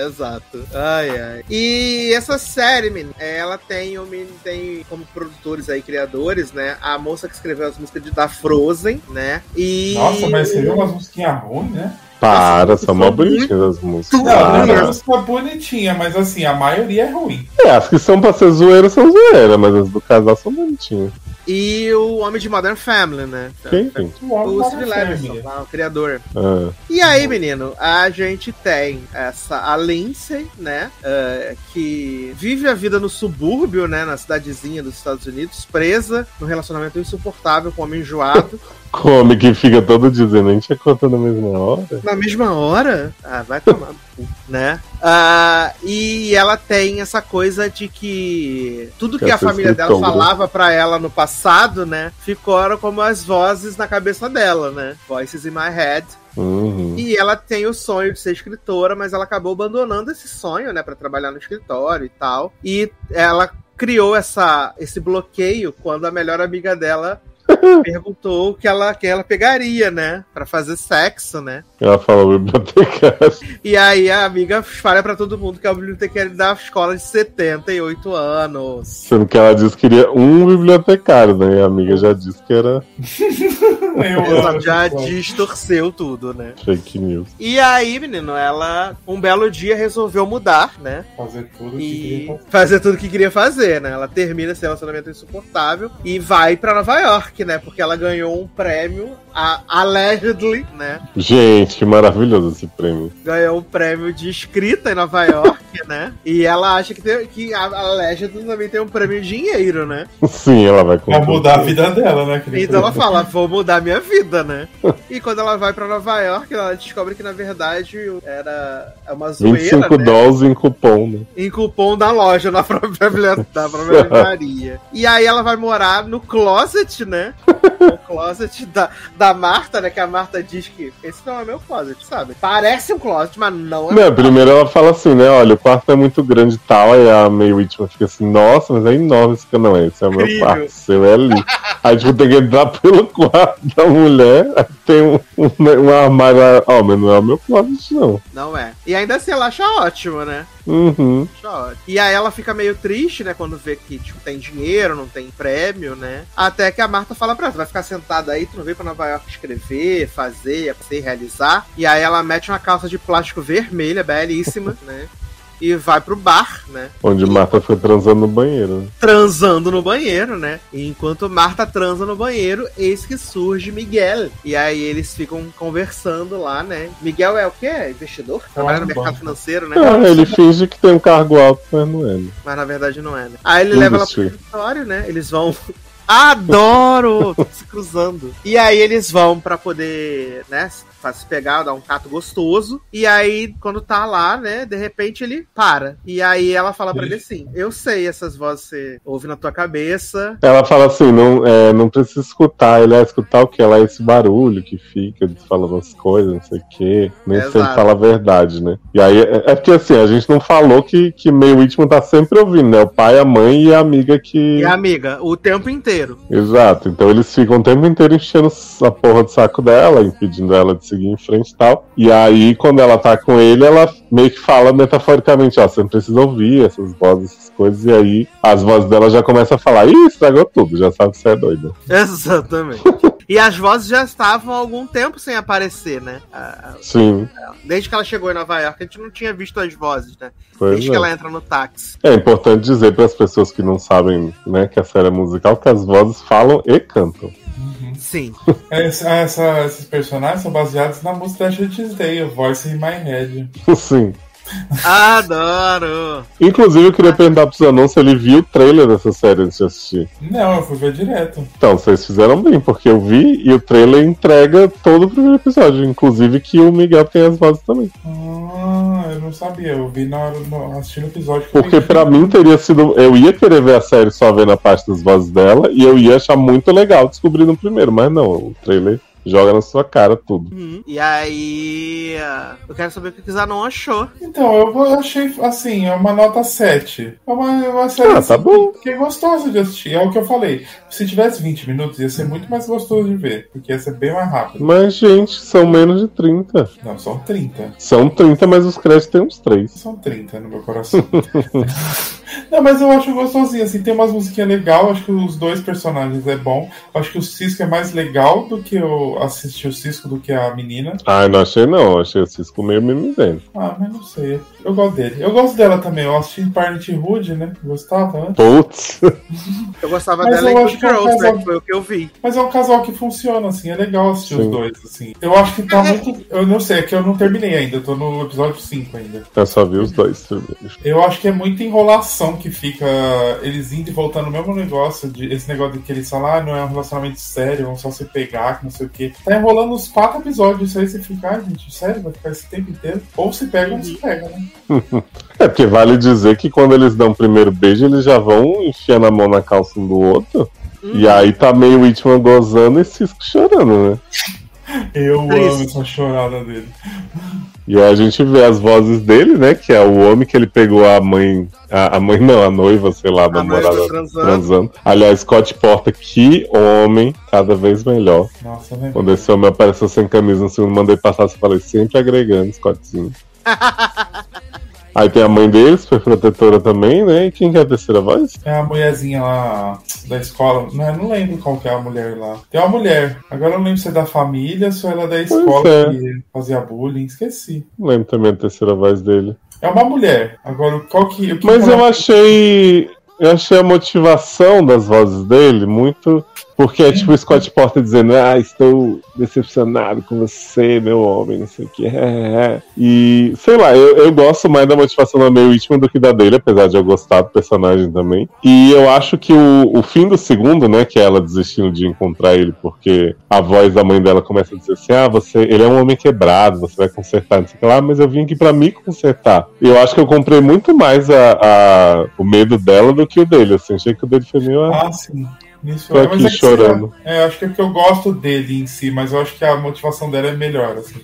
Speaker 1: Exato. Ai, ai. E essa série, menino, ela tem, o menino tem como produtores aí, criadores, né? A moça que escreveu as músicas de da Frozen, né? E.
Speaker 3: Nossa, mas você viu umas musiquinhas ruins, né?
Speaker 2: Para, são mó
Speaker 1: são
Speaker 2: bonitinhas as músicas.
Speaker 1: Não,
Speaker 3: Não,
Speaker 2: Ah,
Speaker 3: tem umas
Speaker 2: não.
Speaker 3: músicas bonitinhas, mas assim, a maioria é ruim.
Speaker 2: É, as que são pra ser zoeira são zoeira, mas as do casal são bonitinhas.
Speaker 1: E o Homem de Modern Family, né?
Speaker 2: Quem tem?
Speaker 1: O
Speaker 3: Logo
Speaker 1: Steve
Speaker 3: na
Speaker 1: Levinson,
Speaker 3: fêmea.
Speaker 1: lá, o criador.
Speaker 2: Ah,
Speaker 1: E aí, menino, a gente tem essa a Lindsay, né? eh, que vive a vida no subúrbio, né? Na cidadezinha dos Estados Unidos, presa num relacionamento insuportável com um homem enjoado.
Speaker 2: come que fica todo dizendo, a gente é conta na mesma hora.
Speaker 1: na mesma hora? Ah, vai tomar no cu, né? Ah, e ela tem essa coisa de que tudo que
Speaker 2: Quer
Speaker 1: a
Speaker 2: ser
Speaker 1: família dela
Speaker 2: escritora.
Speaker 1: falava pra ela no passado, né? Ficaram como as vozes na cabeça dela, né? Voices in my head.
Speaker 2: Uhum.
Speaker 1: E ela tem o sonho de ser escritora, mas ela acabou abandonando esse sonho, né, Pra trabalhar no escritório e tal. E ela criou essa, esse bloqueio quando a melhor amiga dela perguntou o que ela, que ela pegaria, né? Pra fazer sexo, né?
Speaker 2: Ela falou bibliotecária.
Speaker 1: E aí a amiga fala pra todo mundo que é o bibliotecário da escola de 78 anos.
Speaker 2: Sendo que ela disse que queria um bibliotecário, né? E a amiga já disse que era
Speaker 3: Eu
Speaker 1: Ela
Speaker 3: amo
Speaker 1: já
Speaker 3: esse plot.
Speaker 1: distorceu tudo, né?
Speaker 2: fake news.
Speaker 1: E aí, menino, ela um belo dia resolveu mudar, né?
Speaker 3: Fazer tudo
Speaker 1: E
Speaker 3: que
Speaker 1: fazer tudo que queria fazer, né? Ela termina esse relacionamento insuportável e vai pra Nova York, né? Porque ela ganhou um prêmio, a allegedly, né?
Speaker 2: Gente, que maravilhoso esse prêmio.
Speaker 1: ganhou o prêmio de escrita em Nova York, né? E ela acha que, tem, que a, a Legend também tem um prêmio de dinheiro, né?
Speaker 2: Sim, ela vai
Speaker 3: Pra
Speaker 2: comprar.
Speaker 3: mudar a vida dela, né? querida?
Speaker 1: Então ela fala, vou mudar minha vida, né? E quando ela vai pra Nova York, ela descobre que na verdade era é uma zoeira,
Speaker 2: 25
Speaker 1: né?
Speaker 2: dólares em cupom, né?
Speaker 1: Em cupom da loja, na própria, bibli- da própria livraria. E aí ela vai morar no closet, né? O closet da, da Marta, né? Que a Marta diz que esse não é meu closet, sabe? Parece um closet, mas não é.
Speaker 2: Não, primeiro ela fala assim, né? Olha, o quarto é muito grande e tal. Aí a May Whitman fica assim, nossa, mas é enorme esse canal. Esse é o meu
Speaker 1: Incrível.
Speaker 2: quarto, o seu é ali. Aí tipo, tem que entrar pelo quarto da mulher. Aí tem um, um, um armário lá. Ó, mas não é o meu quarto, isso não.
Speaker 1: Não é. E ainda assim ela acha ótimo, né?
Speaker 2: Uhum.
Speaker 1: Acha ótimo. E aí ela fica meio triste, né? Quando vê que, tipo, tem dinheiro, não tem prêmio, né? Até que a Marta fala pra ela, "Tu vai ficar sentada aí, tu não veio pra Nova York escrever, fazer, se realizar. E aí ela mete uma calça de plástico vermelha, belíssima, né? E vai pro bar, né?
Speaker 2: Onde Marta foi transando no banheiro. né?
Speaker 1: Transando no banheiro, né? E enquanto Marta transa no banheiro, eis que surge Miguel. E aí eles ficam conversando lá, né? Miguel é o quê? Investidor? Trabalha no
Speaker 3: no
Speaker 1: mercado
Speaker 3: banco.
Speaker 1: financeiro, né?
Speaker 2: Ah, ele finge que tem um cargo alto, mas não é. né?
Speaker 1: Mas na verdade não é, né? Aí ele
Speaker 2: Não
Speaker 1: leva ela pro
Speaker 2: sei.
Speaker 1: escritório, né? Eles vão. Adoro! se cruzando. E aí eles vão pra poder, né? se- pra Se pegar, dar um cato gostoso. E aí, quando tá lá, né? De repente ele para. E aí ela fala pra ele assim: Eu sei essas vozes que você ouve na tua cabeça.
Speaker 2: Ela fala assim, não, é, não precisa escutar, ele vai escutar o que? Ela é esse barulho que fica, de falando as coisas, não sei o quê. Nem
Speaker 1: Exato.
Speaker 2: sempre fala a verdade, né? E aí, é, é porque assim, a gente não falou que, que meio íntimo tá sempre ouvindo, né? O pai, a mãe e a amiga que.
Speaker 1: E amiga, o tempo inteiro.
Speaker 2: Exato. Então eles ficam o tempo inteiro enchendo a porra do saco dela, impedindo ela de seguir em frente e tal. E aí, quando ela tá com ele, ela meio que fala metaforicamente, ó, você não precisa ouvir essas vozes, essas coisas, e aí as vozes dela já começam a falar, ih, estragou tudo, já sabe que você é doida.
Speaker 1: Exatamente. e as vozes já estavam há algum tempo sem aparecer, né? Ah,
Speaker 2: Sim,
Speaker 1: Desde que ela chegou em Nova York, a gente não tinha visto as vozes, né?
Speaker 2: pois
Speaker 1: Desde que
Speaker 2: é.
Speaker 1: ela entra no táxi.
Speaker 2: É importante dizer para as pessoas que não sabem, né, que a série é musical, que as vozes falam e cantam.
Speaker 1: Sim.
Speaker 3: É, Essa- essa- esses personagens são baseados na música da Shit's Day, o Voice in My Head.
Speaker 2: Sim.
Speaker 1: Adoro!
Speaker 2: Inclusive, eu queria perguntar pro Zanon se ele viu o trailer dessa série antes de assistir.
Speaker 3: Não, eu fui ver direto.
Speaker 2: Então, vocês fizeram bem, porque eu vi e o trailer entrega todo o primeiro episódio. Inclusive que o Miguel tem as vozes também.
Speaker 3: Ah, eu não sabia, eu vi na hora, no, assistindo o episódio. que eu
Speaker 2: Porque
Speaker 3: vi.
Speaker 2: pra mim teria sido. Eu ia querer ver a série só vendo a parte das vozes dela e eu ia achar muito legal descobrir no primeiro, mas não, o trailer joga na sua cara tudo.
Speaker 1: E aí. ah, Eu quero saber o que o Zanon achou.
Speaker 3: Então, eu vou- eu achei, assim, é uma nota 7. É uma, é uma série
Speaker 2: Ah, tá
Speaker 3: assim,
Speaker 2: bom.
Speaker 3: que é gostosa de assistir. É o que eu falei. Se tivesse 20 minutos, ia ser muito mais gostoso de ver. Porque ia ser bem mais rápido.
Speaker 2: Mas, gente, são menos de 30.
Speaker 3: Não, são 30.
Speaker 2: São 30, mas os créditos tem uns 3.
Speaker 3: São 30 no meu coração. Não, mas eu acho gostosinho, assim, tem umas musiquinhas legais, acho que os dois personagens é bom. Acho que o Cisco é mais legal do que eu assistir o Cisco do que a menina.
Speaker 2: Ah, não achei não. Achei o Cisco meio mimizento.
Speaker 3: Ah, mas não sei. Eu gosto dele. Eu gosto dela também. Eu assisti Parenthood, né? Gostava, né?
Speaker 2: Putz.
Speaker 1: Eu gostava
Speaker 3: Mas
Speaker 1: dela
Speaker 3: eu
Speaker 1: em
Speaker 3: acho
Speaker 1: Good
Speaker 3: que é um
Speaker 1: Girls, né?
Speaker 3: casal-
Speaker 1: Que foi o que eu vi.
Speaker 3: Mas é um casal que funciona, assim, é legal assistir
Speaker 2: Sim.
Speaker 3: os dois, assim. Eu acho que tá muito. Eu não sei, é que eu não terminei ainda, eu tô no episódio 5 ainda.
Speaker 2: Eu só vi os dois primeiros.
Speaker 3: Eu acho que é muita enrolação que fica eles indo e voltando no mesmo negócio, de, esse negócio de que eles falam, ah, não é um relacionamento sério, vão só se pegar, que não sei o quê. Tá enrolando uns quatro episódios, isso aí você fica, ah, gente, sério, vai ficar esse tempo inteiro? Ou se pega ou não se pega, né?
Speaker 2: É porque vale dizer que quando eles dão o primeiro beijo, eles já vão enfiando a mão na Uhum. calça um do outro. E aí tá meio Whitman gozando e Cisco chorando, né?
Speaker 3: Eu amo
Speaker 1: Triste.
Speaker 3: essa chorada dele.
Speaker 2: E aí a gente vê as vozes dele, né? Que é o homem que ele pegou a mãe. A, a mãe não, a noiva, sei lá, a namorada
Speaker 1: noiva transando.
Speaker 2: transando. Aliás, Scott Porta, que homem, cada vez melhor.
Speaker 3: Nossa, né? velho.
Speaker 2: Quando esse homem apareceu sem camisa no segundo, mandei passar, você falei, sempre agregando, Scottzinho. Aí tem a mãe dele, super protetora também, né? E quem que é a terceira voz?
Speaker 3: É a mulherzinha lá da escola. Não, eu não lembro qual que é a mulher lá. Tem uma mulher. Agora eu não lembro se é da família, se ela é da escola
Speaker 2: é.
Speaker 3: que fazia bullying. Esqueci.
Speaker 2: Não lembro também a terceira voz dele.
Speaker 3: É uma mulher. Agora, qual que. o que
Speaker 2: Mas
Speaker 3: que
Speaker 2: eu
Speaker 3: ela-
Speaker 2: achei. Eu achei a motivação das vozes dele muito. Porque é tipo o Scott Porter dizendo, ah, estou decepcionado com você, meu homem, não sei o que. é. E, sei lá, eu, eu gosto mais da motivação da Mel Whitman do que da dele, apesar de eu gostar do personagem também. E eu acho que o, o fim do segundo, né, que é ela desistindo de encontrar ele, porque a voz da mãe dela começa a dizer assim, ah, você, ele é um homem quebrado, você vai consertar, não sei o que lá, mas eu vim aqui pra me consertar. Eu acho que eu comprei muito mais a, a- o medo dela do que o dele, assim, achei que o dele foi meio... ah,
Speaker 3: Ah, sim. Isso
Speaker 2: Tô
Speaker 3: é,
Speaker 2: aqui
Speaker 3: mas é que sei lá.
Speaker 2: chorando.
Speaker 3: É, eu acho que é porque eu gosto dele em si, mas eu acho que a motivação dela é melhor. assim.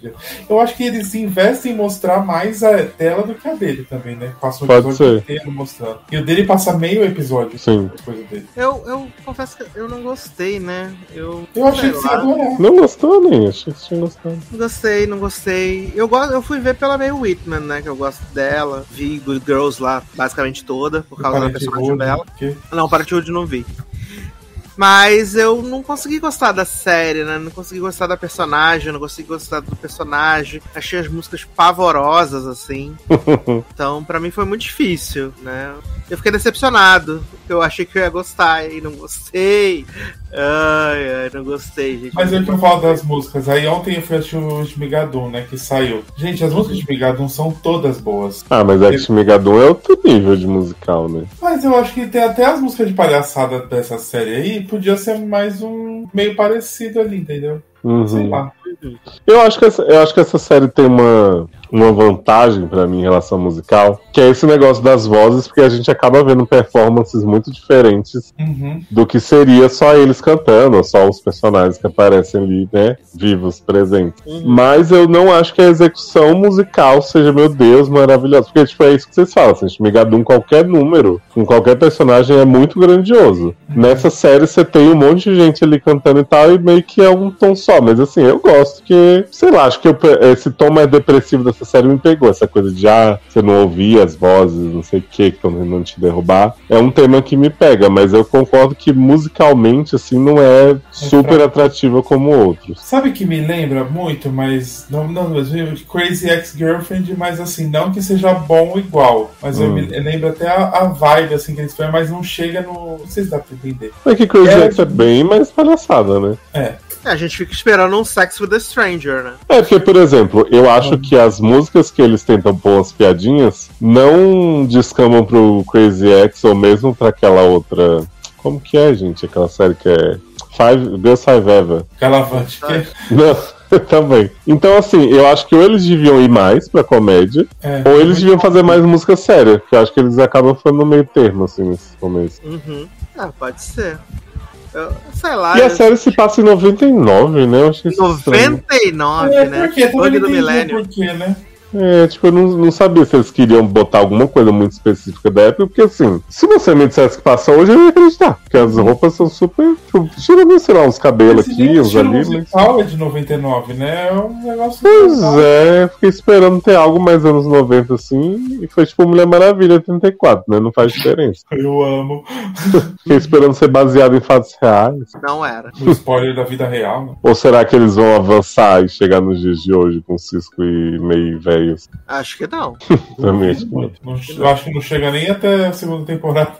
Speaker 3: Eu acho que eles investem em mostrar mais a dela do que a dele também, né? Passa um
Speaker 2: Pode
Speaker 3: episódio
Speaker 2: ser.
Speaker 3: inteiro mostrando. E o dele passa meio episódio.
Speaker 2: Sim.
Speaker 3: Coisa dele.
Speaker 1: Eu, eu confesso que eu não gostei, né? Eu,
Speaker 3: Eu achei
Speaker 1: sei
Speaker 3: que você ia
Speaker 1: lá,
Speaker 3: adorar.
Speaker 2: Não gostou, nem, achei que tinha gostado.
Speaker 1: não gostei, não gostei. Eu, gosto, eu fui ver pela May Whitman, né? Que eu gosto dela. Vi Good Girls lá, basicamente toda, por causa da
Speaker 3: Parente
Speaker 1: personagem
Speaker 3: gordo,
Speaker 1: dela.
Speaker 3: porque-
Speaker 1: Não, Parenthood não vi. Mas eu não consegui gostar da série, né? Não consegui gostar da personagem, não consegui gostar do personagem. Achei as músicas pavorosas, assim. Então, pra mim foi muito difícil, né? Eu fiquei decepcionado, porque eu achei que eu ia gostar e não gostei. Ai, ai, não gostei, gente.
Speaker 3: Mas eu que eu falo das músicas. Aí ontem eu fui assistir o Shmigadun, né? Que saiu. Gente, as músicas de Shmigadun são todas boas.
Speaker 2: Ah, mas Action Megadon é outro nível de musical, né?
Speaker 3: Mas eu acho que tem até as músicas de palhaçada dessa série aí. Podia ser mais um meio parecido ali, entendeu? Sei
Speaker 2: Uhum.
Speaker 3: lá.
Speaker 2: Eu acho que essa, eu acho que essa série tem uma, uma vantagem pra mim em relação ao musical, que é esse negócio das vozes, porque a gente acaba vendo performances muito diferentes
Speaker 3: Uhum.
Speaker 2: do que seria só eles cantando, ou só os personagens que aparecem ali, né, vivos, presentes.
Speaker 1: Uhum.
Speaker 2: Mas eu não acho que a execução musical seja, meu Deus, maravilhosa. Porque, tipo, é isso que vocês falam, assim, Shmigadum, qualquer número, com qualquer personagem, é muito grandioso. Nessa série, você tem um monte de gente ali cantando e tal, e meio que é um tom só. Mas, assim, eu gosto que, sei lá, acho que eu pe- esse tom mais depressivo dessa série me pegou. Essa coisa de, ah, você não ouvia as vozes, não sei o que, que estão tentando te derrubar. É um tema que me pega, mas eu concordo que musicalmente, assim, não é super atrativa como outros.
Speaker 3: Sabe que me lembra muito, mas não, não mas eu- Crazy Ex-Girlfriend, mas assim, não que seja bom igual, mas eu
Speaker 2: Hum.
Speaker 3: me eu lembro até a, a vibe assim que eles põem, mas não chega no, não sei se dá pra entender.
Speaker 2: É que Crazy
Speaker 3: É.
Speaker 2: Ex é bem mais palhaçada, né?
Speaker 1: É, a gente fica esperando um Sex with a Stranger, né?
Speaker 2: É, porque, por exemplo, eu acho
Speaker 3: Uhum.
Speaker 2: que as músicas que eles tentam pôr as piadinhas não descamam pro Crazy X ou mesmo pra aquela outra. Como que é, gente? Aquela série que é. Five, Girls Five Ever.
Speaker 3: Galavante, que
Speaker 2: Não, também. Então, assim, eu acho que ou eles deviam ir mais pra comédia,
Speaker 3: é,
Speaker 2: ou eles deviam fazer mais música séria, porque eu acho que eles acabam ficando no meio termo, assim, nesse começo.
Speaker 1: Uhum. Ah, pode ser. Eu, sei lá.
Speaker 2: E a
Speaker 1: eu-
Speaker 2: série se passa em 99, né? Eu achei isso estranho.
Speaker 1: 99,
Speaker 3: é,
Speaker 1: né?
Speaker 3: porque também
Speaker 1: Bug
Speaker 3: não
Speaker 1: do
Speaker 3: entendi
Speaker 1: milênio.
Speaker 3: por quê, né?
Speaker 2: É, tipo, eu não, não sabia se eles queriam botar alguma coisa muito específica da época, porque assim, se você me dissesse que passa hoje, eu ia acreditar. Porque as roupas são super. Tipo, tirando, sei lá, uns cabelos
Speaker 3: Esse
Speaker 2: aqui,
Speaker 3: livro
Speaker 2: uns
Speaker 3: estilo
Speaker 2: ali. Mas...
Speaker 3: musical é de 99, né? É um negócio
Speaker 2: Pois é, fiquei esperando ter algo mais anos 90, assim, e foi tipo Mulher Maravilha 34, né? Não faz diferença.
Speaker 3: eu amo.
Speaker 2: Fiquei esperando ser baseado em fatos reais.
Speaker 1: Não era.
Speaker 3: O spoiler da vida real, né?
Speaker 2: Ou será que eles vão avançar e chegar nos dias de hoje com Cisco e meio assim? velhos?
Speaker 1: Acho que não.
Speaker 2: Também. acho que não.
Speaker 3: Muito. Não- eu acho que não chega nem até a segunda temporada.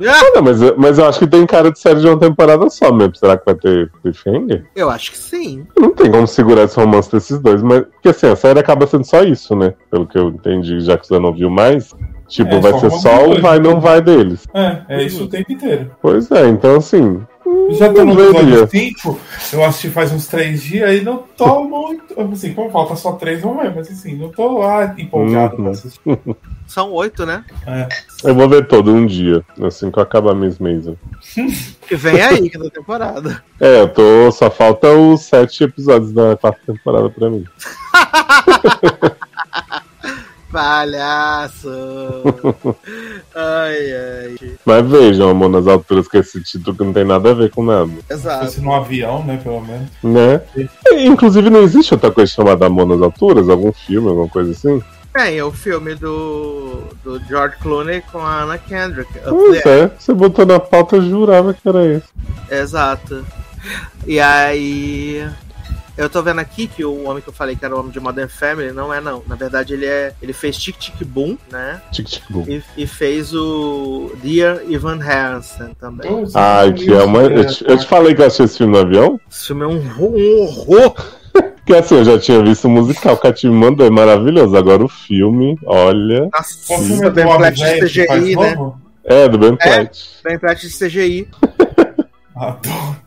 Speaker 1: Ah,
Speaker 2: Não, mas, eu- mas eu acho que tem cara de série de uma temporada só mesmo. Será que vai ter cliffhanger?
Speaker 1: eu acho que sim.
Speaker 2: Não tem como segurar esse romance desses dois, mas. Porque assim, a série acaba sendo só isso, né? Pelo que eu entendi, já que você não viu mais. Tipo,
Speaker 3: É,
Speaker 2: vai
Speaker 3: só
Speaker 2: ser
Speaker 3: romance
Speaker 2: só
Speaker 3: dois,
Speaker 2: o vai
Speaker 3: né?
Speaker 2: não vai deles.
Speaker 3: É, é isso o tempo inteiro.
Speaker 2: Pois é, então assim.
Speaker 3: Já tô
Speaker 2: não
Speaker 3: no episódio
Speaker 2: veria.
Speaker 3: 5, eu assisti faz uns 3 dias e não tô muito. Assim, como falta só 3, não é, mas assim, não tô lá empolgado
Speaker 2: Uhum.
Speaker 3: pra assistir.
Speaker 1: São oito, né?
Speaker 3: É.
Speaker 2: Eu vou ver todo um dia, assim que eu acabar a Miss Maisel.
Speaker 1: Que vem aí, que é da temporada.
Speaker 2: É, eu tô. Só falta os sete episódios da quarta temporada pra mim.
Speaker 1: Palhaço! ai, ai.
Speaker 2: Mas vejam, Amor nas Alturas, com esse título que não tem nada a ver com nada.
Speaker 3: Se
Speaker 1: Exato.
Speaker 3: fosse num avião, né, pelo menos.
Speaker 2: Né? E, inclusive, não existe outra coisa chamada Amor nas Alturas? Algum filme, alguma coisa assim?
Speaker 1: Tem o filme do, do George Clooney com a Anna Kendrick. Up
Speaker 3: Uh!
Speaker 2: Pois
Speaker 1: There.
Speaker 2: é, você botou na pauta, eu jurava que era isso.
Speaker 1: é, Exato. E aí. Eu tô vendo aqui que o homem que eu falei que era o homem de Modern Family não é, não. Na verdade, ele é. Ele fez Tic Tic Boom, né?
Speaker 2: Tic Tic Boom.
Speaker 1: E, e fez o Dear Evan Hansen também.
Speaker 3: Então, assim, Eu assim, sei
Speaker 2: Ai,
Speaker 3: que
Speaker 2: que é uma. Eu te, eu te falei que eu achei esse filme no avião?
Speaker 1: Esse filme é um, ro- um horror.
Speaker 2: Porque assim, eu já tinha visto o musical que a Tim mandou, é maravilhoso. Agora o filme, olha.
Speaker 3: Qual
Speaker 1: Nossa,
Speaker 3: filme é
Speaker 1: bem
Speaker 3: do homem
Speaker 1: flash
Speaker 3: velho que faz
Speaker 1: CGI, né?
Speaker 3: novo?
Speaker 2: É, do Ben
Speaker 1: É?
Speaker 2: Platt.
Speaker 1: Bem flash de CGI.
Speaker 3: Adoro.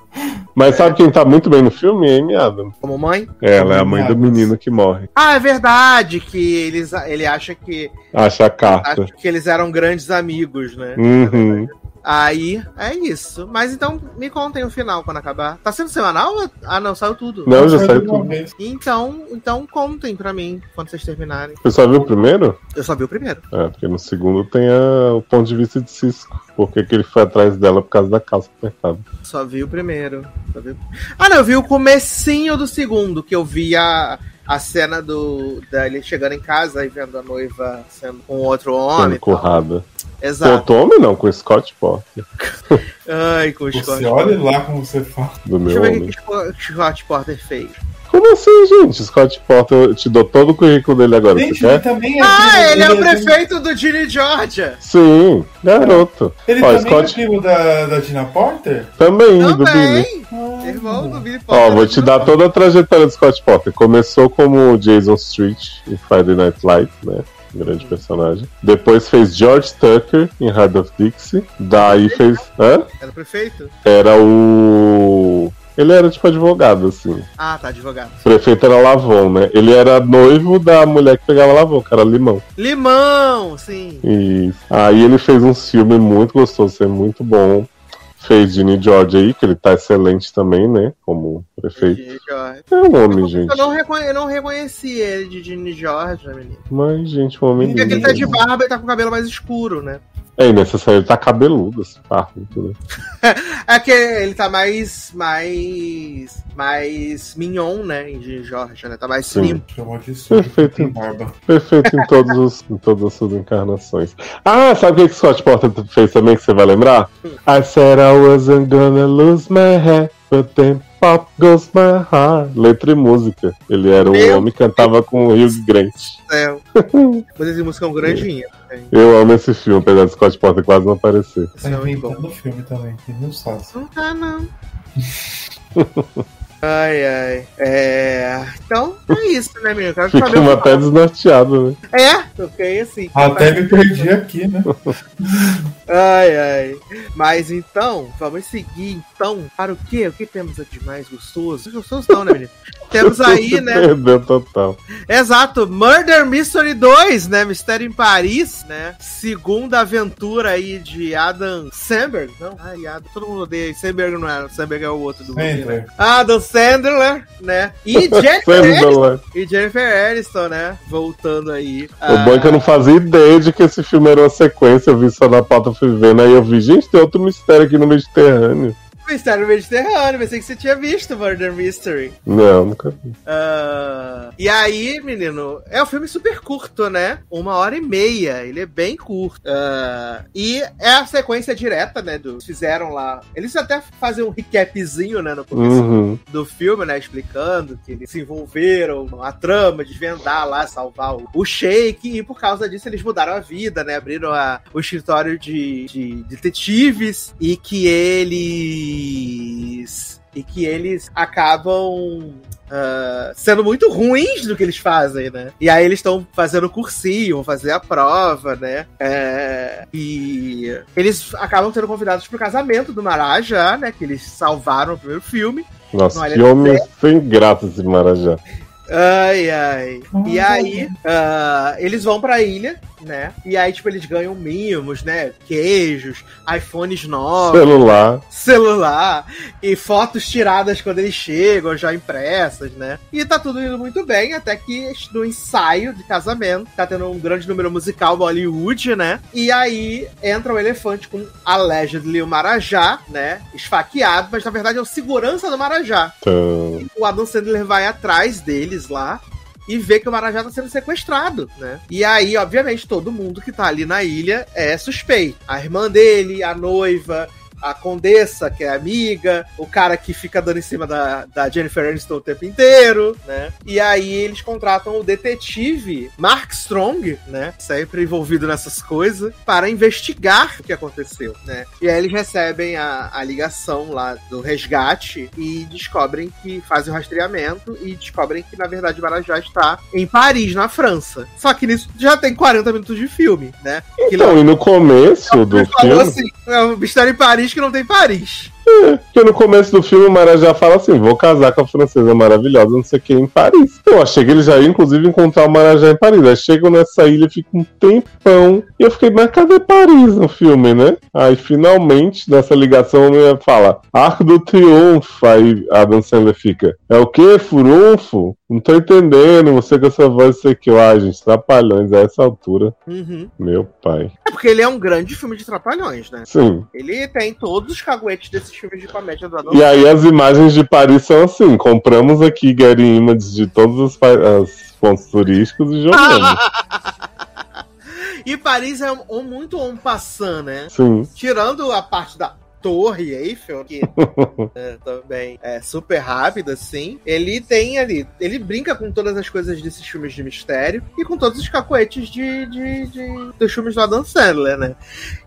Speaker 2: Mas sabe quem tá muito bem no filme? É Amy Adams.
Speaker 1: Como mãe?
Speaker 2: Ela é a mãe do menino que morre.
Speaker 1: Ah, é verdade que eles, ele acha que,
Speaker 2: Acha a carta.
Speaker 1: acha que eles eram grandes amigos, né?
Speaker 2: Uhum.
Speaker 1: Aí é isso. Mas então me contem o final quando acabar. Tá sendo semanal? ou- Ah, não, saiu tudo.
Speaker 2: Não, já
Speaker 3: Só
Speaker 2: saiu
Speaker 3: de uma
Speaker 2: tudo.
Speaker 3: vez.
Speaker 1: Então, então contem pra mim quando vocês terminarem.
Speaker 2: Você só viu o primeiro?
Speaker 1: Eu só vi o primeiro.
Speaker 2: É, porque no segundo tem a- o ponto de vista de Cisco. Porque que ele foi atrás dela por causa da calça apertada.
Speaker 1: Só vi o primeiro. Só vi o- Ah, não, eu vi o comecinho do segundo, que eu vi a, a cena do dele chegando em casa e vendo a noiva sendo com outro
Speaker 2: Sendo
Speaker 1: homem. e tal.
Speaker 2: currada. Com
Speaker 1: então, Exato.
Speaker 2: outro homem não, com o Scott Porter.
Speaker 1: Ai, com o
Speaker 3: Você
Speaker 1: Scott.
Speaker 3: olha lá como você fala.
Speaker 2: Do
Speaker 1: Deixa
Speaker 2: meu
Speaker 1: eu ver o
Speaker 2: homem.
Speaker 1: que que o Scott Porter fez.
Speaker 2: Como assim, gente? Scott Porter, eu te dou todo o currículo dele agora,
Speaker 3: Gente,
Speaker 2: você
Speaker 3: ele
Speaker 2: quer?
Speaker 3: também é.
Speaker 1: Ah,
Speaker 3: primo-
Speaker 1: ele é o prefeito do Gene Georgia.
Speaker 2: Sim, garoto.
Speaker 3: Ele
Speaker 2: Ó,
Speaker 3: também
Speaker 2: Scott-
Speaker 3: é primo da, da Gina Porter?
Speaker 2: Também, do Billy.
Speaker 1: Também. Irmão do Billy Porter.
Speaker 2: Ó, vou te dar toda a trajetória do Scott Porter. Começou como o Jason Street em Friday Night Light, né? Grande
Speaker 1: Uhum.
Speaker 2: personagem. Depois fez George Tucker em Heart of Dixie. Daí fez. Hã?
Speaker 1: Era prefeito?
Speaker 2: Era o. Ele era tipo advogado, assim.
Speaker 1: Ah, tá, advogado.
Speaker 2: O prefeito era Lavon, né? Ele era noivo da mulher que pegava Lavon, que era Limão.
Speaker 1: Limão, sim.
Speaker 2: E aí ele fez um filme muito gostoso, é muito bom. Fez Gene George aí, que ele tá excelente também, né? Como prefeito.
Speaker 1: Gene Georgia.
Speaker 2: É um homem, gente.
Speaker 1: Eu não, reconhe- eu não reconheci ele de Gene Georgia, menino.
Speaker 2: Mas, gente, um homem
Speaker 3: Ninguém
Speaker 1: Porque
Speaker 2: lindo.
Speaker 1: ele tá de barba e tá com o cabelo mais escuro, né?
Speaker 2: É necessário ele tá cabeludo, esse parrudo, né?
Speaker 1: É que ele tá mais. mais. mais mignon, né? Em Gene Georgia, né? Tá mais
Speaker 2: Sim.
Speaker 1: slim.
Speaker 3: Chamou de sujo.
Speaker 2: Perfeito.
Speaker 3: é Tem barba.
Speaker 2: Perfeito em, todos os, em todas as suas encarnações. Ah, sabe o que que Scott Porter fez também que você vai lembrar? I said I wasn't gonna lose my head, but then pop goes my heart. Letra e música. Ele era um
Speaker 1: Meu
Speaker 2: homem que cantava com o Hugh Grant.
Speaker 1: É. Mas esse músico é um grandinho. né?
Speaker 2: Eu amo esse filme, apesar de Scott Porter quase não aparecer.
Speaker 1: Esse
Speaker 3: Tá
Speaker 1: é muito bom.
Speaker 3: inventando o filme também. que Não sabe.
Speaker 1: Não tá, não. Ai, ai. É. Então, é isso, né, menino? Quero saber
Speaker 2: Ficamos
Speaker 1: o
Speaker 2: um até
Speaker 1: final.
Speaker 2: desnorteado, né?
Speaker 1: É, eu fiquei assim.
Speaker 3: Até me perdi aqui, né?
Speaker 1: Ai, ai. Mas então, vamos seguir então para o quê? O que temos de mais gostoso? Gostoso não, né, menino? Temos aí, né?
Speaker 2: Perdeu total.
Speaker 1: Exato, Murder Mystery 2, né? Mistério em Paris, né? Segunda aventura aí de Adam Sandberg. Não, ai, Adam, todo mundo odeia. Sandberg não era, Sandberg é o outro do mundo, né?
Speaker 3: Sandler.
Speaker 1: Adam Sandler, né? E Jennifer, Aniston,
Speaker 2: Sandler.
Speaker 1: e Jennifer Aniston, né? Voltando aí.
Speaker 2: O bom é que eu não fazia ideia de que esse filme era uma sequência, eu vi só na pauta, fui vendo, aí eu vi, gente, tem outro mistério aqui no Mediterrâneo.
Speaker 1: Ah, Mistério Mediterrâneo, pensei que você tinha visto Murder Mystery.
Speaker 2: Não, nunca vi.
Speaker 1: Ah, e aí, menino, é um filme super curto, né? Uma hora e meia, ele é bem curto. Ah, e é a sequência direta, né? Do, fizeram lá. Eles até fazem um recapzinho, né? No começo
Speaker 2: Uhum.
Speaker 1: do filme, né? Explicando que eles se envolveram, a trama, desvendar lá, salvar o, o Shake. E por causa disso eles mudaram a vida, né? Abriram a- o escritório de, de detetives e que eles. E que eles acabam ah, sendo muito ruins do que eles fazem, né? E aí eles estão fazendo cursinho, vão fazer a prova, né? É, e eles acabam sendo convidados pro casamento do Marajá, né? Que eles salvaram o primeiro filme.
Speaker 2: Nossa,
Speaker 1: Olha,
Speaker 2: que homem sem graça esse Marajá.
Speaker 1: Ai, ai. E
Speaker 3: Ah,
Speaker 1: aí, ah, eles vão pra ilha né? E aí, tipo, eles ganham mimos, né? Queijos, iPhones novos,
Speaker 2: Celular.
Speaker 1: celular e fotos tiradas quando eles chegam, já impressas, né? E tá tudo indo muito bem, até que no ensaio de casamento, tá tendo um grande número musical Bollywood, né? E aí entra o elefante com allegedly o Marajá, né? Esfaqueado, mas na verdade é o segurança do Marajá.
Speaker 2: Então,
Speaker 1: O Adam Sandler vai atrás deles lá. E vê que o Marajá tá sendo sequestrado, né? E aí, obviamente, todo mundo que tá ali na ilha é suspeito. A irmã dele, a noiva, a condessa, que é amiga, o cara que fica dando em cima da, da Jennifer Aniston o tempo inteiro, né? E aí eles contratam o detetive Mark Strong, né? Sempre envolvido nessas coisas, para investigar o que aconteceu, né? E aí eles recebem a, a ligação lá do resgate e descobrem que fazem o rastreamento e descobrem que, na verdade, o Marajá está em Paris, na França. Só que nisso já tem 40 minutos de filme, né? Que É
Speaker 2: então, e no começo do
Speaker 1: ele falou
Speaker 2: filme.
Speaker 1: assim: é um bicho tá em Paris que não tem Paris.
Speaker 2: Porque no começo do filme o Marajá fala assim: vou casar com a francesa maravilhosa, não sei o que, em Paris. Eu achei que ele já ia, inclusive, encontrar o Marajá em Paris. Aí chegam nessa ilha, fica um tempão. E eu fiquei, mas cadê Paris no filme, né? Aí finalmente, nessa ligação, ele fala: Arco do Triunfo. Aí a Dan Sandler fica: é o que, Furunfo? Não tô entendendo, você com essa voz, sei que, ai, gente, trapalhões a essa altura.
Speaker 1: Uhum.
Speaker 2: Meu pai.
Speaker 1: É porque ele é um grande filme de trapalhões, né?
Speaker 2: Sim.
Speaker 1: Ele tem todos os caguetes desses filmes de comédia do Adam
Speaker 2: E aí as imagens de Paris são assim, compramos aqui Getty Images de todos os, pa- as pontos turísticos e jogamos.
Speaker 1: E Paris é um, um muito um passant, né?
Speaker 2: Sim.
Speaker 1: Tirando a parte da Torre Eiffel, que é, também é super rápida, assim. Ele tem ali. Ele brinca com todas as coisas desses filmes de mistério e com todos os cacoetes de, de, de- dos filmes do Adam Sandler, né?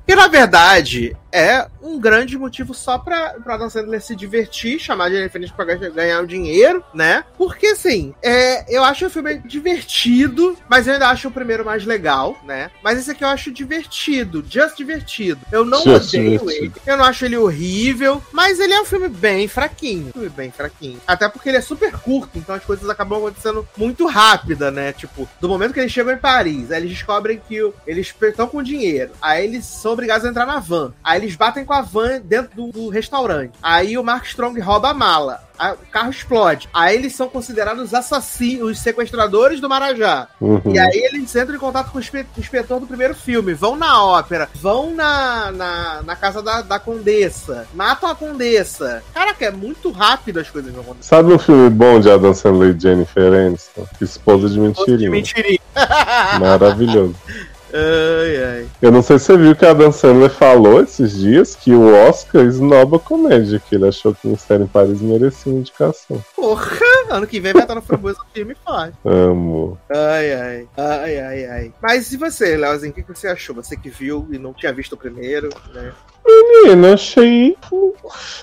Speaker 1: Que na verdade é um grande motivo só pra, pra Adam Sandler se divertir, chamar de referência pra gan- ganhar o dinheiro, né? Porque assim, é, eu acho o filme divertido, mas eu ainda acho o primeiro mais legal, né? Mas esse aqui eu acho divertido, just divertido. Eu não
Speaker 2: Just
Speaker 1: odeio
Speaker 2: divertido.
Speaker 1: ele. Eu não acho ele horrível, mas ele é um filme bem fraquinho. Um filme bem fraquinho. Até porque ele é super curto, então as coisas acabam acontecendo muito rápida, né? Tipo, do momento que eles chegam em Paris, aí eles descobrem que o- eles estão com dinheiro. Aí eles são obrigados a entrar na van. Aí eles batem com a van dentro do, do restaurante. Aí o Mark Strong rouba a mala. Aí o carro explode. Aí eles são considerados assassinos, os sequestradores do Marajá.
Speaker 2: Uhum.
Speaker 1: E aí eles entram em contato com o inspe- inspetor do primeiro filme, vão na ópera, vão na, na, na casa da, da condessa, matam a condessa. Caraca, é muito rápido as coisas que acontecem.
Speaker 2: Sabe um filme bom de Adam Sandler e Jennifer Aniston? Esposa de
Speaker 1: Outro de
Speaker 2: mentirinha.
Speaker 1: mentirinha.
Speaker 2: Maravilhoso.
Speaker 1: Ai, ai.
Speaker 2: Eu não sei se você viu que a Adam Sandler falou esses dias que o Oscar esnoba comédia, que ele achou que o Mistério em Paris merecia uma indicação.
Speaker 1: Porra, ano que vem vai estar no Framboesa Filme Forte.
Speaker 2: Amo.
Speaker 1: Ai, ai, ai, ai, ai. Mas e você, Leozinho, o que que você achou? Você que viu e não tinha visto o primeiro, né?
Speaker 2: Menino, eu achei.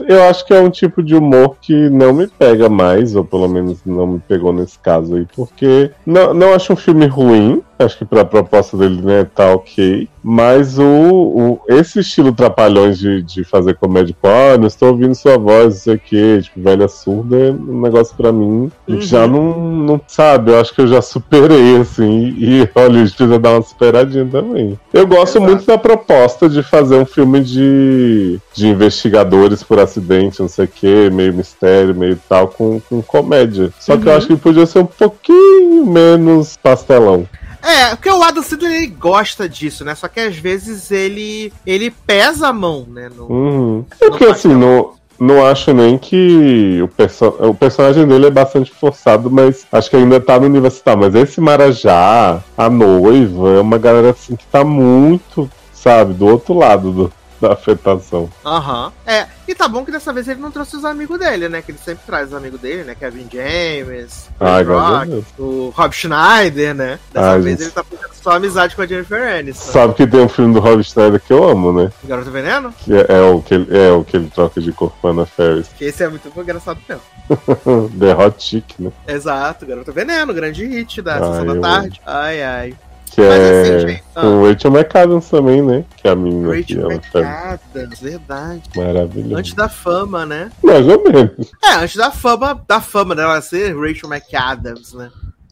Speaker 2: Eu acho que é um tipo de humor que não me pega mais, ou pelo menos não me pegou nesse caso aí, porque não, não acho um filme ruim. Acho que pra proposta dele, né, tá ok. Mas o, o- esse estilo trapalhões de, de fazer comédia, tipo, ah, não estou ouvindo sua voz, não sei o quê, tipo, velha surda, é um negócio pra mim.
Speaker 1: Uhum.
Speaker 2: Já não, não sabe, eu acho que eu já superei, assim, e, e, olha, a gente precisa dar uma superadinha também. Eu gosto
Speaker 1: Exato.
Speaker 2: muito da proposta de fazer um filme de, de investigadores por acidente, não sei o quê, meio mistério, meio tal, com, com comédia. Só que eu
Speaker 1: Uhum.
Speaker 2: acho que podia ser um pouquinho menos pastelão.
Speaker 1: É, porque o Adam Sandler ele gosta disso, né? Só que às vezes ele ele pesa a mão, né? No,
Speaker 2: Uhum. É porque
Speaker 1: Não
Speaker 2: assim, não, não acho nem que o, perso o personagem dele é bastante forçado, mas acho que ainda tá no nível assim, tá, mas esse Marajá, a noiva, é uma galera assim que tá muito, sabe, do outro lado do- da afetação.
Speaker 1: Aham. É, e tá bom que dessa vez ele não trouxe os amigos dele, né? Que ele sempre traz os amigos dele, né? Kevin James,
Speaker 2: Ai,
Speaker 1: Chris Rock,
Speaker 2: graças a Deus.
Speaker 1: o Rob Schneider, né? Dessa
Speaker 2: Ai,
Speaker 1: vez
Speaker 2: gente.
Speaker 1: ele tá fazendo só amizade com a Jennifer Aniston.
Speaker 2: Sabe que tem um filme do Rob Schneider que eu amo, né?
Speaker 1: Garoto Veneno?
Speaker 2: Que é, é o, que ele, é o que ele troca de corpo com a Ana Ferris.
Speaker 1: Que esse é muito engraçado mesmo.
Speaker 2: The Hot Chick, né?
Speaker 1: Exato, Garoto Veneno, grande hit da
Speaker 2: Ai,
Speaker 1: Sessão da
Speaker 2: eu-
Speaker 1: Tarde. Ai, ai.
Speaker 2: Que
Speaker 1: Mas
Speaker 2: é
Speaker 1: assim, gente, ah,
Speaker 2: com Rachel McAdams também, né? Que é a menina que é
Speaker 1: Rachel
Speaker 2: uma Ferris.
Speaker 1: McAdams, verdade. Antes
Speaker 2: Maravilhosa.
Speaker 1: da fama, né?
Speaker 2: Mais ou menos.
Speaker 1: É, antes da fama, da fama dela ser Rachel McAdams, né?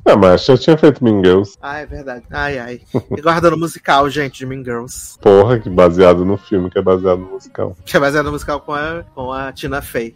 Speaker 2: Não, mas eu já tinha feito Mean Girls.
Speaker 1: Ah, é verdade. Ai, ai. E guardando o musical, gente, de Mean Girls.
Speaker 2: Porra, que baseado no filme, que é baseado no musical.
Speaker 1: Que é baseado no musical com a, com a Tina Fey.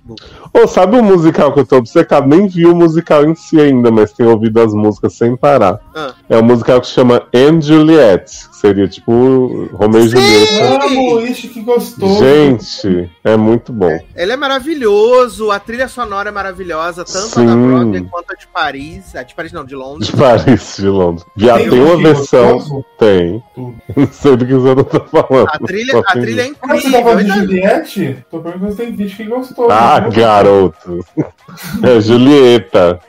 Speaker 2: Ô, sabe o musical que eu tô obcecado? Nem vi o musical em si ainda, mas tenho ouvido as músicas sem parar.
Speaker 1: Ah.
Speaker 2: É um musical que se chama Anne Juliet, que seria tipo Romeu e
Speaker 1: Sim!
Speaker 2: Julieta.
Speaker 3: Amo, ixi, que gostoso.
Speaker 2: Gente, é muito bom.
Speaker 1: Ele é maravilhoso, a trilha sonora é maravilhosa, tanto a da
Speaker 2: Sim.
Speaker 1: Broadway quanto a de Paris. A de Paris não, de Londres.
Speaker 2: De Paris, de Londres. Já
Speaker 3: Tem
Speaker 2: tem,
Speaker 3: um
Speaker 2: uma
Speaker 3: filme
Speaker 2: versão.
Speaker 3: gostoso?
Speaker 2: Tem.
Speaker 3: Tudo.
Speaker 2: Não sei do que você não tá falando.
Speaker 1: A trilha,
Speaker 2: Só
Speaker 1: a
Speaker 2: tem
Speaker 1: trilha é
Speaker 3: Ah, você tá falando de
Speaker 1: incrível.
Speaker 3: Juliette? Tô perguntando se tem bicho que gostoso.
Speaker 2: Ah,
Speaker 3: né?
Speaker 2: garoto. É Julieta.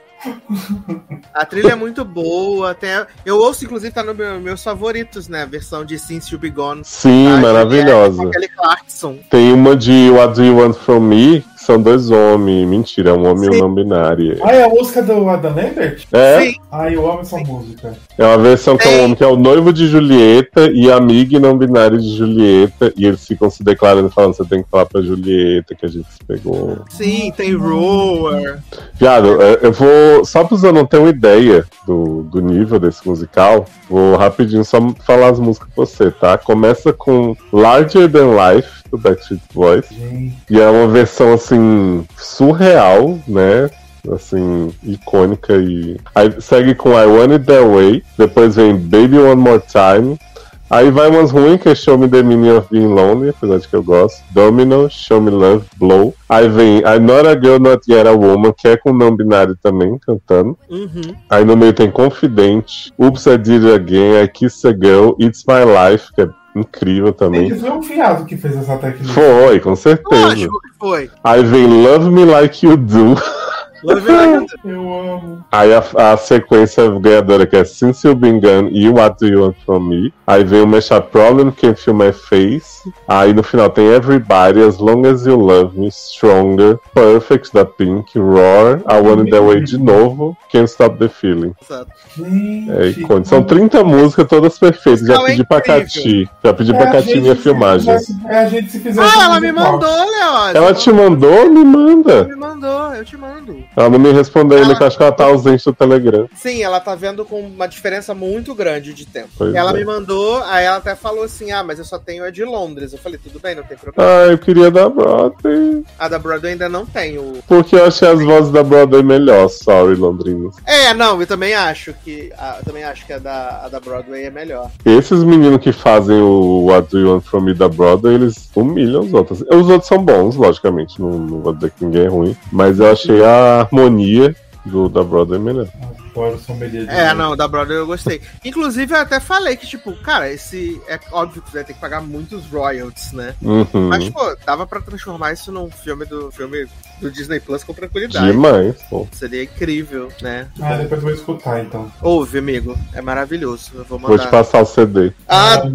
Speaker 1: A trilha é muito boa. Tem a- Eu ouço, inclusive, tá nos meu, meus favoritos, né? A versão de Since You Be Gone.
Speaker 2: Sim,
Speaker 1: Ah,
Speaker 2: maravilhosa.
Speaker 1: Com Kelly Clarkson.
Speaker 2: Tem uma de What Do You Want From Me, que são dois homens. Mentira, é um homem e
Speaker 1: Sim.
Speaker 2: um não binário.
Speaker 3: Ah, é a música do Adam Lambert?
Speaker 2: É,
Speaker 1: Sim,
Speaker 3: Ah, eu amo essa música.
Speaker 2: é uma versão que é
Speaker 1: Tem.
Speaker 2: um homem que é o noivo de Julieta e amigo e não binário de Julieta. E eles ficam se declarando, falando: você tem que falar pra Julieta que a gente se pegou.
Speaker 1: sim, tem Roar.
Speaker 2: Viado, é, eu vou. Só pra você não ter uma ideia do, do nível desse musical, vou rapidinho só falar as músicas pra você, tá? Começa com Larger Than Life, do Backstreet Boys.
Speaker 3: Gente,
Speaker 2: E é uma versão assim surreal, né? Assim, icônica e. Aí segue com I Want It That Way, depois vem Baby One More Time. Aí vai umas ruins que é Show Me The Meaning of Being Lonely, apesar de que eu gosto. Domino, Show Me Love, Blow. Aí vem I'm Not a Girl, Not Yet a Woman, que é com não binário também cantando.
Speaker 1: Uhum.
Speaker 2: Aí no meio tem Confidente, Oops I Did It Again, I Kiss a Girl, It's My Life, que é incrível também.
Speaker 3: ele foi um fiado que fez essa técnica.
Speaker 2: Foi, com certeza.
Speaker 1: Lógico que foi.
Speaker 2: Aí vem Love Me Like You Do.
Speaker 1: Love you like that.
Speaker 3: Eu amo.
Speaker 2: Aí a, a sequência ganhadora que é Since You Been Gone e What Do You Want From Me. Aí vem o Mashup Problem, Can't Feel My Face. Aí no final tem Everybody, As Long As You Love Me, Stronger, Perfect da Pink, Roar, I Want It That Way de novo, Can't Stop The Feeling.
Speaker 1: Exato.
Speaker 3: Gente.
Speaker 2: É icônico. São 30 músicas, todas perfeitas. Já
Speaker 1: Musical é
Speaker 2: pedi pra
Speaker 1: incrível.
Speaker 2: Cati. Já pedi
Speaker 3: É
Speaker 2: pra
Speaker 3: a
Speaker 2: Cati
Speaker 3: gente
Speaker 2: minha
Speaker 3: se
Speaker 2: filmagem.
Speaker 3: fizesse- É a gente se fizer.
Speaker 1: Ah,
Speaker 3: esse
Speaker 1: ela me
Speaker 3: musical.
Speaker 1: mandou, Leoz.
Speaker 2: Ela te mandou? Me manda.
Speaker 1: Me mandou, eu te mando.
Speaker 2: Ela não me respondeu ainda, que eu acho que ela tá ausente do Telegram.
Speaker 1: Sim, ela tá vendo com uma diferença muito grande de tempo.
Speaker 2: Pois
Speaker 1: ela
Speaker 2: é.
Speaker 1: me mandou, aí ela até falou assim: ah, mas eu só tenho a de Londres. Eu falei, tudo bem, não tem problema.
Speaker 2: Ah, eu queria da Broadway.
Speaker 1: A da Broadway ainda não tem o.
Speaker 2: Porque eu achei as vozes da Broadway melhor, sorry, Londrinos.
Speaker 1: É, não, eu também acho que. A, eu também acho que a da, a da Broadway é melhor.
Speaker 2: Esses meninos que fazem o What Do You Want From Me da Broadway, eles humilham os outros. Os outros são bons, logicamente, não, não vou dizer que ninguém é ruim. Mas eu achei a harmonia do, da Broadway melhor.
Speaker 3: Adoro sommelier. um
Speaker 2: Uhum.
Speaker 3: de
Speaker 1: É,
Speaker 3: novo.
Speaker 1: não, da Broadway eu gostei. Inclusive, eu até falei que, tipo, cara, esse. É óbvio que você vai ter que pagar muitos royalties, né?
Speaker 2: Uhum.
Speaker 1: Mas, pô, dava pra transformar isso num filme do filme do Disney Plus com tranquilidade.
Speaker 2: Demais, pô.
Speaker 1: Seria incrível, né?
Speaker 3: Ah, depois eu vou escutar então.
Speaker 1: Ouve, amigo. É maravilhoso. Eu vou
Speaker 2: Vou te
Speaker 1: mandar.
Speaker 2: passar o CD.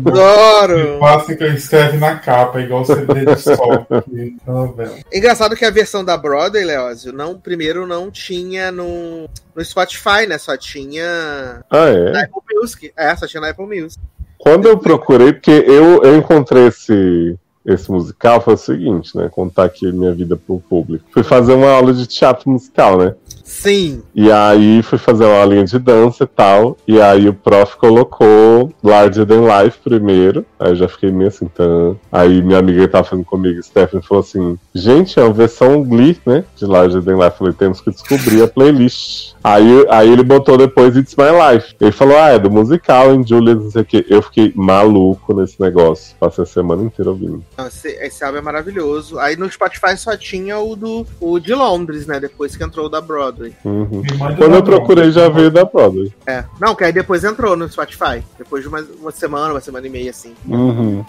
Speaker 3: O
Speaker 1: Adoro!
Speaker 3: clássico escreve na capa, igual o CD de sol. que é uma novela.
Speaker 1: Engraçado que a versão da Broadway, Leózio, não, primeiro não tinha no, no Spotify, né? Só tinha
Speaker 2: Ah, é?
Speaker 1: na Apple Music. É, só tinha na Apple Music.
Speaker 2: Quando eu procurei, porque eu, eu encontrei esse, esse musical, foi o seguinte, né? Contar aqui minha vida pro público. Fui fazer uma aula de teatro musical, né?
Speaker 1: Sim.
Speaker 2: E aí fui fazer uma aulinha de dança e tal. E aí o prof colocou Larger Than Life primeiro. Aí eu já fiquei meio assim, tã. Aí minha amiga que tava falando comigo, Stephanie, falou assim: Gente, é uma versão Glee, né? De Larger Than Life. Eu falei, temos que descobrir a playlist. Aí, aí ele botou depois It's My Life. Ele falou: Ah, é do musical, em Julius, não sei o quê. Eu fiquei maluco nesse negócio. Passei a semana inteira ouvindo.
Speaker 1: Não, Esse, esse álbum é maravilhoso. Aí no Spotify só tinha o do o de Londres, né? Depois que entrou o da Broadway.
Speaker 2: Uhum.
Speaker 3: Me manda
Speaker 2: Quando
Speaker 3: na
Speaker 2: eu procurei,
Speaker 3: mão.
Speaker 2: já veio da Broadway.
Speaker 1: É. Não, que aí depois entrou no Spotify. Depois de uma, uma semana, uma semana e meia, assim.
Speaker 2: Uhum.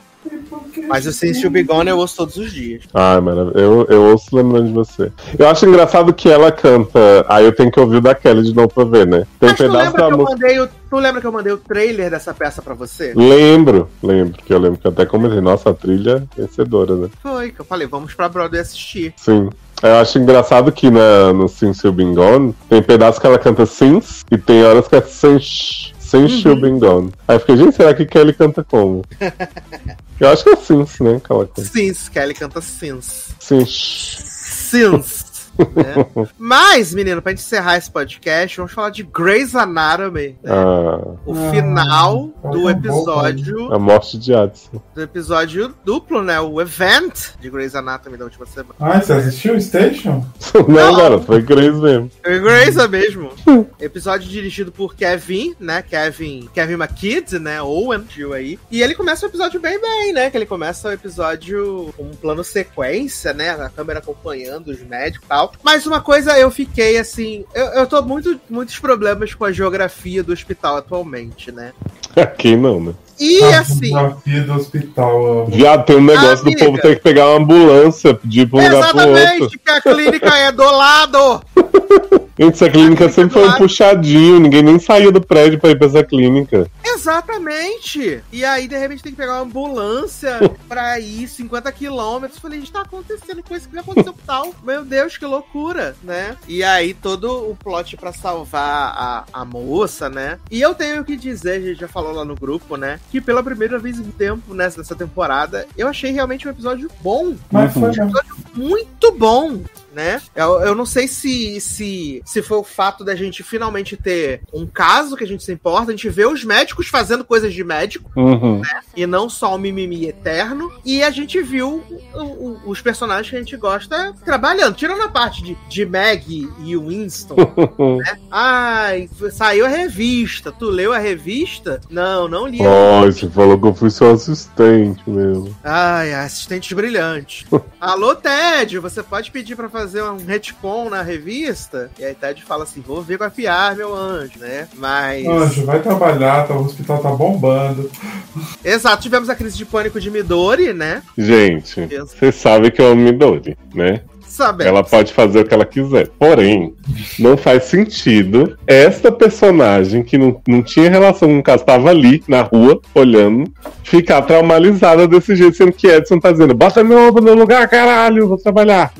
Speaker 1: Mas o Since You Be Gone eu ouço todos os dias.
Speaker 2: Ah, maravilha. Eu, eu ouço lembrando de você. Eu acho engraçado que ela canta. Aí eu tenho que ouvir o da Kelly de novo pra ver, né? Tem um
Speaker 1: Mas tu
Speaker 2: pedaço
Speaker 1: lembra,
Speaker 2: da
Speaker 1: que eu
Speaker 2: música.
Speaker 1: mandei o, tu lembra que eu mandei o trailer dessa peça pra você?
Speaker 2: Lembro, lembro, que eu lembro que eu até comentei, nossa, a trilha vencedora, né?
Speaker 1: Foi, que eu falei, vamos pra Broadway assistir.
Speaker 2: Sim. Eu acho engraçado que na, no Since You Been Gone tem pedaço que ela canta Since e tem horas que é Since,
Speaker 1: Uhum.
Speaker 2: since You Been Gone. Aí eu fiquei, gente, será que Kelly canta como? eu acho que é Since, né? Que ela canta.
Speaker 1: Sims, Kelly canta Sims.
Speaker 2: Since.
Speaker 1: Sims. né? Mas, menino, pra gente encerrar esse podcast, vamos falar de Grey's Anatomy. né?
Speaker 2: Ah,
Speaker 1: O
Speaker 3: Ah,
Speaker 1: final
Speaker 3: tá bom,
Speaker 1: do episódio.
Speaker 2: a morte de Adson.
Speaker 1: Do episódio duplo, né? O event de Grey's Anatomy da última semana.
Speaker 3: Ah, você assistiu o Station?
Speaker 2: Não,
Speaker 1: Não.
Speaker 2: garoto, foi Grace mesmo.
Speaker 1: É Graça mesmo. Episódio dirigido por Kevin, né? Kevin, Kevin McKidd, né? Owen, tio aí. E ele começa o episódio bem bem, né? Que ele começa o episódio com um plano sequência, né? A câmera acompanhando os médicos e tal. Mas uma coisa eu fiquei assim, eu, eu tô muito muitos problemas com a geografia do hospital atualmente, né?
Speaker 2: Quem não, né?
Speaker 1: E
Speaker 3: Ah,
Speaker 1: assim,
Speaker 3: Desafio do hospital.
Speaker 2: Viado, tem um negócio do
Speaker 1: Amiga.
Speaker 2: povo ter que pegar uma ambulância, pedir pra um lugar pro outro.
Speaker 1: exatamente que a clínica é do lado.
Speaker 2: Gente, essa clínica sempre foi um
Speaker 1: Claro.
Speaker 2: puxadinho, ninguém nem saiu do prédio pra ir pra essa clínica.
Speaker 1: Exatamente! E aí, de repente, tem que pegar uma ambulância pra ir 50 quilômetros. Falei, gente, tá acontecendo coisa que não aconteceu com tal. Meu Deus, que loucura, né? E aí, todo o plot pra salvar a, a moça, né? E eu tenho que dizer, a gente já falou lá no grupo, né? Que pela primeira vez em tempo nessa, nessa temporada, eu achei realmente um episódio bom
Speaker 3: Mas foi
Speaker 1: Uhum.
Speaker 3: mesmo.
Speaker 1: muito bom, né? Eu, eu não sei se, se se foi o fato da gente finalmente ter um caso que a gente se importa, a gente vê os médicos fazendo coisas de médico
Speaker 2: Uhum.
Speaker 1: e não só o mimimi eterno, e a gente viu o- o- os personagens que a gente gosta trabalhando, tirando a parte de, de Maggie e o Winston. né? Ai, saiu a revista, tu leu a revista? Não, não li.
Speaker 2: Ó, você falou que eu fui seu assistente mesmo.
Speaker 1: Ai, assistentes brilhantes. Alô, Ted, você pode pedir pra fazer um retcon na revista? E aí Ted fala assim, vou ver com a PR, meu anjo, né? Mas...
Speaker 3: Anjo, vai trabalhar, tá, o hospital tá bombando.
Speaker 1: Exato, tivemos a crise de pânico de Midori, né?
Speaker 2: Gente,
Speaker 1: Deus.
Speaker 2: você sabe que é o Midori, né?
Speaker 1: Sabemos.
Speaker 2: Ela pode fazer o que ela quiser. Porém, não faz sentido esta personagem que não, não tinha relação com o caso, estava ali na rua, olhando, ficar traumatizada desse jeito, sendo que Edson tá dizendo: bota minha roupa no lugar, caralho, vou trabalhar.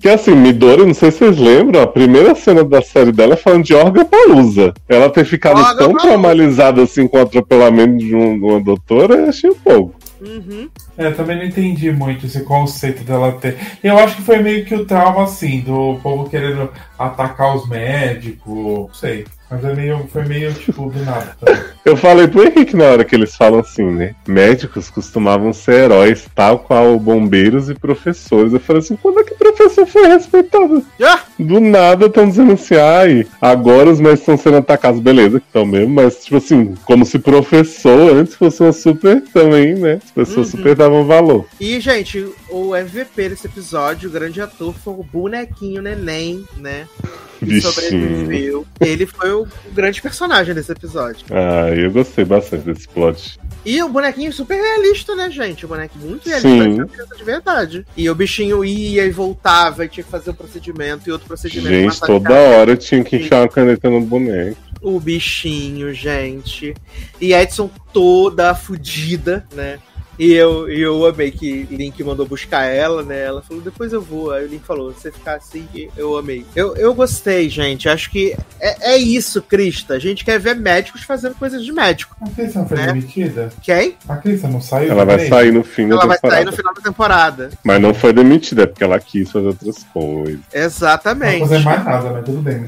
Speaker 2: Que assim, Midori, não sei se vocês lembram, a primeira cena da série dela é falando de Orga Palusa. Ela ter ficado tão
Speaker 1: Orgapalooza.
Speaker 2: traumatizada assim com o atropelamento de, um- de uma doutora, eu achei um pouco.
Speaker 1: Uhum.
Speaker 3: É, também não entendi muito esse conceito dela ter. Eu acho que foi meio que o trauma, assim, do povo querendo atacar os médicos, não sei. Mas é meio, foi meio tipo do nada. também.
Speaker 2: Eu falei pro Henrique na hora que eles falam assim, né? Médicos costumavam ser heróis, tal qual bombeiros e professores. Eu falei assim, quando é que professor foi respeitado?
Speaker 1: Ah!
Speaker 2: Do nada estão dizendo assim, ai, agora os médicos estão sendo atacados, beleza, que estão mesmo, mas tipo assim, como se professor antes fosse uma super também, né? As pessoas
Speaker 1: Uhum.
Speaker 2: super davam valor.
Speaker 1: E, gente, o MVP desse episódio, o grande ator, foi o bonequinho neném, né? Que
Speaker 2: Bichinho.
Speaker 1: sobreviveu. Ele foi o o grande personagem desse episódio.
Speaker 2: Ah, eu gostei bastante desse plot.
Speaker 1: E o bonequinho super realista, né, gente? O bonequinho muito realista,
Speaker 2: Sim.
Speaker 1: parecia uma criança de verdade. E o bichinho ia e voltava, e tinha que fazer um procedimento e outro procedimento.
Speaker 2: Gente,
Speaker 1: matava
Speaker 2: toda
Speaker 1: cara.
Speaker 2: hora eu tinha que enfiar uma caneta no boneco.
Speaker 1: O bichinho, gente. E a Edson toda fudida, né? E eu, e eu amei que Link mandou buscar ela, né? Ela falou, depois eu vou. Aí o Link falou, você ficar assim, e eu amei. Eu, eu gostei, gente. Acho que é, é isso, Crista. A gente quer ver médicos fazendo coisas de médico.
Speaker 3: A Crista não foi
Speaker 1: É.
Speaker 3: demitida?
Speaker 1: Quem?
Speaker 3: A Crista não saiu?
Speaker 2: Ela vai
Speaker 3: também?
Speaker 2: sair no fim da
Speaker 1: Ela vai
Speaker 2: temporada.
Speaker 1: sair no final da temporada.
Speaker 2: Mas não foi demitida, é porque ela quis fazer outras coisas.
Speaker 3: Não
Speaker 1: Exatamente.
Speaker 3: vou fazer mais nada, mas tudo bem.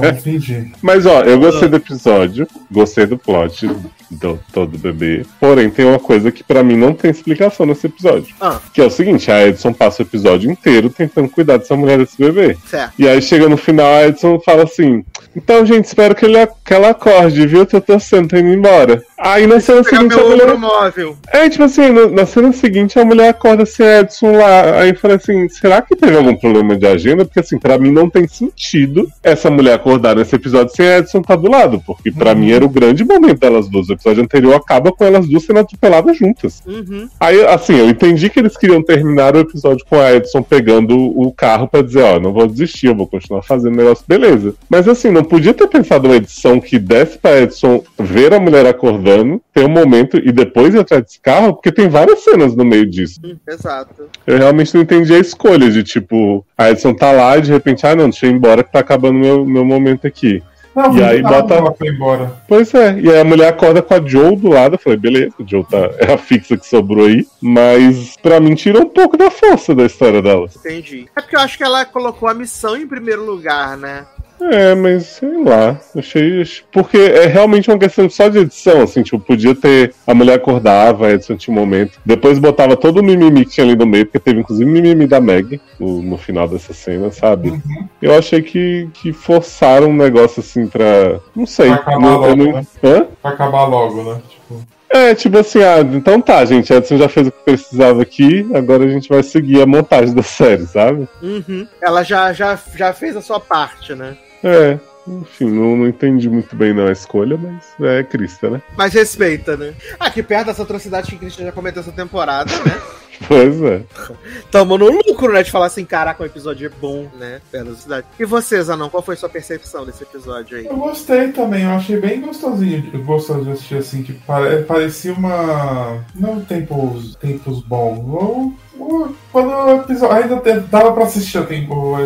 Speaker 3: Vamos fingir.
Speaker 2: Mas ó, eu gostei do episódio, gostei do plot do todo bebê. Porém, tem uma coisa que pra mim não tem explicação nesse episódio.
Speaker 1: Ah.
Speaker 2: Que é o seguinte, a Edson passa o episódio inteiro tentando cuidar dessa mulher desse bebê.
Speaker 1: Certo.
Speaker 2: E aí chega no final, a Edson fala assim: Então, gente, espero que, ele, que ela acorde, viu? Tô torcendo, tô indo embora. Aí na cena
Speaker 1: pegar
Speaker 2: seguinte
Speaker 1: meu
Speaker 2: a mulher
Speaker 1: ombro móvel.
Speaker 2: É, tipo assim, no- na cena seguinte a mulher acorda assim, Edson lá. Aí eu falei assim: será que teve algum problema de agenda? Porque, assim, pra mim não tem sentido essa mulher acordar nesse episódio sem a Edson tá do lado. Porque pra mim era o grande momento delas duas. O episódio anterior acaba com elas duas sendo atropeladas juntas.
Speaker 1: Uhum.
Speaker 2: Aí, assim, eu entendi que eles queriam terminar o episódio com a Edson pegando o carro pra dizer, ó, não vou desistir, eu vou continuar fazendo o negócio, beleza. Mas assim, não podia ter pensado uma edição que desse pra Edson ver a mulher acordando, ter um momento e depois ir atrás desse carro, porque tem várias cenas no meio disso.
Speaker 1: Hum, Exato.
Speaker 2: Eu realmente não entendi a escolha de tipo, a Edson tá lá e de repente, ah não, deixa eu ir embora que tá acabando meu, meu momento aqui.
Speaker 3: Não,
Speaker 2: E aí
Speaker 3: nada,
Speaker 2: bota-
Speaker 3: Ela foi embora.
Speaker 2: Pois é, e aí a mulher acorda com a Joe do lado. Eu falei, beleza, a Joe tá, é a fixa que sobrou aí. Mas pra mim tira um pouco da força da história dela.
Speaker 1: Entendi. É porque eu acho que ela colocou a missão em primeiro lugar, né?
Speaker 2: É, mas sei lá. Achei. Porque é realmente uma questão só de edição, assim, tipo, podia ter. A mulher acordava, a edição tinha um momento. Depois botava todo o mimimi que tinha ali no meio, porque teve inclusive mimimi da Meg no, no final dessa cena, sabe?
Speaker 3: Uhum.
Speaker 2: Eu achei que, que forçaram um negócio assim pra. Não sei.
Speaker 3: Pra acabar
Speaker 2: não- eu
Speaker 3: logo,
Speaker 2: não-
Speaker 3: né?
Speaker 2: Hã?
Speaker 3: Pra acabar logo, né? Tipo,
Speaker 2: É, tipo assim, ah, então tá, gente, a Edson já fez o que precisava aqui, agora a gente vai seguir a montagem da série, sabe?
Speaker 1: Uhum. Ela já, já, já fez a sua parte, né?
Speaker 2: É, enfim, não, não entendi muito bem não a escolha, mas é Crista, né?
Speaker 1: Mas respeita, né? Aqui perto dessa atrocidade que o Christian já cometeu essa temporada, né?
Speaker 2: Pois é.
Speaker 1: Tamo no lucro, né? De falar assim, caraca, o episódio é bom, né? Perto da atrocidade. E vocês, Anão, qual foi sua percepção desse episódio aí?
Speaker 3: eu gostei também, eu achei bem gostosinho, de- gostoso de assistir assim, que pare- parecia uma. Não um tempos, tempos bons. Ou, ou quando o episódio. Ainda te- dava pra assistir a, tempo,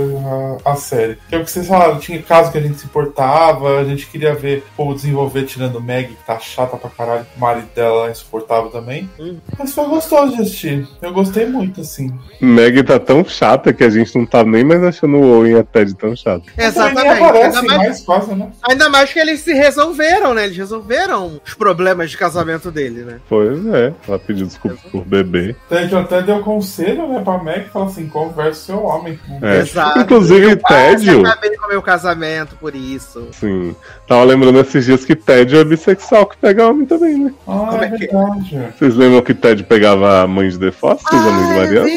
Speaker 3: a, a série. Que é o que vocês falaram, tinha caso que a gente se importava, a gente queria ver ou desenvolver tirando Meg, que tá chata pra caralho, o marido dela é insuportável também.
Speaker 1: Hum.
Speaker 3: Mas foi gostoso de assistir. Eu gostei muito, assim.
Speaker 2: Meg tá tão chata que a gente não tá nem mais achando o Owen e a Ted tão chato.
Speaker 3: Também nem aparece
Speaker 1: Ainda mais,
Speaker 3: mais fácil, né?
Speaker 1: ainda mais que eles se resolveram, né? Eles resolveram os problemas de casamento dele, né?
Speaker 2: Pois é, ela pediu desculpa por bebê.
Speaker 3: Ted até deu conselho, né, pra Meg, fala assim, converse seu homem.
Speaker 2: É.
Speaker 1: Exato.
Speaker 2: Inclusive, Tédio.
Speaker 1: Ah, acabei com o meu casamento por isso.
Speaker 2: Sim. assim, Tava lembrando esses dias que Ted é bissexual que pega homem também, né?
Speaker 3: Ah,
Speaker 1: Como
Speaker 3: é,
Speaker 1: é que é?
Speaker 3: verdade.
Speaker 2: Vocês lembram que Ted pegava a mãe de The Fosters, a mãe de
Speaker 1: Ah, é
Speaker 2: Mariana?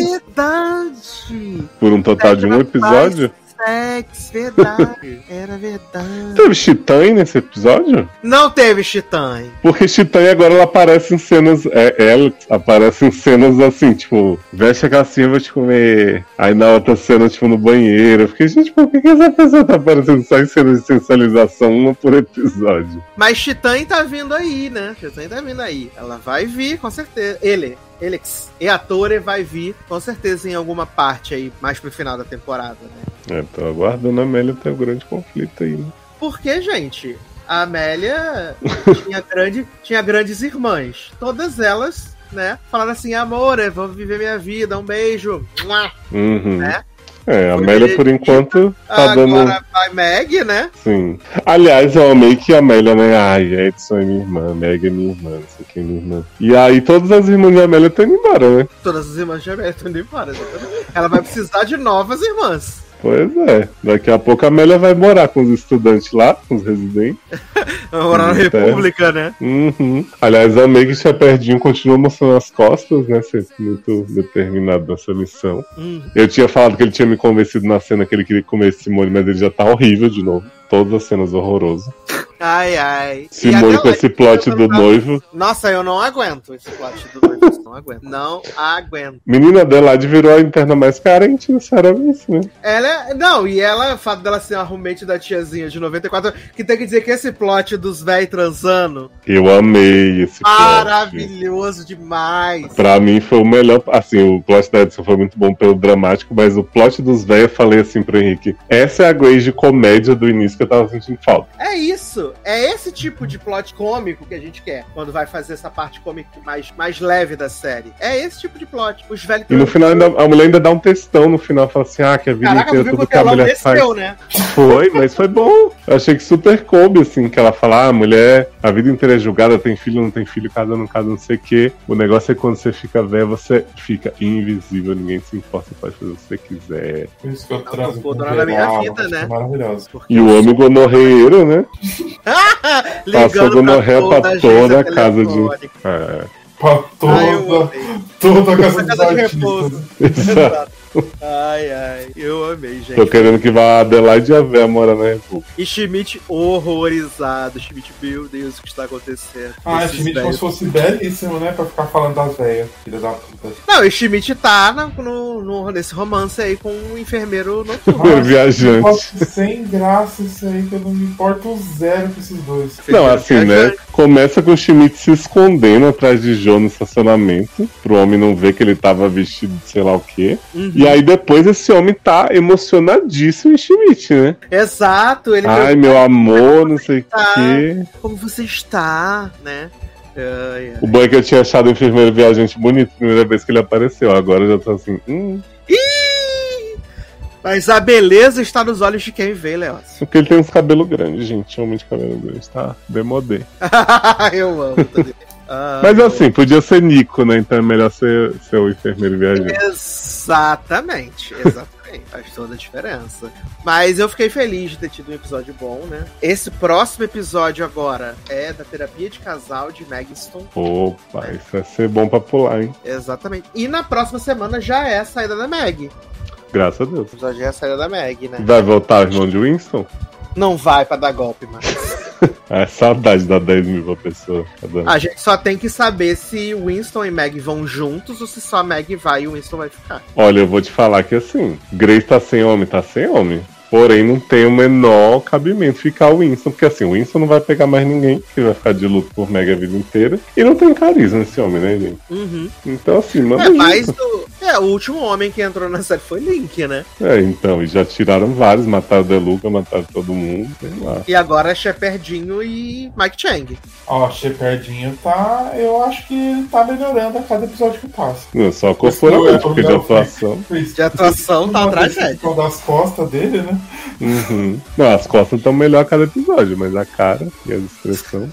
Speaker 1: verdade.
Speaker 2: Por um total de um
Speaker 1: Era mais
Speaker 2: episódio?
Speaker 1: Sexo, verdade. Era verdade.
Speaker 2: Teve Chitãe nesse episódio?
Speaker 1: Não teve Chitãe.
Speaker 2: Porque Chitãe agora ela aparece em cenas. É, ela aparece em cenas assim, tipo, veste a calcinha, eu vou te comer. Aí na outra cena, tipo, no banheiro. Eu fiquei, gente, por que, que essa pessoa tá aparecendo só em cenas de sensualização, uma por episódio?
Speaker 1: Mas Chitãe tá vindo aí, né? Chitãe tá vindo aí. Ela vai vir, com certeza. Ele, Elex e Atore vai vir, com certeza, em alguma parte aí, mais pro final da temporada, né?
Speaker 2: É, tô aguardando a Amélia ter um grande conflito aí, né?
Speaker 1: Porque, gente, a Amélia tinha, grande, tinha grandes irmãs. Todas elas, né, falaram assim, amor, eu vou viver minha vida, um beijo. Mua.
Speaker 2: Uhum.
Speaker 1: É.
Speaker 2: É, a Amélia, por enquanto, tá dando.
Speaker 1: Agora vai Meg, né?
Speaker 2: Sim. Aliás, eu amei que a Amélia, né? Ai, a Edson é minha irmã, a Meg é minha irmã, não sei quem é minha irmã. E aí todas as irmãs de Amélia estão indo embora, né?
Speaker 1: Todas as irmãs de Amélia estão indo embora. exatamente. Ela vai precisar de novas irmãs.
Speaker 2: Pois é. Daqui a pouco a Amélia vai morar com os estudantes lá, com os residentes.
Speaker 1: Agora na
Speaker 2: Eita.
Speaker 1: República, né?
Speaker 2: Uhum. Aliás, a Meg Chaperdinho continua mostrando as costas, né? Sempre muito determinado nessa missão.
Speaker 1: Hum.
Speaker 2: Eu tinha falado que ele tinha me convencido na cena que ele queria comer Simone, mas ele já tá horrível de novo. Todas as cenas horrorosas.
Speaker 1: Ai, ai. E
Speaker 2: Simone
Speaker 1: aquela-
Speaker 2: com esse plot do noivo.
Speaker 1: Nossa, eu não aguento esse plot do noivo. Não aguento. Não aguento.
Speaker 2: Menina Adelaide virou a interna mais carente, sinceramente, né?
Speaker 1: Ela. é- Não, e ela, o fato dela ser a roommate da tiazinha de 94, que tem que dizer que esse plot dos véi transando,
Speaker 2: Eu amei esse plot.
Speaker 1: maravilhoso demais.
Speaker 2: Pra mim foi o melhor. Assim, o plot da Edson foi muito bom pelo dramático, mas o plot dos velhos eu falei assim pro Henrique: essa é a Grace de comédia do início que eu tava sentindo falta.
Speaker 1: É isso. É esse tipo de plot cômico que a gente quer quando vai fazer essa parte cômica mais, mais leve da série. É esse tipo de plot. Os velhos
Speaker 2: E no final ainda- a mulher ainda dá um textão no final, fala assim: ah, que a vida
Speaker 1: Caraca, tu
Speaker 2: inteira
Speaker 1: viu que
Speaker 2: tudo
Speaker 1: o
Speaker 2: que a
Speaker 1: telão
Speaker 2: mulher faz.
Speaker 1: desceu, né?
Speaker 2: Foi, mas foi bom. Eu achei que super coube, assim, que ela fala, ah, a mulher, a vida inteira é julgada, tem filho, não tem filho, casa, não casa, não sei o quê. O negócio é quando você fica velho, você fica invisível, ninguém se importa, você pode fazer o que você quiser.
Speaker 3: Por isso que eu
Speaker 1: Não,
Speaker 3: trago.
Speaker 1: tocou
Speaker 3: com
Speaker 1: dona na minha
Speaker 3: geral,
Speaker 1: vida,
Speaker 3: acho
Speaker 1: né?
Speaker 3: Maravilhoso.
Speaker 2: E o homem gonorreiro, né?
Speaker 1: né?
Speaker 2: Passou gonorreia pra toda a casa de-
Speaker 1: telefônica.
Speaker 2: É,
Speaker 3: Pra
Speaker 1: Ai, eu
Speaker 3: toda,
Speaker 1: amei.
Speaker 3: toda a casa
Speaker 1: Essa
Speaker 3: dos
Speaker 1: casa de
Speaker 3: artistas.
Speaker 1: repouso.
Speaker 2: exato.
Speaker 1: Exato. Ai, ai, eu amei,
Speaker 2: Tô
Speaker 1: gente.
Speaker 2: querendo que vá a Adelaide e a Vé morar na República.
Speaker 1: E Schmidt horrorizado. Schmidt, meu Deus, o que está acontecendo?
Speaker 3: Ah,
Speaker 1: Esses
Speaker 3: esse vídeo como
Speaker 1: velhos.
Speaker 3: se fosse belíssimo, né? Pra ficar falando das velhas, filha da puta.
Speaker 1: Não, e Schmidt tá na- no, no- nesse romance aí com um enfermeiro noturno.
Speaker 3: Nossa,
Speaker 2: viajante.
Speaker 3: eu acho sem graça isso aí, que eu não me importo zero com esses dois.
Speaker 2: Não, assim, né? Começa com o Schmidt se escondendo atrás de Joe no estacionamento, pro homem não ver que ele tava vestido de sei lá o quê.
Speaker 1: Uhum.
Speaker 2: E E aí depois esse homem tá emocionadíssimo em Schmidt, né?
Speaker 1: Exato, ele
Speaker 2: Ai, meu amor, não sei o
Speaker 1: Ah.
Speaker 2: quê.
Speaker 1: pergunta como você está, né? Ai, ai.
Speaker 2: O bom é que eu tinha achado o enfermeiro viajante bonito a primeira vez que ele apareceu. Agora eu já tô assim, hum.
Speaker 1: Ih! Mas a beleza está nos olhos de quem vê, Léo.
Speaker 2: Só que ele tem uns cabelos grandes, gente. Homem de cabelo grande, tá? Demodei.
Speaker 1: Eu amo. Tadeu. Ah,
Speaker 2: Mas assim, podia ser Nico, né? Então é melhor ser, ser o enfermeiro viajante.
Speaker 1: Exatamente, exatamente. Faz toda a diferença. Mas eu fiquei feliz de ter tido um episódio bom, né? Esse próximo episódio agora é da terapia de casal de Megiston.
Speaker 2: Opa, isso vai ser bom pra pular, hein?
Speaker 1: Exatamente. E na próxima semana já é a saída da Meg. O
Speaker 2: Graças a Deus.
Speaker 1: episódio já é a saída da Meg, né?
Speaker 2: Vai voltar o irmão de Winston?
Speaker 1: Não vai pra dar golpe, mano.
Speaker 2: Ah, saudade da 10 mil pra pessoa. tá dando.
Speaker 1: A gente só tem que saber se Winston e Meg vão juntos ou se só Meg vai e o Winston vai ficar.
Speaker 2: Olha, eu vou te falar que assim, Grace tá sem homem, tá sem homem. Porém, não tem o menor cabimento ficar o Winston, porque assim, o Winston não vai pegar mais ninguém, que vai ficar de luto por Mega a vida inteira. E não tem carisma esse homem, né, gente?
Speaker 1: Uhum.
Speaker 2: Então, assim, manda
Speaker 1: É, mas
Speaker 2: junto.
Speaker 1: o, é, o último homem que entrou na série foi Link, né?
Speaker 2: É, então, e já tiraram vários, mataram o Deluca, mataram todo mundo, sei lá.
Speaker 1: E agora é Shepardinho e Mike Chang.
Speaker 3: Ó, Shepardinho tá. Eu acho que ele tá melhorando a cada episódio que passa.
Speaker 2: Não, é só confuramento, porque de
Speaker 3: Não, é
Speaker 2: atuação.
Speaker 1: De atuação tá uma tragédia.
Speaker 3: Por das costas dele, né?
Speaker 2: Uhum. Não, as costas estão melhor a cada episódio, mas a cara e as expressões.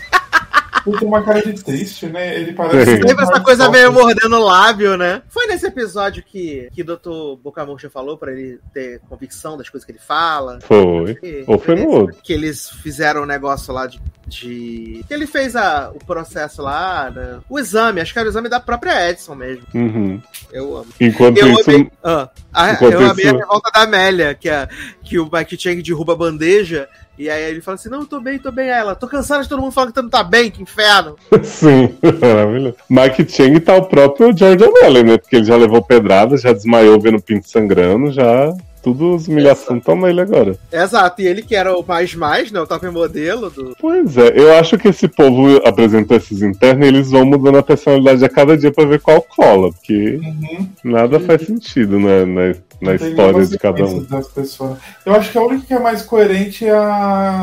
Speaker 3: Ele tem uma cara de triste, né? Ele parece.
Speaker 2: Sim.
Speaker 3: um
Speaker 1: Teve essa
Speaker 3: Mark
Speaker 1: coisa meio
Speaker 3: Zuckerberg.
Speaker 1: mordendo o lábio, né? Foi nesse episódio que, que o Dr. Boca Murcha falou pra ele ter convicção das coisas que ele fala.
Speaker 2: Foi.
Speaker 1: Que-
Speaker 2: Ou foi no outro.
Speaker 1: Que eles fizeram um negócio lá de. de- que ele fez a- o processo lá, né? o exame, acho que era o exame da própria Edson mesmo.
Speaker 2: Uhum.
Speaker 1: Eu amo.
Speaker 2: Enquanto
Speaker 1: Eu
Speaker 2: isso.
Speaker 1: amei, ah, a-
Speaker 2: enquanto
Speaker 1: eu amei a
Speaker 2: isso-
Speaker 1: revolta da Amélia, que, a, que o Mike Chang derruba a bandeja. E aí ele fala assim: Não, eu tô bem, tô bem. Aí Ela, tô cansada de todo mundo falando que tu não tá bem, que inferno.
Speaker 2: Sim, maravilhoso. Mike Chang tá o próprio George O'Malley, né? Porque ele já levou pedrada, já desmaiou vendo o pinto sangrando, já. Tudo as humilhações estão nele agora.
Speaker 1: Exato, e ele que era o mais mais, né? O top modelo do.
Speaker 2: Pois é, eu acho que esse povo apresentou esses internos e eles vão mudando a personalidade a cada dia pra ver qual cola, porque
Speaker 3: Uhum.
Speaker 2: nada faz sentido na, na, na
Speaker 3: Tem
Speaker 2: história
Speaker 3: algumas
Speaker 2: de cada um.
Speaker 3: sequências Das pessoas. Eu acho que a única que é mais coerente é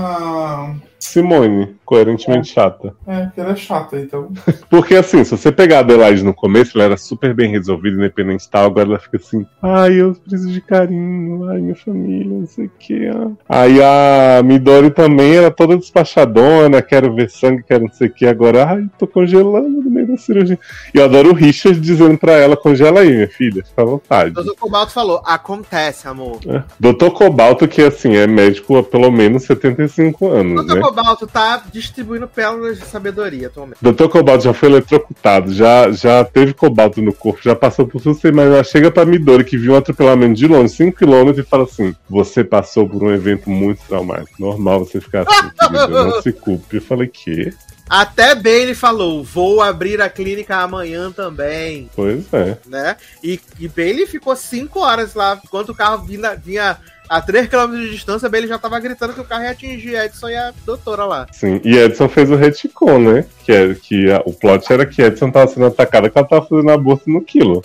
Speaker 3: a.
Speaker 2: Simone, coerentemente chata.
Speaker 3: É, porque ela é chata, então.
Speaker 2: Porque assim, se você pegar a Adelaide no começo, ela era super bem resolvida, independente e tal, agora ela fica assim, ai, eu preciso de carinho, ai, minha família, não sei o que. Aí a Midori também era toda despachadona, quero ver sangue, quero não sei o que, agora, ai, tô congelando no meio da cirurgia. E eu adoro o Richard dizendo pra ela, congela aí, minha filha, fica à vontade.
Speaker 1: Mas o Cobalto falou: acontece, amor.
Speaker 2: Doutor Cobalto, que assim, é médico há pelo menos 75 anos,
Speaker 1: Enquanto
Speaker 2: né?
Speaker 1: o Cobalto tá distribuindo pérolas de sabedoria atualmente.
Speaker 2: Doutor Cobalto já foi eletrocutado, já, já teve cobalto no corpo, já passou por tudo, mas já chega pra Midori, que viu um atropelamento de longe, 5km, e fala assim: Você passou por um evento muito traumático. Normal você ficar assim, querida, não se culpe. Eu falei: Que?
Speaker 1: Até bem ele falou: vou abrir a clínica amanhã também,
Speaker 2: Pois é.
Speaker 1: né? E, e Bailey ficou cinco horas lá, enquanto o carro vinha, vinha a 3 km de distância, Bailey já tava gritando que o carro ia atingir Edson e a doutora lá.
Speaker 2: Sim. E Edson fez o retcon, né? Que, é, que a- o plot era que Edson tava sendo atacada, que ela tava fazendo a bolsa no quilo.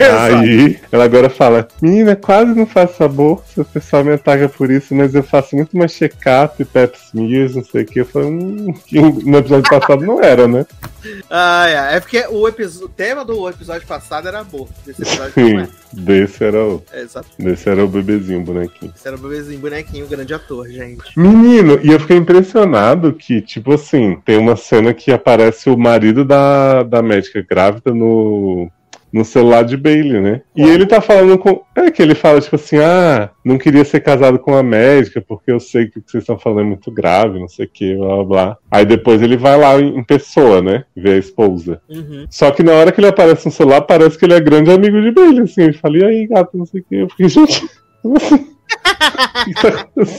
Speaker 2: Aí ela agora fala: Menina, quase não faço a bolsa, o pessoal me ataca por isso, mas eu faço muito mais check-up, pep smears, não sei o que. Eu falei: hum, que no episódio passado não era, né?
Speaker 1: Ah, é. É porque o, episo- o tema do episódio passado era aborto. Desse episódio não é.
Speaker 2: Sim, desse era o,
Speaker 1: é exato.
Speaker 2: desse era o bebezinho, o bonequinho.
Speaker 1: Esse era o bebezinho bonequinho, grande ator, gente.
Speaker 2: Menino, e eu fiquei impressionado que, tipo assim, tem uma cena que aparece o marido da, da médica grávida no, no celular de Bailey, né? E ele tá falando com. É que ele fala, tipo assim, ah, não queria ser casado com a médica, porque eu sei que o que vocês estão falando é muito grave, não sei o que, blá blá blá. Aí depois ele vai lá em em pessoa, né? Ver a esposa.
Speaker 1: Uhum.
Speaker 2: Só que na hora que ele aparece no celular, parece que ele é grande amigo de Bailey, assim. Ele fala, e aí, gato, não sei o que. Eu fiquei, gente. como assim?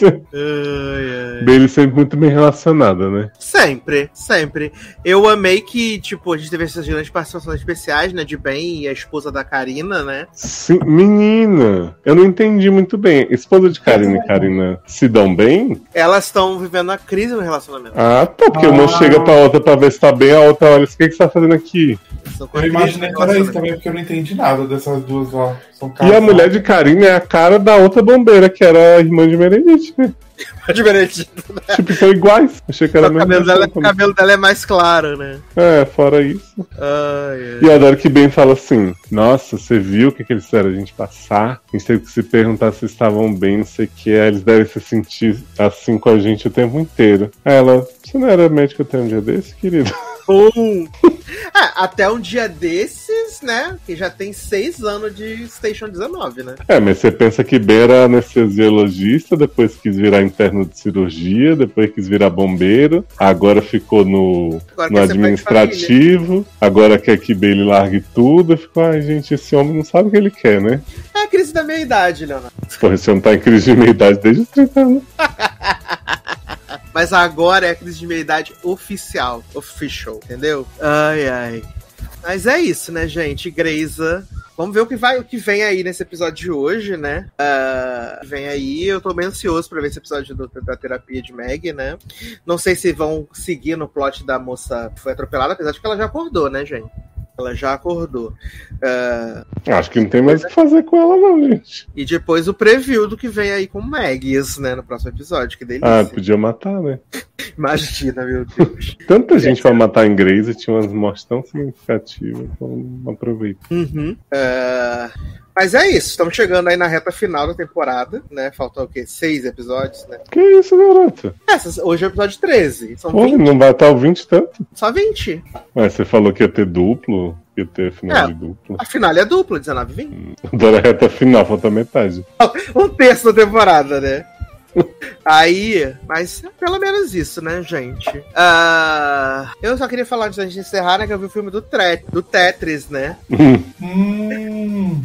Speaker 1: Ai, ai.
Speaker 2: Bailey sempre muito bem relacionada, né?
Speaker 1: Sempre, sempre. Eu amei que, tipo, a gente teve essas grandes participações especiais, né? De Ben e a esposa da Karina, né?
Speaker 2: Sim, menina, eu não entendi muito bem. Esposa de Karina e Karina se dão bem?
Speaker 1: Elas estão vivendo a crise no relacionamento.
Speaker 2: Ah, tá, porque uma
Speaker 3: Ah.
Speaker 2: chega pra outra pra ver se tá bem, a outra olha, o que, que você tá fazendo aqui?
Speaker 1: São
Speaker 3: Eu
Speaker 1: coisas
Speaker 3: imaginei
Speaker 1: de
Speaker 3: que era isso
Speaker 1: relacionamento.
Speaker 3: também, porque eu não entendi nada dessas duas lá. São
Speaker 2: E a
Speaker 3: casadas.
Speaker 2: mulher de Karina é a cara da outra bombeira, que era a irmã de Meredith, né?
Speaker 1: É Diferente.
Speaker 2: Tipo, são iguais. Achei que era a
Speaker 1: O
Speaker 2: mesma
Speaker 1: cabelo dela, o
Speaker 2: pessoa.
Speaker 1: cabelo dela é mais claro, né?
Speaker 2: É, fora isso.
Speaker 1: Ai, ai.
Speaker 2: E eu adoro que Ben fala assim: Nossa, você viu o que, que eles fizeram a gente passar? A gente teve que se perguntar se estavam bem, não sei o que. Aí eles devem se sentir assim com a gente o tempo inteiro. Aí ela: Você não era médico até um dia desse, querido?
Speaker 1: Bom. É, até um dia desses, né? Que já tem seis anos de Station 19, né?
Speaker 2: É, mas você pensa que Ben era anestesiologista, depois quis virar interno de cirurgia, depois quis virar bombeiro, agora ficou no,
Speaker 1: Agora tá quer
Speaker 2: no
Speaker 1: ser pai de
Speaker 2: administrativo, agora quer que Bailey largue tudo. Ficou, ai gente, esse homem não sabe o que ele quer, né?
Speaker 1: É a crise da meia-idade, Leonardo.
Speaker 2: Porra, esse homem tá em crise de meia-idade desde os 30 anos.
Speaker 1: Mas agora é a crise de meia-idade oficial. Official, entendeu? Ai, ai. Mas é isso, né, gente? Greisa. Vamos ver o que vai, o que vem aí nesse episódio de hoje, né? Ah, vem aí, eu tô meio ansioso pra ver esse episódio do- da terapia de Meg, né? Não sei se vão seguir no plot da moça que foi atropelada, apesar de que ela já acordou, né, gente? Ela já acordou.
Speaker 2: Acho que não tem mais o que fazer com ela, não, gente.
Speaker 1: E depois o preview do que vem aí com Mags, né? No próximo episódio. Que delícia.
Speaker 2: Ah, podia matar, né?
Speaker 1: Imagina, meu Deus.
Speaker 2: Tanta gente pra matar em Grace tinha umas mortes tão significativas, então não aproveita.
Speaker 1: Uhum. Ah, Mas é isso. Estamos chegando aí na reta final da temporada, né? Faltam o quê? Seis episódios, né?
Speaker 2: Que isso, garota?
Speaker 1: Essas- hoje é o episódio 13. São
Speaker 2: Pô,
Speaker 1: 20,
Speaker 2: não vai estar o 20 tanto?
Speaker 1: só 20.
Speaker 2: Mas você falou que ia ter duplo, ia ter final
Speaker 1: É.
Speaker 2: de duplo.
Speaker 1: A final é dupla, 19 e 20.
Speaker 2: Agora é reta final, falta metade.
Speaker 1: Um terço da temporada, né? Aí, mas é pelo menos isso, né, gente? Ah, eu só queria falar antes da gente encerrar, né? Que eu vi o filme do, Tre- do Tetris, né?
Speaker 3: Hum,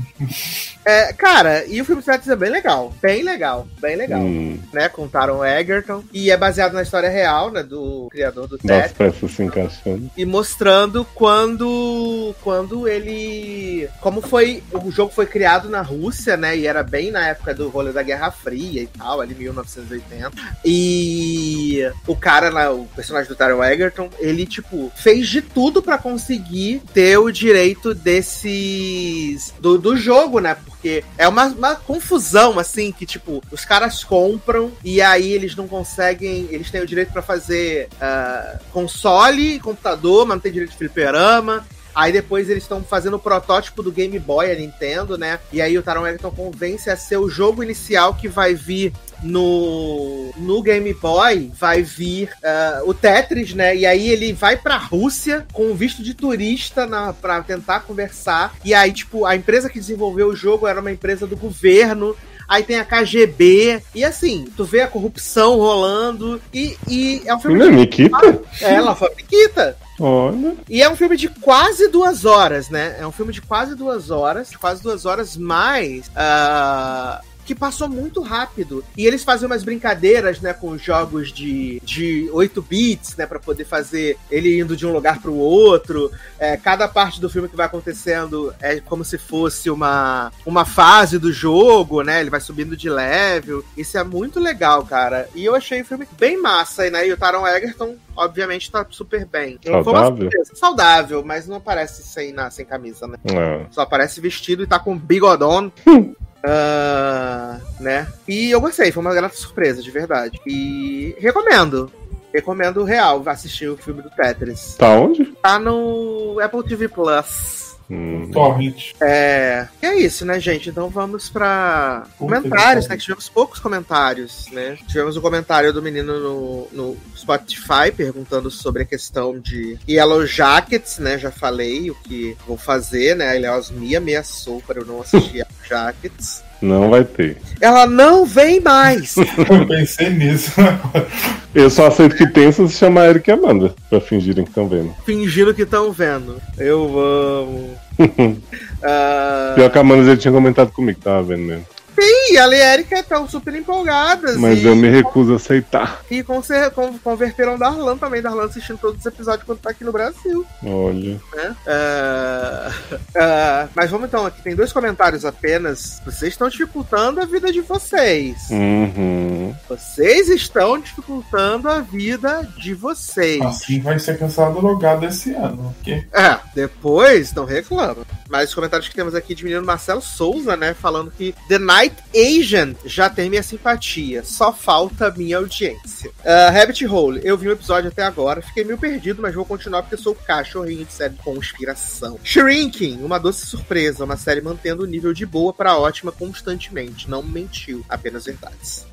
Speaker 1: É, cara, e o filme do Tetris é bem legal. Bem legal, bem legal.
Speaker 2: Hum,
Speaker 1: Né, com Taron Egerton. E é baseado na história real, né? Do criador do
Speaker 2: das
Speaker 1: Tetris.
Speaker 2: peças se encaixando.
Speaker 1: E mostrando quando. Quando ele. Como foi. O jogo foi criado na Rússia, né? E era bem na época do rolê da Guerra Fria e tal, ali 1980. E o cara lá, o personagem do Taron Egerton, ele, tipo, fez de tudo pra conseguir ter o direito desses. do, do jogo, né? Porque é uma, uma confusão, assim, que, tipo, os caras compram e aí eles não conseguem. Eles têm o direito pra fazer ah, console, computador, mas não tem direito de fliperama. Aí depois eles estão fazendo o protótipo do Game Boy, a Nintendo, né? E aí o Taron Egerton convence a ser o jogo inicial que vai vir no, no Game Boy vai vir ah, o Tetris, né? E aí ele vai pra Rússia com um visto de turista na, pra tentar conversar. E aí, tipo, a empresa que desenvolveu o jogo era uma empresa do governo. Aí tem a KGB. E assim, tu vê a corrupção rolando. E, e é um filme
Speaker 2: Menina,
Speaker 1: de. É,
Speaker 2: Nikita?
Speaker 1: Ela foi Nikita.
Speaker 2: Olha.
Speaker 1: E é um filme de quase duas horas, né? É um filme de quase duas horas, de quase duas horas mais. ah, que passou muito rápido. E eles fazem umas brincadeiras, né, com jogos de, de 8 bits, né, Pra poder fazer ele indo de um lugar pro outro. É, cada parte do filme que vai acontecendo é como se fosse uma, uma fase do jogo, né? Ele vai subindo de level. Isso é muito legal, cara. E eu achei o filme bem massa, né? E o Taron Egerton, obviamente, tá super bem. Não foi uma
Speaker 2: Saudável?
Speaker 1: surpresa. Saudável, mas não aparece sem, na, sem camisa, né?
Speaker 2: Ah,
Speaker 1: Só aparece vestido e tá com bigodon. Ah, né? E eu gostei, foi uma grata surpresa, de verdade. E recomendo. Recomendo real assistir o filme do Tetris.
Speaker 2: tá onde?
Speaker 1: Tá no Apple TV Plus.
Speaker 2: Hum,
Speaker 3: torrent.
Speaker 1: É. E é isso, né, gente? Então vamos pra
Speaker 3: Puta
Speaker 1: comentários,
Speaker 3: que
Speaker 1: né? Que tivemos poucos comentários, né? Tivemos o comentário do menino no, no Spotify perguntando sobre a questão de Yellow Jackets, né? Já falei o que vou fazer, né? Aliás, me ameaçou para eu não assistir Yellow Jackets.
Speaker 2: não vai ter.
Speaker 1: Ela não vem mais!
Speaker 3: Eu pensei nisso.
Speaker 2: Eu só aceito que tenha se chamar Eric e Amanda, pra fingirem que estão vendo.
Speaker 1: fingindo que estão vendo. Eu amo. Ah,
Speaker 2: Pior que a Amanda já tinha comentado comigo, que tava vendo mesmo.
Speaker 1: Sim, ela e a Erika estão super assim. empolgadas.
Speaker 2: Mas
Speaker 1: e,
Speaker 2: eu me recuso a aceitar.
Speaker 1: E conser- con- converteram Darlan também. Darlan assistindo todos os episódios quando tá aqui no Brasil.
Speaker 2: Olha.
Speaker 1: né? Ah, ah, mas vamos então, aqui tem dois comentários apenas. Vocês estão dificultando a vida de vocês.
Speaker 2: Uhum.
Speaker 1: Vocês estão dificultando a vida de vocês.
Speaker 3: Assim vai ser cancelado logado esse ano. Porque
Speaker 1: É, depois não reclama. Mas os comentários que temos aqui de menino Marcelo Souza, né? Falando que The Night Agent já tem minha simpatia, só falta minha audiência. Ah, Rabbit Hole, eu vi o episódio até agora, fiquei meio perdido, mas vou continuar porque sou cachorrinho de série de conspiração. Shrinking, uma doce surpresa, uma série mantendo o nível de boa pra ótima constantemente. Não mentiu, apenas verdades.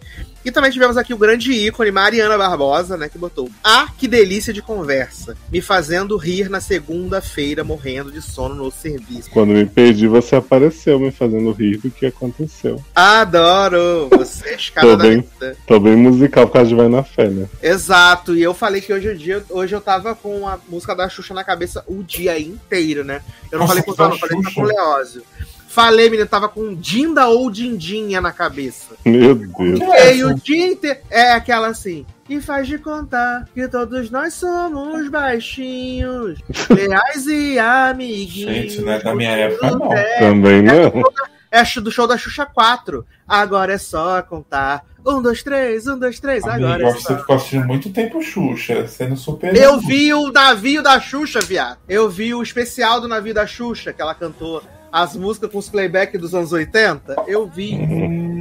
Speaker 1: E também tivemos aqui o grande ícone, Mariana Barbosa, né, que botou Ah, que delícia de conversa, me fazendo rir na segunda-feira, morrendo de sono no serviço.
Speaker 2: Quando me perdi, você apareceu me fazendo rir do que aconteceu.
Speaker 1: Adoro! Você é escada
Speaker 2: Tô
Speaker 1: da
Speaker 2: bem.
Speaker 1: vida.
Speaker 2: Tô bem musical por causa de Vai na Fé, né?
Speaker 1: Exato, e eu falei que hoje, em dia, hoje eu tava com a música da Xuxa na cabeça o dia inteiro, né? Eu não
Speaker 3: Nossa,
Speaker 1: falei com o Tom, não,
Speaker 3: da
Speaker 1: falei que tá com o
Speaker 3: Xuxa.
Speaker 1: Leózio. Falei, menino, tava com Dinda ou Dindinha na cabeça.
Speaker 2: Meu Deus.
Speaker 3: É
Speaker 1: E o dia inteiro. É aquela assim. E faz de contar que todos nós somos baixinhos, leais e amiguinhos.
Speaker 3: Gente, não é da minha época, não.
Speaker 2: Também
Speaker 1: É,
Speaker 2: não.
Speaker 1: do show da- é ch- do show da Xuxa 4. Agora é só contar. Um, dois, três, um, dois, três.
Speaker 3: amigo,
Speaker 1: Agora
Speaker 3: eu
Speaker 1: é
Speaker 3: acho que você
Speaker 1: só.
Speaker 3: ficou assistindo muito tempo Xuxa, sendo super.
Speaker 1: Eu vi o navio da Xuxa, viado. Eu vi o especial do navio da Xuxa, que ela cantou as músicas com os playback dos anos 80. Eu vi.
Speaker 3: Hum,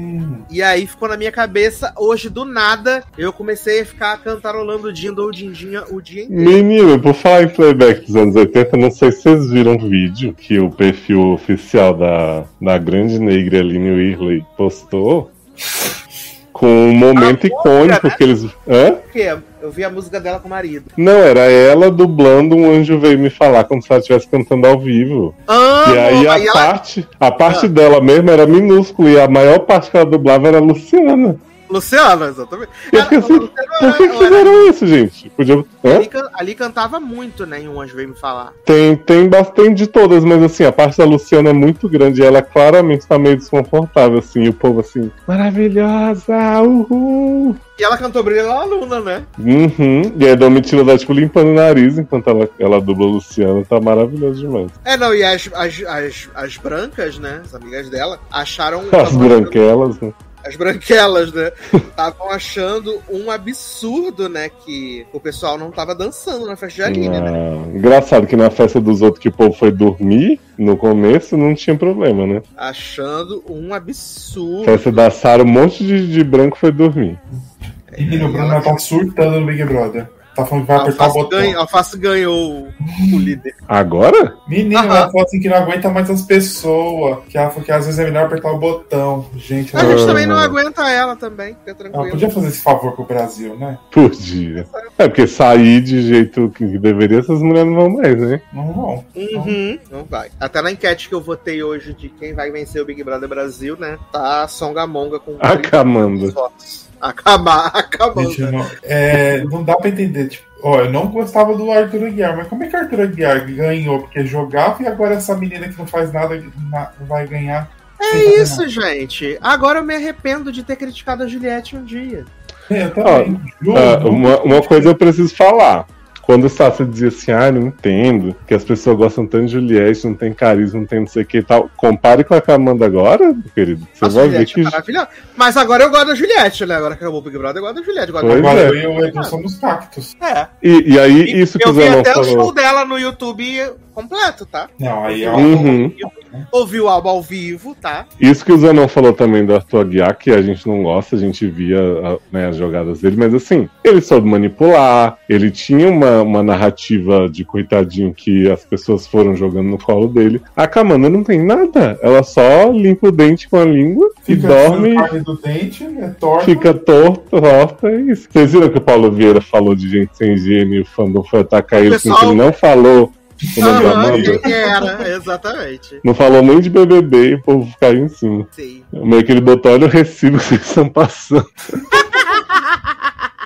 Speaker 1: E aí ficou na minha cabeça, hoje do nada, eu comecei a ficar cantarolando Dindo ou Dindinha o dia inteiro.
Speaker 2: Menino, por falar em playback dos anos 80, não sei se vocês viram um vídeo que o perfil oficial da, da grande negra Aline Whirley postou com um momento
Speaker 1: A
Speaker 2: icônico
Speaker 1: né?
Speaker 2: que eles. Hã?
Speaker 1: Porque eu vi a música dela com o marido.
Speaker 2: Não, era ela dublando Um Anjo Veio Me Falar como se ela estivesse cantando ao vivo.
Speaker 1: Amo!
Speaker 2: e aí a
Speaker 1: aí ela, Ah.
Speaker 2: parte, a parte dela mesmo era minúscula e a maior parte que ela dublava era a Luciana.
Speaker 1: Luciana, exatamente.
Speaker 2: Eu
Speaker 1: Ela-
Speaker 2: fiquei assim,
Speaker 1: Luciana
Speaker 2: Por que,
Speaker 1: era- Ah,
Speaker 2: que
Speaker 1: era-
Speaker 2: fizeram isso, gente? Podia. Hã?
Speaker 1: ali, can- ali cantava muito, né? Em um anjo veio me falar.
Speaker 2: Tem, tem bastante de todas, mas assim, a parte da Luciana é muito grande e ela claramente tá meio desconfortável, assim, e o povo assim, maravilhosa, uhul!
Speaker 1: E ela cantou brilho lá Luna, né?
Speaker 2: Uhum. E aí a Domitila tá, tipo, limpando o nariz enquanto ela, ela dubla a Luciana, tá maravilhoso demais.
Speaker 1: É, não, e as, as, as, as brancas, né? As amigas dela, acharam.
Speaker 2: As branquelas, né?
Speaker 1: as branquelas, né? Estavam achando um absurdo, né? Que o pessoal não tava dançando na festa de Aline, né?
Speaker 2: Ah, engraçado que na festa dos outros que o povo foi dormir, no começo, não tinha problema, né?
Speaker 1: Achando um absurdo.
Speaker 2: Festa da Sara, um monte de, de branco foi dormir.
Speaker 1: É,
Speaker 3: Menino, o Bruno tá surtando no Big Brother. Tá falando que vai apertar o
Speaker 1: Alface,
Speaker 3: botão.
Speaker 1: ganha- Alface ganhou o líder.
Speaker 2: Agora?
Speaker 3: Menino,
Speaker 1: Aham.
Speaker 3: ela fala assim que não aguenta mais as pessoas. Que ela falou que às vezes é melhor apertar o botão. Gente,
Speaker 1: A
Speaker 3: ela,
Speaker 2: Ah.
Speaker 1: gente também não aguenta ela também, fica
Speaker 3: ela
Speaker 1: tranquilo.
Speaker 3: Ah, podia fazer esse favor pro Brasil, né?
Speaker 2: Por dia. É porque sair de jeito que deveria, essas mulheres não vão mais, né?
Speaker 3: Não vão.
Speaker 1: Uhum, não vai. Até na enquete que eu votei hoje de quem vai vencer o Big Brother Brasil, né? Tá Songamonga com
Speaker 2: A
Speaker 1: 30
Speaker 2: Camanda.
Speaker 1: votos. Acabar,
Speaker 3: Gente,
Speaker 1: acabando.
Speaker 3: não, é, não dá pra entender. Tipo, ó, eu não gostava do Arthur Aguiar, mas como é que o Arthur Aguiar ganhou? Porque jogava e agora essa menina que não faz nada na- vai ganhar.
Speaker 1: É isso, gente. Agora eu me arrependo de ter criticado a Juliette um dia.
Speaker 3: Eu também. juro.
Speaker 2: Ah, uma, uma coisa eu preciso falar. Quando o Sassi dizia assim, ah, não entendo, que as pessoas gostam tanto de Juliette, não tem carisma, não tem não sei o que e tal. Compare com a Camanda agora, meu querido. Você
Speaker 1: Nossa,
Speaker 2: vai ver
Speaker 1: Juliette
Speaker 2: que.
Speaker 1: é maravilhosa. Mas agora eu gosto da Juliette, né? Agora que acabou o Big Brother, eu gosto da Juliette. Gosto da...
Speaker 2: Pois
Speaker 3: Agora
Speaker 2: é.
Speaker 3: eu e o Edu somos cactos.
Speaker 1: É.
Speaker 2: E, e aí, isso que
Speaker 1: eu
Speaker 2: o
Speaker 1: vi
Speaker 2: Zanon
Speaker 1: até o show
Speaker 2: falou.
Speaker 1: dela no YouTube completo, tá?
Speaker 3: Não, aí ó,
Speaker 2: Uhum.
Speaker 1: Ouvi o álbum ao vivo, tá?
Speaker 2: Isso que o Zanon falou também do Arthur Aguiar, que a gente não gosta, a gente via a- né, as jogadas dele, mas assim, ele soube manipular, ele tinha uma, uma narrativa de coitadinho que as pessoas foram jogando no colo dele. A Kamanda não tem nada, ela só limpa o dente com a língua e
Speaker 3: fica
Speaker 2: dorme,
Speaker 1: assim,
Speaker 3: dorme.
Speaker 1: tá
Speaker 3: carne do dente, é torta.
Speaker 2: fica torto, torta, é isso. Vocês viram que o Paulo Vieira falou de gente sem higiene e o fandom foi atacar ele tá porque
Speaker 1: Pessoal-
Speaker 2: ele não falou o nome da
Speaker 1: Aham,
Speaker 2: Amanda?
Speaker 1: quem era, exatamente.
Speaker 2: Não falou nem de BBB e o povo caiu em cima.
Speaker 1: Sim.
Speaker 2: é Meio que ele botou, olha o recibo que vocês estão passando.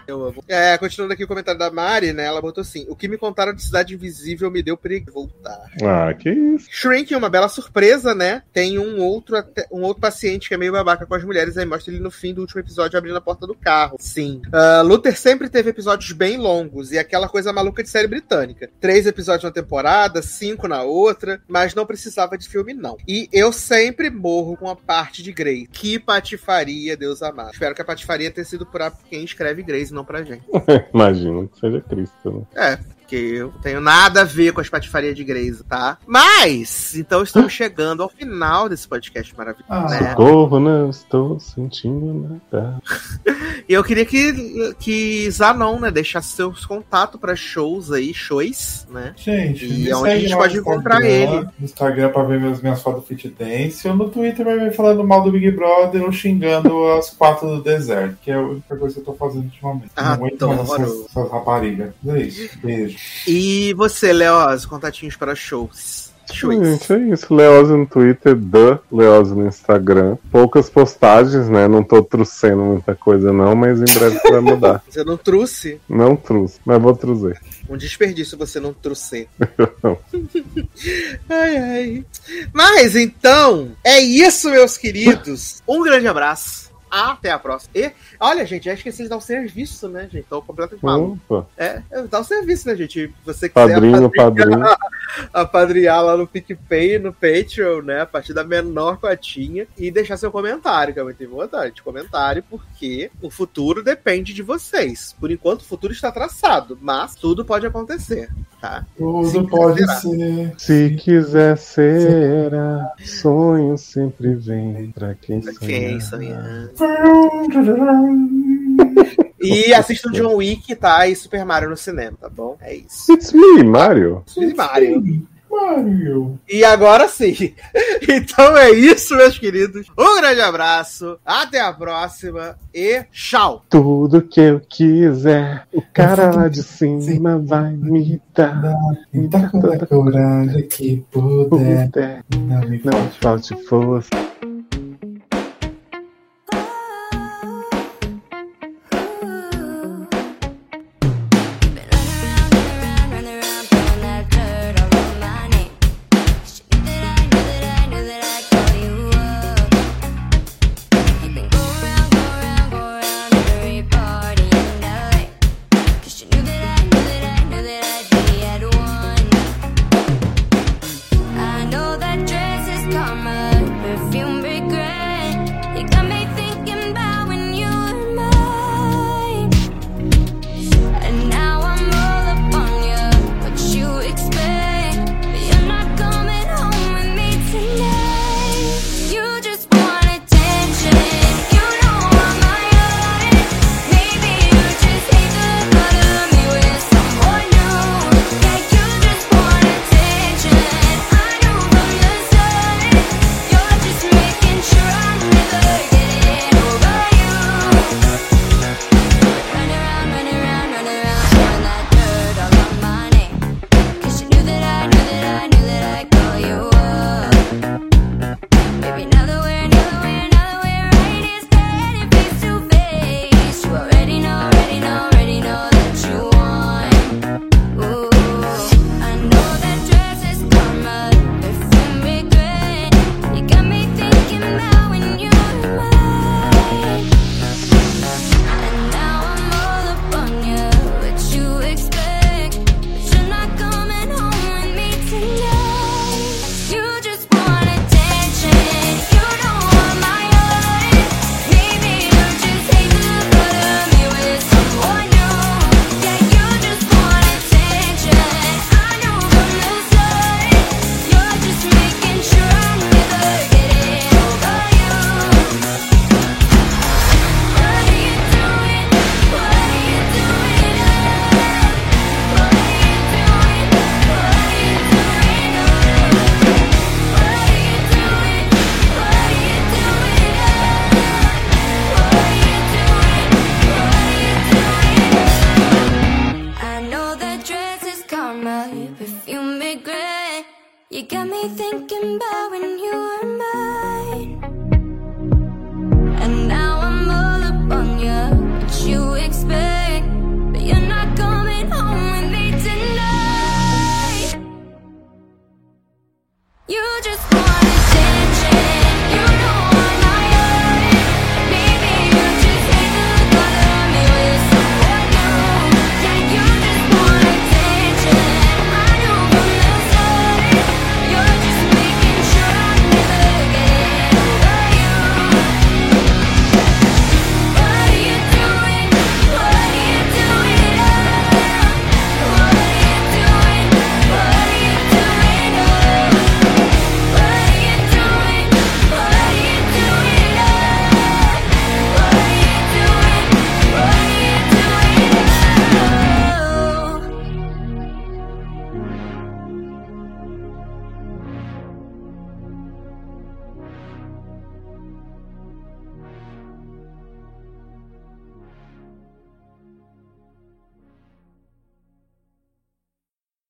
Speaker 1: Eu amo. É, continuando aqui o comentário da Mari, né? Ela botou assim: O que me contaram de Cidade Invisível me deu perigo voltar.
Speaker 2: Ah, que isso.
Speaker 1: Shrink, é uma bela surpresa, né? Tem um outro, até- um outro paciente que é meio babaca com as mulheres, aí mostra ele no fim do último episódio abrindo a porta do carro. Sim. Ah, Luther sempre teve episódios bem longos, e é aquela coisa maluca de série britânica. Três episódios na temporada, cinco na outra, mas não precisava de filme, não. E eu sempre morro com a parte de Grey. Que patifaria, Deus amado. Espero que a patifaria tenha sido pra quem escreve Grey's, não pra gente.
Speaker 2: Imagino que seja Cristo,
Speaker 1: É,
Speaker 2: né?
Speaker 1: porque eu não tenho nada a ver com as patifarias de Grey's, tá? Mas, então estamos chegando ao final desse podcast maravilhoso,
Speaker 3: Ah.
Speaker 1: né?
Speaker 2: Socorro, né? Estou sentindo né? Tá. nada.
Speaker 1: E eu queria que, que Zanon, né, deixasse seus contatos pra shows aí, shows, né?
Speaker 3: Gente,
Speaker 1: E
Speaker 3: me
Speaker 1: onde a
Speaker 3: segue
Speaker 1: gente
Speaker 3: lá no
Speaker 1: pode encontrar
Speaker 3: Instagram,
Speaker 1: ele?
Speaker 3: No Instagram pra ver minhas, minhas fotos do Fit Dance, ou no Twitter vai ver falando mal do Big Brother ou xingando as quatro do deserto, que é a única coisa que eu tô fazendo ultimamente.
Speaker 1: Ah,
Speaker 3: Não aguento mais
Speaker 1: adoro.
Speaker 3: essas, essas raparigas. Mas É isso. Beijo.
Speaker 1: E você, Léo, os contatinhos para shows. Shows.
Speaker 2: Gente, é isso. Leose no Twitter, da Leose no Instagram. Poucas postagens, né? Não tô trucendo muita coisa, não, mas em breve vai mudar.
Speaker 1: Você não trouxe?
Speaker 2: Não truce, mas vou truzer.
Speaker 1: Um desperdício você não trouxe. ai, ai. Mas então, é isso, meus queridos. Um grande abraço. Até a próxima. E, olha, gente, já esqueci de dar o serviço, né, gente? Tô completamente
Speaker 2: Hum.
Speaker 1: maluco.
Speaker 2: Opa,
Speaker 1: É, é, dá o serviço, né, gente? Você quiser
Speaker 2: padrinho,
Speaker 1: apadrinhar-
Speaker 2: é padrinho.
Speaker 1: apadrinhar lá no PicPay, no Patreon, né? A partir da menor cotinha. E deixar seu comentário, que é muito importante. Comentário, porque o futuro depende de vocês. Por enquanto, o futuro está traçado, mas tudo pode acontecer, tá? Sim,
Speaker 3: Tudo pode
Speaker 1: será.
Speaker 3: ser.
Speaker 2: Se quiser será, sonho sempre vem pra quem sonha.
Speaker 1: Quem sonhar. é. E assistam John Wick, tá? E Super Mario no cinema, tá bom? É isso.
Speaker 2: It's me, Mario.
Speaker 1: E Mario.
Speaker 3: Mario.
Speaker 1: E agora sim. Então é isso, meus queridos. Um grande abraço. Até a próxima. E tchau.
Speaker 2: Tudo que eu quiser, o cara lá de cima vai me dar.
Speaker 3: Me dá toda a Então, coragem que puder.
Speaker 2: Puder,
Speaker 3: Não me
Speaker 2: Não falte força.